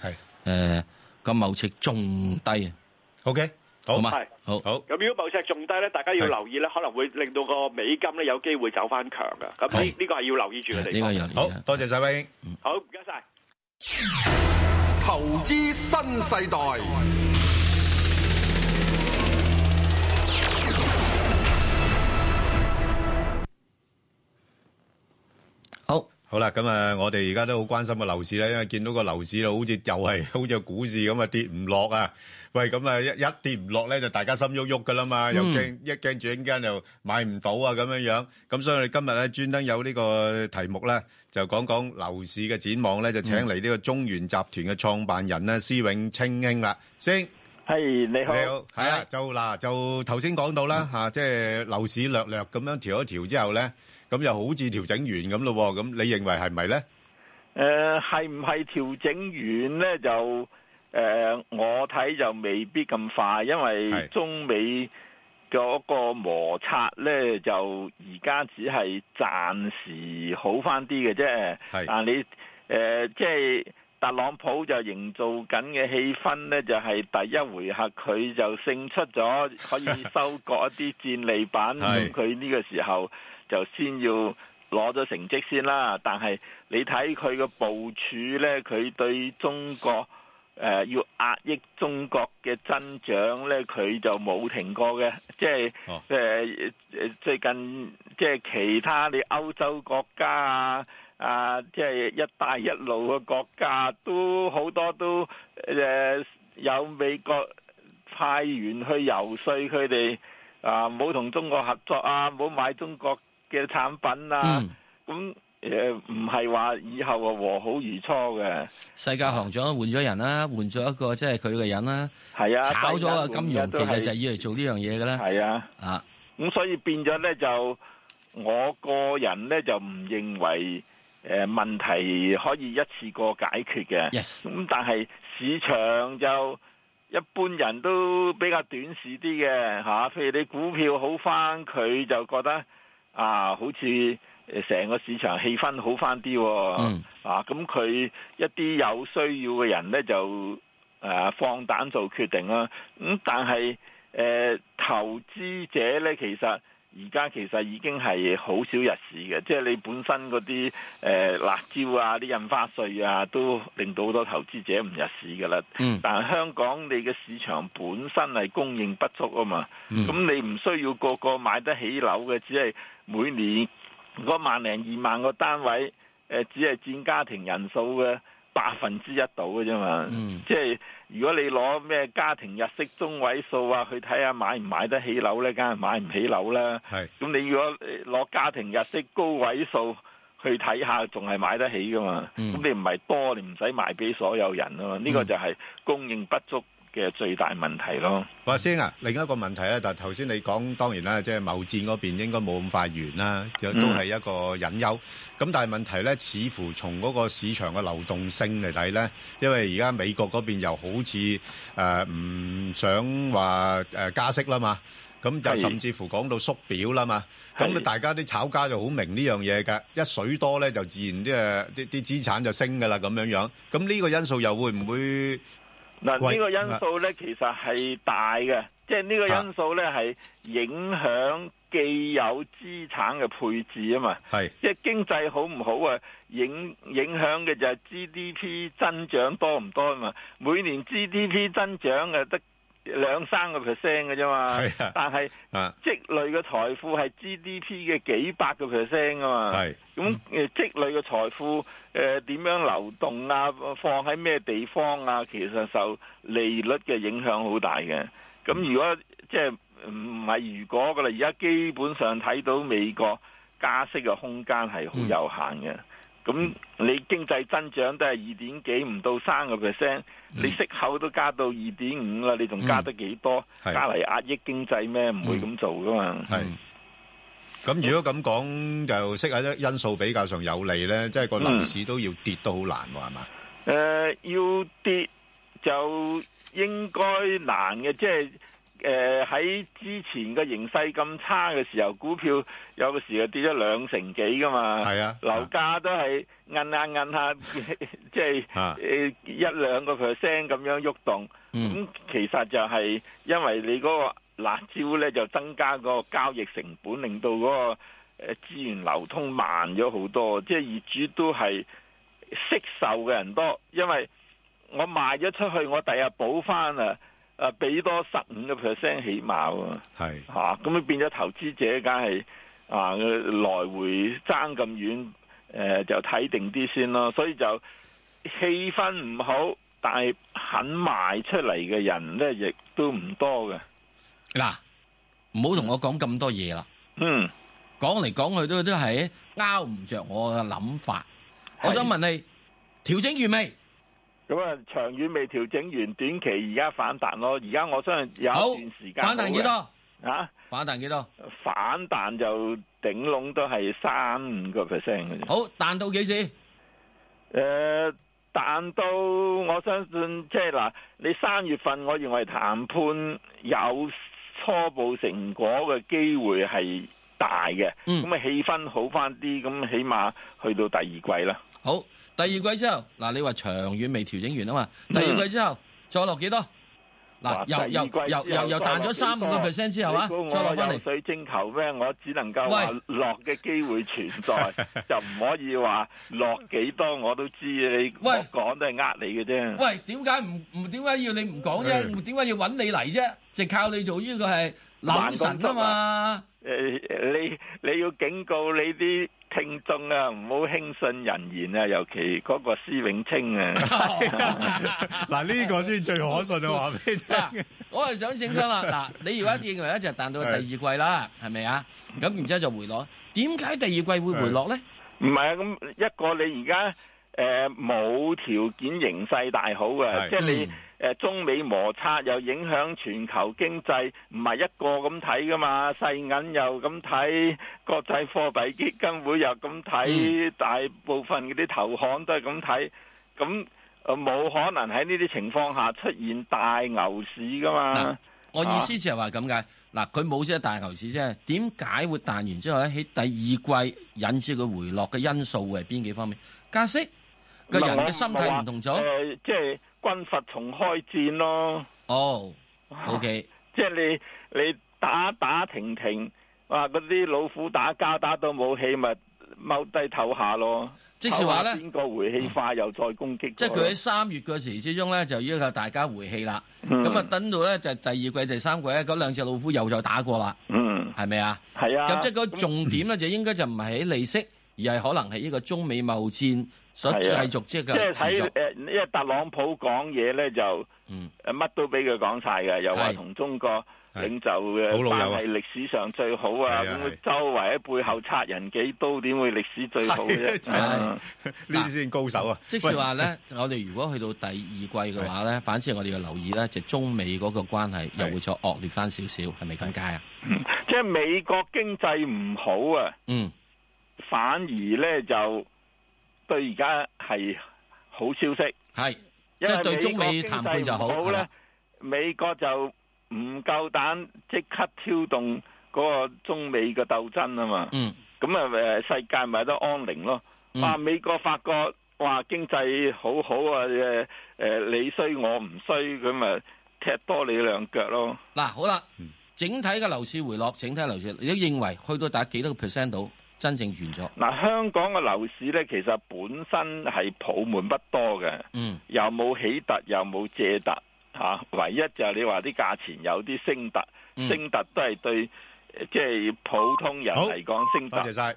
Speaker 1: 係
Speaker 2: 誒個貿赤仲低啊。
Speaker 1: OK，
Speaker 2: 好嘛
Speaker 25: 係，
Speaker 2: 好
Speaker 1: 好。
Speaker 25: 咁如果貿赤仲低咧，大家要留意咧，可能會令到個美金咧有機會走翻強嘅。咁呢呢個係要留意住嘅地方。
Speaker 1: 好多謝晒威英。
Speaker 25: 好，唔該晒。
Speaker 13: 投資新世代，
Speaker 2: 好，
Speaker 1: 好啦，咁啊，我哋而家都好關心個樓市咧，因為見到個樓市啊，好似又係好似股市咁啊，跌唔落啊。喂，咁啊，一 一跌唔落咧，就大家心喐喐噶啦嘛，又驚一驚住一間又買唔到啊，咁樣樣。咁所以我哋今日咧專登有呢個題目咧，就講講樓市嘅展望咧，就請嚟呢個中原集團嘅創辦人咧，施永青兄啦，先。
Speaker 17: 系你好，嗯
Speaker 1: 你好，係啦，就嗱，就頭先講到啦嚇，即係樓市略略咁樣調一調之後咧，咁又好似調整完咁咯喎，咁你認為係咪咧？
Speaker 17: 诶，系呃唔系調整完呢？就诶、呃我睇就未必咁快，因為中美嗰個摩擦呢，就而家只係暫時好翻啲嘅啫。但你诶、呃即係特朗普就營造緊嘅氣氛呢，就係、第一回合佢就勝出咗，可以收割一啲戰利品。咁佢呢個時候就先要。攞咗成績先啦，但係你睇佢嘅部署呢，佢對中國誒、呃要壓抑中國嘅增長呢，佢就冇停過嘅，即係誒誒最近即係其他你歐洲國家啊啊，即係一帶一路嘅國家都好多都誒、呃有美國派員去游說佢哋啊，唔好同中國合作啊，唔好買中國嘅產品啊。咁誒、诶唔係話以後啊和好如初嘅，
Speaker 2: 世界行長換咗人啦，換咗一個即係佢嘅人啦，
Speaker 17: 係啊，
Speaker 2: 炒咗個金融，其實就係以
Speaker 17: 嚟
Speaker 2: 嚟做呢樣嘢嘅啦。
Speaker 17: 係啊，
Speaker 2: 啊，
Speaker 17: 咁所以變咗咧就我個人咧就唔認為誒問題可以一次過解決嘅，咁
Speaker 2: Yes
Speaker 17: 但係市場就。一般人都比較短視啲嘅嚇，譬如你股票好翻，佢就覺得啊，好似誒成個市場氣氛好翻啲喎，啊，咁佢一啲有需要嘅人呢，就誒、啊放膽做決定啦。咁、但係誒、呃投資者呢，其實而家其實已經係好少入市嘅，即係你本身嗰啲誒辣椒啊、啲印花税啊，都令到好多投資者唔入市㗎啦。
Speaker 2: 嗯
Speaker 17: 但係香港你嘅市場本身係供應不足啊嘛，
Speaker 2: 嗯
Speaker 17: 咁、你唔需要個個買得起樓嘅，只係每年嗰萬零二萬個單位，誒、呃只係佔家庭人數嘅百分之一到嘅啫嘛。
Speaker 2: 嗯
Speaker 17: 即係如果你攞咩家庭入息中位數啊，去睇下買唔買得起樓咧，梗係買唔起樓啦。
Speaker 1: 係
Speaker 17: 咁你如果誒攞家庭入息高位數去睇下，仲係買得起噶嘛？咁、
Speaker 2: 嗯
Speaker 17: 你唔係多，你唔使賣俾所有人啊嘛。呢、個
Speaker 1: 嗯
Speaker 17: 就係供應不足嘅最大問題咯。
Speaker 1: 話先啊，另一個問題咧，但係頭先你講當然啦，即係貿戰嗰邊應該冇咁快完啦，就
Speaker 17: 嗯
Speaker 1: 都係一個隱憂。咁但係問題咧，似乎從嗰個市場嘅流動性嚟睇咧，因為而家美國嗰邊又好似誒唔想話誒加息啦嘛，咁就
Speaker 17: 係
Speaker 1: 甚至乎講到縮表啦嘛。咁
Speaker 17: 係
Speaker 1: 大家啲炒家就好明呢樣嘢㗎，一水多咧就自然啲誒啲啲資產就升㗎啦咁樣樣。咁呢個因素又會唔會？
Speaker 17: 嗱，
Speaker 1: 喂
Speaker 17: 呢個因素咧其實係大嘅，即係呢個因素咧係影響既有資產嘅配置啊嘛。
Speaker 1: 係
Speaker 17: 即係經濟好唔好啊，影影響嘅就係 GDP 增長多唔多啊嘛。每年 GDP 增長嘅得兩三個 percent 嘅啫嘛，
Speaker 1: 係啊
Speaker 17: 但係
Speaker 1: 啊
Speaker 17: 積累嘅財富係 GDP 嘅幾百個 percent 啊嘛。
Speaker 1: 係
Speaker 17: 咁誒積累嘅財富誒點樣流動啊，放喺咩地方啊，其實受利率嘅影響好大嘅。咁如果即係唔係如果噶啦，而家基本上睇到美國加息嘅空間係好有限嘅。咁你經濟增長都係二點幾唔到三個 percent，你息口都加到二點五啦，你仲加得幾多？
Speaker 1: 嗯係
Speaker 17: 加嚟壓抑經濟咩？唔會咁做噶嘛。
Speaker 1: 嗯係。咁如果咁講，就息口因素比較上有利咧，即係個樓市都要跌都好難喎，係嘛？
Speaker 17: 誒、要跌就應該難嘅，即係誒喺之前嘅形勢咁差嘅時候，股票有時啊跌咗兩成幾噶嘛，
Speaker 1: 係啊
Speaker 17: 樓價都係摁下摁下，即係
Speaker 1: 啊
Speaker 17: 誒一兩個 percent 咁樣喐動，咁、
Speaker 2: 嗯
Speaker 17: 其實就係因為你嗰個辣椒咧就增加嗰個交易成本，令到嗰個誒資源流通慢咗好多，即係業主都係。惜售嘅人多，因為我賣咗出去，我第日補翻啊，誒俾多十五個 percent 起碼喎，
Speaker 1: 係
Speaker 17: 嚇咁你變咗投資者梗係啊來回爭咁遠，誒、就睇定啲先咯，所以就氣氛唔好，但係肯賣出嚟嘅人咧亦都唔多嘅，
Speaker 2: 嗱，唔好同我講咁多嘢啦。
Speaker 17: 嗯，
Speaker 2: 講嚟講去都都係拗唔着我嘅諗法。我想問你，調整完未？
Speaker 17: 咁啊長遠未調整完，短期而家反彈咯，而家我相信有
Speaker 2: 好
Speaker 17: 一段時間
Speaker 2: 反彈幾多？
Speaker 17: 多啊？
Speaker 2: 反彈幾多？
Speaker 17: 反彈就頂籠都係三五個 percent 嘅啫。
Speaker 2: 好，彈到幾時？
Speaker 17: 誒、彈到我相信即係嗱，你三月份我認為談判有初步成果嘅機會係大嘅，
Speaker 2: 嗯
Speaker 17: 咁啊、氣氛好翻啲，咁起碼去到第二季啦。
Speaker 2: 好，第二季之後，嗱，你話長遠未調整完啊嘛？
Speaker 17: 嗯
Speaker 2: 第二季之後再落幾多？嗱，
Speaker 17: 哇
Speaker 2: 又
Speaker 17: 第二
Speaker 2: 又
Speaker 17: 季之後
Speaker 2: 又又又彈咗三五個 percent 之後啊，
Speaker 17: 你估我
Speaker 2: 再落翻
Speaker 17: 有
Speaker 2: 嚟。
Speaker 17: 水晶球咩？我只能夠話
Speaker 2: 喂
Speaker 17: 落嘅機會存 在，就唔可以話落幾多我都知。你我
Speaker 2: 喂
Speaker 17: 講都係呃你嘅啫。
Speaker 2: 喂，點解唔唔點解要你唔講
Speaker 17: 嗯
Speaker 2: 啫？點解要揾你嚟啫？就靠你做呢個係諗神啊嘛。
Speaker 17: 誒、你你要警告你啲聽眾啊，唔好輕信人言啊，尤其嗰個施永清啊，
Speaker 1: 嗱，呢個先最可 信啊！話俾你聽，
Speaker 2: 我係想請翻啦，嗱，你而家認為咧就彈到第二季啦，係咪啊？咁然之後就回落，點解第二季會回落咧？
Speaker 17: 唔唔係啊，咁一個你而家诶冇條件形勢大好
Speaker 18: 係
Speaker 17: 嘅，即係
Speaker 2: 嗯
Speaker 17: 你诶中美摩擦又影響全球經濟，唔係一個咁睇噶嘛，世銀又咁睇，國際貨幣基金會又咁睇，
Speaker 2: 嗯
Speaker 17: 大部分嗰啲投行都係咁睇，咁呃冇可能喺呢啲情況下出現大牛市噶嘛。
Speaker 2: 我意
Speaker 17: 啊
Speaker 2: 思就係話咁解。嗱，佢冇只大牛市啫，點解會彈完之後咧？喺第二季引致佢回落嘅因素會係邊幾方面？加息，個人嘅心態唔同咗。
Speaker 17: 啊誒呃即係軍閥重開戰咯。
Speaker 2: 哦，OK，
Speaker 17: 即係你你打打停停，哇！嗰啲老虎打交打到冇氣，咪踎低唞下咯。
Speaker 2: 即是話呢嗯
Speaker 17: 唞下邊個回氣快又再攻擊。
Speaker 2: 即係佢喺三月嗰時之中咧，就要求大家回氣啦。
Speaker 17: 嗯
Speaker 2: 咁啊、等到咧就第二季、第三季咧，嗰兩隻老虎又再打過啦。
Speaker 17: 嗯，
Speaker 2: 係咪啊？
Speaker 17: 係啊。
Speaker 2: 咁即係個重點咧，就應該就唔係喺利息，而係可能係呢個中美貿戰所繼
Speaker 17: 係啊
Speaker 2: 續即係
Speaker 17: 即
Speaker 2: 嘅
Speaker 17: 係
Speaker 2: 持續
Speaker 17: 睇。誒，因為特朗普講嘢咧就誒乜都俾佢講晒嘅，又話
Speaker 2: 係
Speaker 17: 同中國領袖嘅
Speaker 1: 好老友啊
Speaker 17: 關係歷史上最好啊，
Speaker 1: 係啊
Speaker 17: 咁佢周圍喺背後插人幾刀，點會歷史最好啫？嗯
Speaker 1: 係啊 呢啲先高手啊！
Speaker 2: 即是話
Speaker 1: 喂
Speaker 2: 咧， 我哋如果去到第二季嘅話咧，反正我哋要留意咧，就中美嗰個關係又會再惡劣翻少少，係咪咁解啊？
Speaker 17: 即係美國經濟唔好啊，
Speaker 2: 嗯，
Speaker 17: 反而咧就對而家係好消息，
Speaker 2: 係即
Speaker 17: 因為
Speaker 2: 係對中美
Speaker 17: 國經濟
Speaker 2: 談判就好
Speaker 17: 唔
Speaker 2: 係
Speaker 17: 咧
Speaker 2: 啦，
Speaker 17: 美國就唔夠膽即刻挑動嗰個中美嘅鬥爭啊嘛，
Speaker 2: 嗯，
Speaker 17: 咁啊誒世界咪得安寧咯，
Speaker 2: 嗯
Speaker 17: 哇、美國發覺哇經濟好好啊誒誒你衰我唔衰，咁咪踢多你兩腳咯，
Speaker 2: 嗱，好啦，
Speaker 1: 嗯
Speaker 2: 整體嘅樓市回落，整體樓市，你都認為去到打幾多個 percent 到真正完咗？
Speaker 17: 嗱，香港嘅樓市咧，其實本身係泡沫不多嘅，
Speaker 2: 嗯，
Speaker 17: 又冇起突，又冇借突，嚇、唯一就係你話啲價錢有啲升突，
Speaker 1: 嗯
Speaker 17: 升突都係對呃即係普通人嚟講升突。
Speaker 1: 多謝晒。